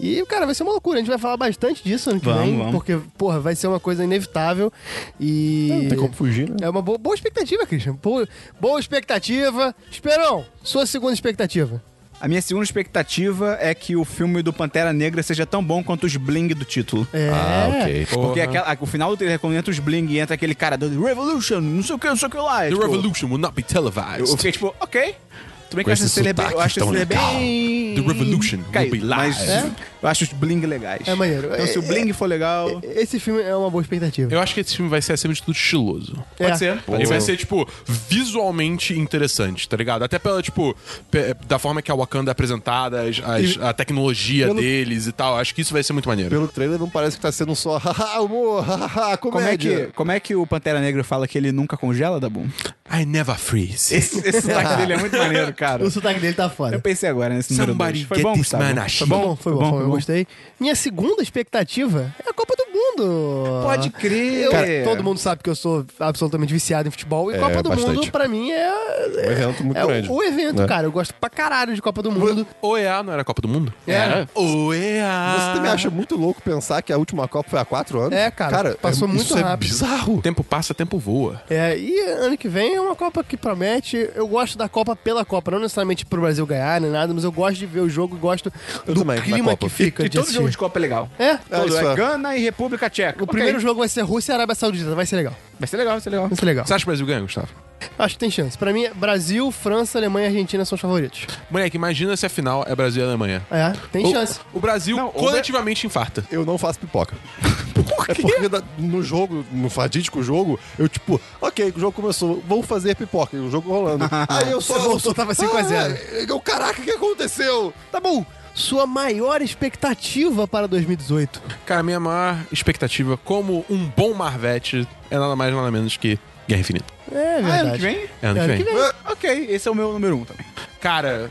S4: E, cara, vai ser uma loucura. A gente vai falar bastante disso ano que
S1: Vamos,
S4: vem.
S1: vamos.
S4: Porque, porra, vai ser uma coisa inevitável. E...
S2: Não tem como fugir, né?
S4: É uma boa, boa expectativa, Christian. Boa, boa expectativa. Esperão, sua segunda expectativa.
S1: A minha segunda expectativa é que o filme do Pantera Negra seja tão bom quanto os bling do título.
S4: É.
S2: Ah, ok.
S1: Porque aquela- o final do trailer, quando entra os bling e entra aquele cara dando Revolution, não sei o que, não sei o que lá. é
S3: The
S1: tipo,
S3: Revolution will not be
S1: Eu
S3: televised.
S1: fiquei tipo, ok. Tudo bem que
S3: Com
S1: eu acho
S3: esse
S1: esse trailer bem.
S3: sotaque
S1: Eu acho esse
S3: tão
S1: trailer
S3: legal.
S1: bem.
S3: The Revolution will
S1: caído,
S3: be
S1: mas
S3: live. É?
S1: Eu acho os bling legais.
S4: É maneiro.
S1: Então, se o
S4: É-
S1: bling for legal.
S4: Esse filme é uma boa expectativa.
S3: Eu acho que esse filme vai ser, acima de tudo, estiloso.
S4: É.
S1: Pode ser.
S3: Ele vai ser, tipo, visualmente interessante, tá ligado? Até pela, tipo, pe- da forma que a Wakanda é apresentada, as- as- a tecnologia deles e tal. Acho que isso vai ser muito maneiro.
S2: Pelo trailer não parece que tá sendo só haha, humor, haha,
S1: Como é,
S2: comédia.
S1: que, como é que o Pantera Negra fala que ele nunca congela, Dabu?
S3: I never freeze.
S1: Esse, esse sotaque dele é muito maneiro, cara.
S4: O sotaque dele tá fora.
S1: Eu pensei agora nesse número
S3: Somebody
S1: dois. Foi
S3: get
S1: bom,
S3: this
S1: Gustavo?
S3: man
S1: Foi
S3: a
S4: Foi
S1: bom,
S4: foi bom, foi bom, eu gostei. Minha segunda expectativa é a Copa do Mundo.
S1: Pode crer.
S4: Eu-
S1: Cara,
S4: todo mundo sabe que eu sou absolutamente viciado em futebol e
S2: É,
S4: Copa do Mundo
S2: bastante.
S4: pra mim é um
S2: evento muito
S4: é o-
S2: grande.
S4: O, evento,
S2: É.
S4: cara, eu gosto pra caralho de Copa do Mundo.
S3: OEA não era a Copa do Mundo? É.
S4: Era.
S2: Você
S3: OEA.
S1: Ah.
S2: também acha muito louco pensar que a última Copa foi há quatro anos?
S4: É, cara, passou
S2: é-
S4: muito
S2: isso
S4: rápido.
S2: é bizarro.
S3: Tempo passa, tempo voa.
S4: É, e ano que vem é uma Copa que promete. Eu gosto da Copa pela Copa, não necessariamente pro Brasil ganhar nem nada, mas eu gosto de ver o jogo, gosto
S2: Eu
S4: do
S2: também, da
S4: clima
S2: Copa.
S4: que fica.
S1: E
S4: de
S1: todo jogo de
S4: assistir.
S1: Copa é legal.
S4: É.
S2: É,
S1: Todo
S2: isso
S1: é
S2: é.
S1: Gana e República Tcheca.
S4: O primeiro jogo vai ser Rússia e Arábia Saudita, vai ser legal.
S1: Vai ser legal, vai ser legal.
S4: Vai ser legal.
S3: Você acha que o Brasil ganha, Gustavo?
S4: Acho que tem chance. Pra mim, Brasil, França, Alemanha e Argentina são os favoritos.
S3: Moleque, imagina se a final é Brasil e Alemanha.
S4: É, tem
S2: Oh.
S3: O-
S4: chance.
S3: O, Brasil
S1: Não, o
S3: coletivamente infarta.
S2: Eu não faço pipoca. É porque da- no jogo, no fadídico jogo, eu tipo, ok, o jogo começou, vou fazer pipoca, e o jogo rolando. Aí eu só.
S4: Você voltou, tava 5 a 0.
S2: Ah, eu, caraca, o que aconteceu?
S4: Tá bom. Sua maior expectativa para 2018?
S3: Cara, minha maior expectativa, como um bom Marvete, é nada mais nada menos que Guerra Infinita.
S4: É
S1: Ah, ano que vem?
S3: É ano que vem.
S1: Ok, esse é o meu número um também.
S3: Cara,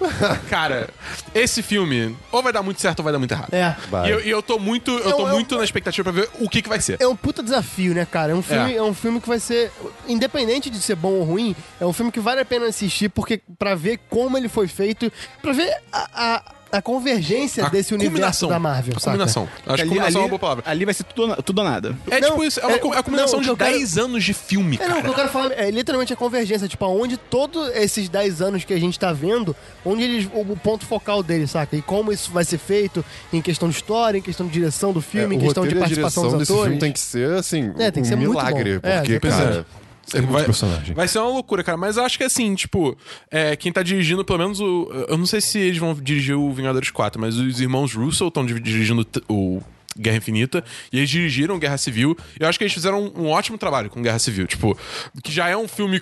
S3: cara, esse filme ou vai dar muito certo ou vai dar muito errado.
S4: É.
S3: E eu, e eu tô muito, eu tô
S4: Eu- eu-
S3: muito na expectativa pra ver o que que vai ser.
S4: É um puta desafio, né, cara? É um, filme, é. um filme que vai ser. Independente de ser bom ou ruim, é um filme que vale a pena assistir porque pra ver como ele foi feito, pra ver a, a, a convergência É, desse universo
S3: combinação.
S4: da Marvel,
S3: A
S4: saca?
S3: combinação. Acho que combinação é uma boa palavra.
S1: ali vai ser tudo, ou na- tudo ou nada.
S3: É
S4: Não,
S3: tipo isso, é, uma,
S4: é-
S3: co- é a combinação
S4: não,
S3: de
S4: eu quero-
S3: 10 anos de filme,
S4: É, não, o que
S3: cara.
S4: eu quero falar é literalmente a convergência, tipo, aonde todos esses 10 anos que a gente tá vendo, onde eles. O ponto focal deles, saca? E como isso vai ser feito em questão de história, em questão de direção do filme, em
S2: É, o
S4: questão de
S2: roteiro e a
S4: participação
S2: direção
S4: dos
S2: desse filme
S4: atores.
S2: tem que ser, assim,
S4: É, tem que
S2: um
S4: ser muito
S2: milagre.
S4: bom. É,
S2: Porque,
S4: exatamente.
S2: cara, é muito personagem.
S3: Vai ser uma loucura, cara. Mas eu acho que assim, tipo, é, quem tá dirigindo, pelo menos o. Eu não sei se eles vão dirigir o Vingadores 4, mas os irmãos Russell estão dirigindo t- o. Guerra Infinita, e eles dirigiram Guerra Civil. E eu acho que eles fizeram um, um ótimo trabalho com Guerra Civil, tipo, que já é um filme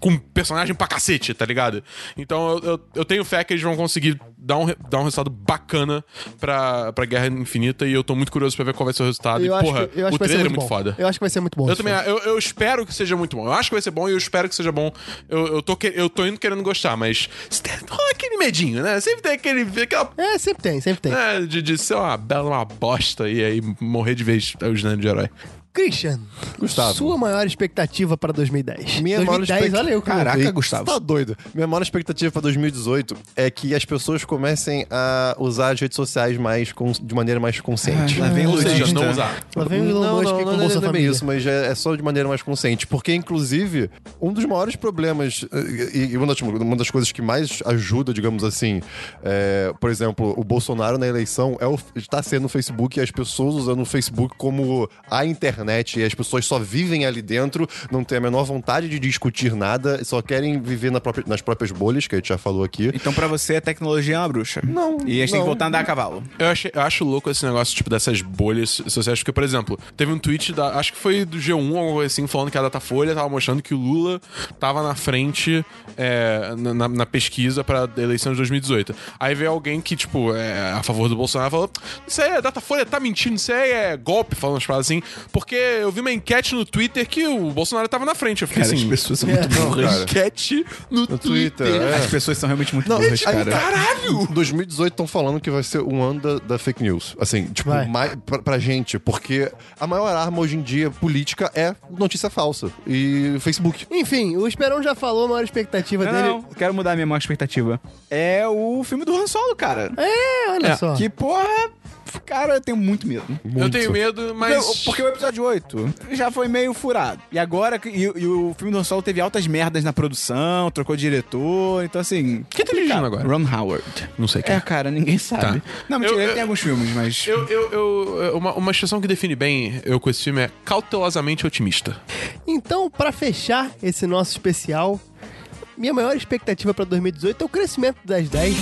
S3: com personagem pra cacete, tá ligado? Então eu, eu, eu tenho fé que eles vão conseguir dar um, re- dar um resultado bacana pra, pra Guerra Infinita, e eu tô muito curioso pra ver qual vai ser o resultado.
S4: Eu
S3: e,
S4: acho,
S3: porra,
S4: que- eu acho que
S3: o
S4: vai ser
S3: trailer é
S4: muito bom.
S3: muito foda.
S4: Eu acho que vai ser muito bom.
S3: Eu
S4: esse
S3: também, eu, eu espero que seja muito bom. Eu acho que vai ser bom e eu espero que seja bom. Eu, eu, tô, que- eu tô indo querendo gostar, mas se tem- rola aquele medinho, né? Sempre tem aquele. Aquela,
S4: É, sempre tem, sempre tem.
S3: né, de, de ser uma bela uma bosta e aí morrer de vez usando de herói.
S4: Christian,
S2: Gustavo.
S4: sua maior expectativa para 2010?
S2: Minha
S4: 2010,
S2: maior expectativa.
S4: olha eu que louco, hein?
S2: Você tá doido. Minha maior expectativa pra 2018 é que as pessoas comecem a usar as redes sociais mais con- de maneira mais consciente.
S1: Lá vem o
S3: Ou seja,
S1: lojista.
S3: não usar.
S4: Lá vem o Elon Musk com
S2: não,
S4: Bolsa
S2: não é bem
S4: Família.
S2: isso, mas é, é só de maneira mais consciente. Porque, inclusive, um dos maiores problemas eh, e, e- e uma, das, uma das coisas que mais ajuda, digamos assim, é, por exemplo, o Bolsonaro na eleição é o, está sendo o Facebook e as pessoas usando o Facebook como a internet e as pessoas só vivem ali dentro, não têm a menor vontade de discutir nada, só querem viver na própria- nas próprias bolhas, que a gente já falou aqui.
S1: Então, pra você, a tecnologia é uma bruxa.
S2: Não,
S1: E a gente tem que
S2: não.
S1: voltar a andar a cavalo.
S3: Eu, achei- eu acho louco esse negócio, tipo, dessas bolhas sociais, porque, por exemplo, teve um tweet da. Acho que foi do G1 ou algo assim, falando que a Datafolha tava mostrando que o Lula tava na frente é, na, na- na pesquisa pra eleição de 2018. Aí veio alguém que, tipo, é a favor do Bolsonaro e falou: Isso aí, a Datafolha tá mentindo, isso aí é golpe, é falando as palavras assim, porque porque eu vi uma enquete no Twitter que o Bolsonaro tava na frente. Eu fiquei
S1: Cara, as
S3: assim.
S1: pessoas são muito burras.
S2: cara.
S3: Enquete no,
S2: No
S3: Twitter.
S2: Twitter, é.
S1: As pessoas são realmente muito
S2: Não,
S1: burras,
S2: aí,
S1: cara.
S3: Caralho!
S2: 2018 estão falando que vai ser um ano da, da fake news. Assim, tipo,
S4: Vai.
S2: mais, pra, pra gente, porque a maior arma hoje em dia política é notícia falsa. E Facebook.
S4: Enfim, o Esperão já falou a maior expectativa
S1: Não,
S4: dele.
S1: não, quero mudar a minha maior expectativa. É o filme do Han Solo, cara.
S4: É, olha
S3: É,
S4: só.
S1: Que porra, cara, eu tenho muito medo.
S3: Eu tenho medo, mas.
S1: Não, Porque o episódio 8 já foi meio furado. E agora, que- e, e o filme do Han Solo teve altas merdas na produção, trocou diretor, então assim.
S3: Quem tá dirigindo agora?
S1: Ron Howard.
S3: Não sei quem.
S1: É, cara, ninguém sabe.
S3: Tá.
S1: Não, mentira,
S3: Eu-
S1: ele
S3: eu-
S1: tem alguns filmes, mas.
S3: Eu, eu, eu- uma, uma expressão que define bem eu com esse filme é cautelosamente otimista.
S4: Então, pra fechar esse nosso especial, minha maior expectativa pra 2018 é o crescimento das 10.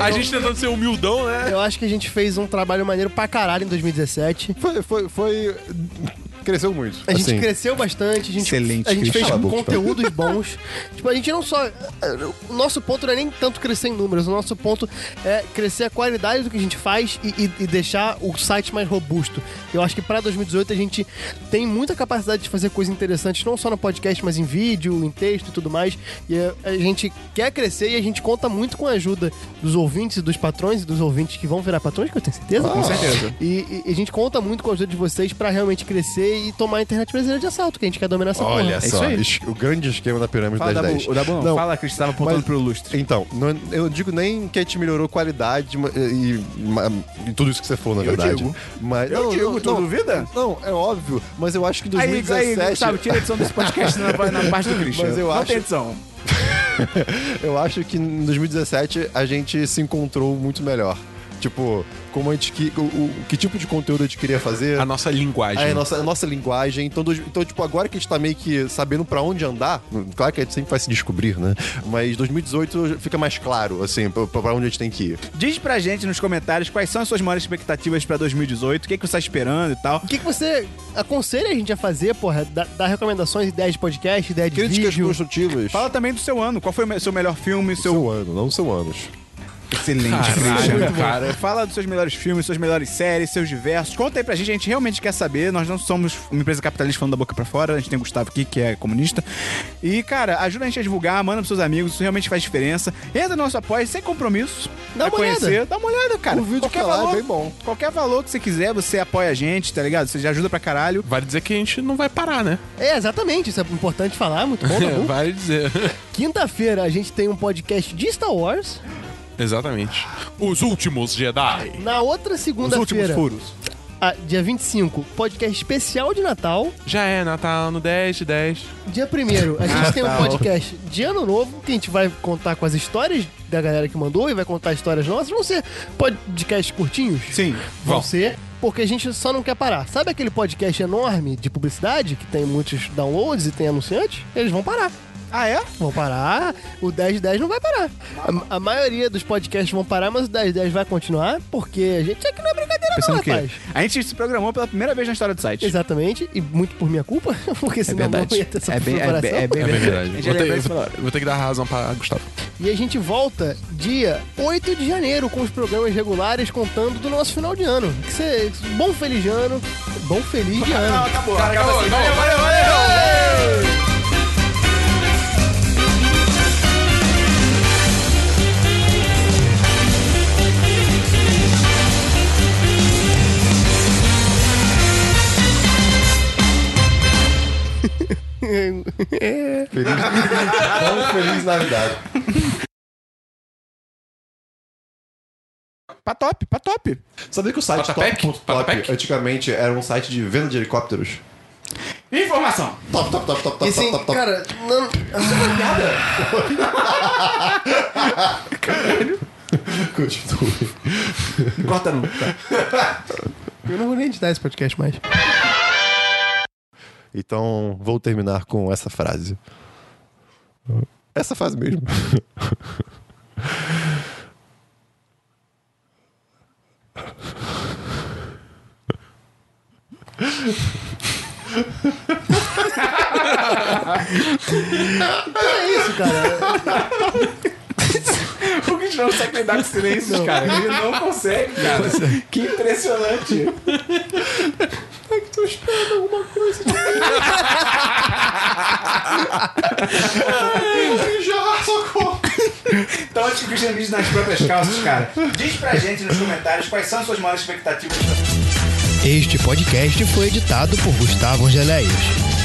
S3: A gente tentando ser humildão, né?
S4: Eu acho que a gente fez um trabalho maneiro pra caralho em 2017.
S2: Foi. foi, foi- cresceu muito.
S4: A gente
S2: assim.
S4: cresceu bastante, a gente,
S1: Excelente,
S4: a gente
S1: Christian.
S4: fez
S2: Cala a boca,
S4: conteúdos bons. tipo, a gente não só. O nosso ponto não é nem tanto crescer em números, o nosso ponto é crescer a qualidade do que a gente faz e, e- e deixar o site mais robusto. Eu acho que pra 2018 a gente tem muita capacidade de fazer coisas interessantes, não só no podcast, mas em vídeo, em texto e tudo mais. E a, a gente quer crescer e a gente conta muito com a ajuda dos ouvintes, e dos patrões e dos ouvintes que vão virar patrões, que eu tenho certeza.
S2: Ah,
S1: Com certeza.
S4: E, e a gente conta muito com a ajuda de vocês pra realmente crescer e tomar a internet brasileira de assalto, que a gente quer dominar essa
S2: Olha
S4: porra.
S1: É isso
S2: É só,
S1: aí.
S2: es- o grande esquema da pirâmide
S1: Fala,
S2: das
S1: Dabu,
S2: 10.
S1: o Dabu não.
S2: Não,
S1: Fala, Cris, tava apontando
S2: mas-
S1: pro lustre.
S2: Então, não- eu não digo nem que a gente melhorou qualidade ma- e, ma- e tudo isso que você falou, na
S1: Eu
S2: verdade.
S1: digo.
S2: Mas,
S1: Eu
S2: não,
S1: digo,
S2: não,
S1: tu
S2: não.
S1: duvida?
S2: Não, é óbvio, mas eu acho que
S1: Aí,
S2: 2017...
S1: aí, Gustavo, tira a edição desse podcast na, na parte do Christian.
S2: Mas eu
S1: não
S2: acho-
S1: tem edição.
S2: Eu acho que em 2017 a gente se encontrou muito melhor. Tipo, como a gente que, o, o- que tipo de conteúdo a gente queria fazer.
S3: A nossa linguagem.
S2: Aí, a nossa, a nossa linguagem. Então, dois- então, tipo, agora que a gente tá meio que sabendo pra onde andar, claro que a gente sempre vai se descobrir, né? Mas 2018 fica mais claro, assim, pra, pra onde a gente tem que ir.
S1: Diz pra gente nos comentários quais são as suas maiores expectativas pra 2018, o que, que você tá esperando e tal.
S4: O que, que você aconselha a gente a fazer, porra? Dá, dá recomendações, ideias de podcast, ideia de
S2: Críticas
S4: vídeo.
S2: construtivas.
S1: Fala também do seu ano. Qual foi o me- seu melhor filme, seu.
S2: seu ano, não seu anos.
S1: Excelente,
S3: Caralho,
S1: Christian.
S3: cara.
S1: Fala dos seus melhores filmes, suas melhores séries, seus diversos. Conta aí pra gente, a gente realmente quer saber. Nós não somos uma empresa capitalista falando da boca pra fora. A gente tem o Gustavo aqui, que é comunista. E, cara, ajuda a gente a divulgar, manda pros seus amigos, isso realmente faz diferença. Entra no nosso apoio, sem compromisso.
S4: Dá
S1: Vai
S4: uma olhada.
S1: conhecer, dá uma olhada, cara.
S2: O vídeo que tá lá é bem bom.
S1: Qualquer valor que você quiser, você apoia a gente, tá ligado? Você já ajuda pra caralho.
S3: Vale dizer que a gente não vai parar, né?
S4: É, exatamente, isso é importante falar, muito
S3: Tá
S4: bom, Dabu.
S3: vale dizer.
S4: Quinta-feira a gente tem um podcast de Star Wars.
S3: Exatamente. Os últimos Jedi.
S4: Na outra
S1: Os últimos
S4: segunda-feira,
S1: furos.
S4: ah, dia 25, podcast especial de Natal.
S3: Já é Natal no 10 de 10.
S4: Dia primeiro, a
S1: Ah,
S4: gente tem
S1: tá.
S4: um podcast de ano novo, que a gente vai contar com as histórias da galera que mandou e vai contar histórias nossas. Vão ser podcasts curtinhos?
S1: Sim.
S4: Vão
S3: Vão.
S4: ser, porque a gente só não quer parar. Sabe aquele podcast enorme de publicidade, que tem muitos downloads e tem anunciantes? Eles vão parar.
S1: Ah, é?
S4: Vão parar, o 1010 não vai parar. A, a maioria dos podcasts vão parar, mas o 1010 vai continuar, porque a gente isso aqui não é brincadeira,
S1: Pensando
S4: não,
S1: que
S4: rapaz.
S1: a gente se programou pela primeira vez na história do site.
S4: Exatamente, e muito por minha culpa, porque senão não ia ter essa
S1: É bem, é, bem,
S4: preparação.
S1: é bem verdade. A gente
S3: Vou
S1: lembra
S3: ter,
S1: isso na hora.
S3: vou ter que dar razão pra Gustavo.
S4: E a gente volta dia 8 de janeiro com os programas regulares contando do nosso final de ano. Que cê, bom feliz de ano, bom feliz de ano.
S3: Acabou, acabou. Valeu, valeu.
S2: Então, feliz Navidade.
S1: Pra top, pra top.
S2: Sabia que o site
S3: Patapec? Patapec?
S2: top.top antigamente era um site de venda de helicópteros?
S1: Informação.
S2: Top, top, top, top,
S4: E
S2: top,
S4: assim,
S2: top, top, top.
S4: cara, não,
S2: Continue.
S1: Corta não.
S4: eu não vou nem editar esse podcast mais.
S2: Então, vou terminar com essa frase. Essa frase mesmo.
S4: É isso, cara.
S1: O que não sabe lidar com silêncio, cara. Ele não consegue, cara. Que impressionante. É que tô esperando alguma coisa de mim. Ai, já, socorro. Então, antes que o Christian Vídeo nas próprias calças, cara, diz pra gente nos comentários quais são suas maiores expectativas.
S4: Este podcast foi editado por Gustavo Angeléias.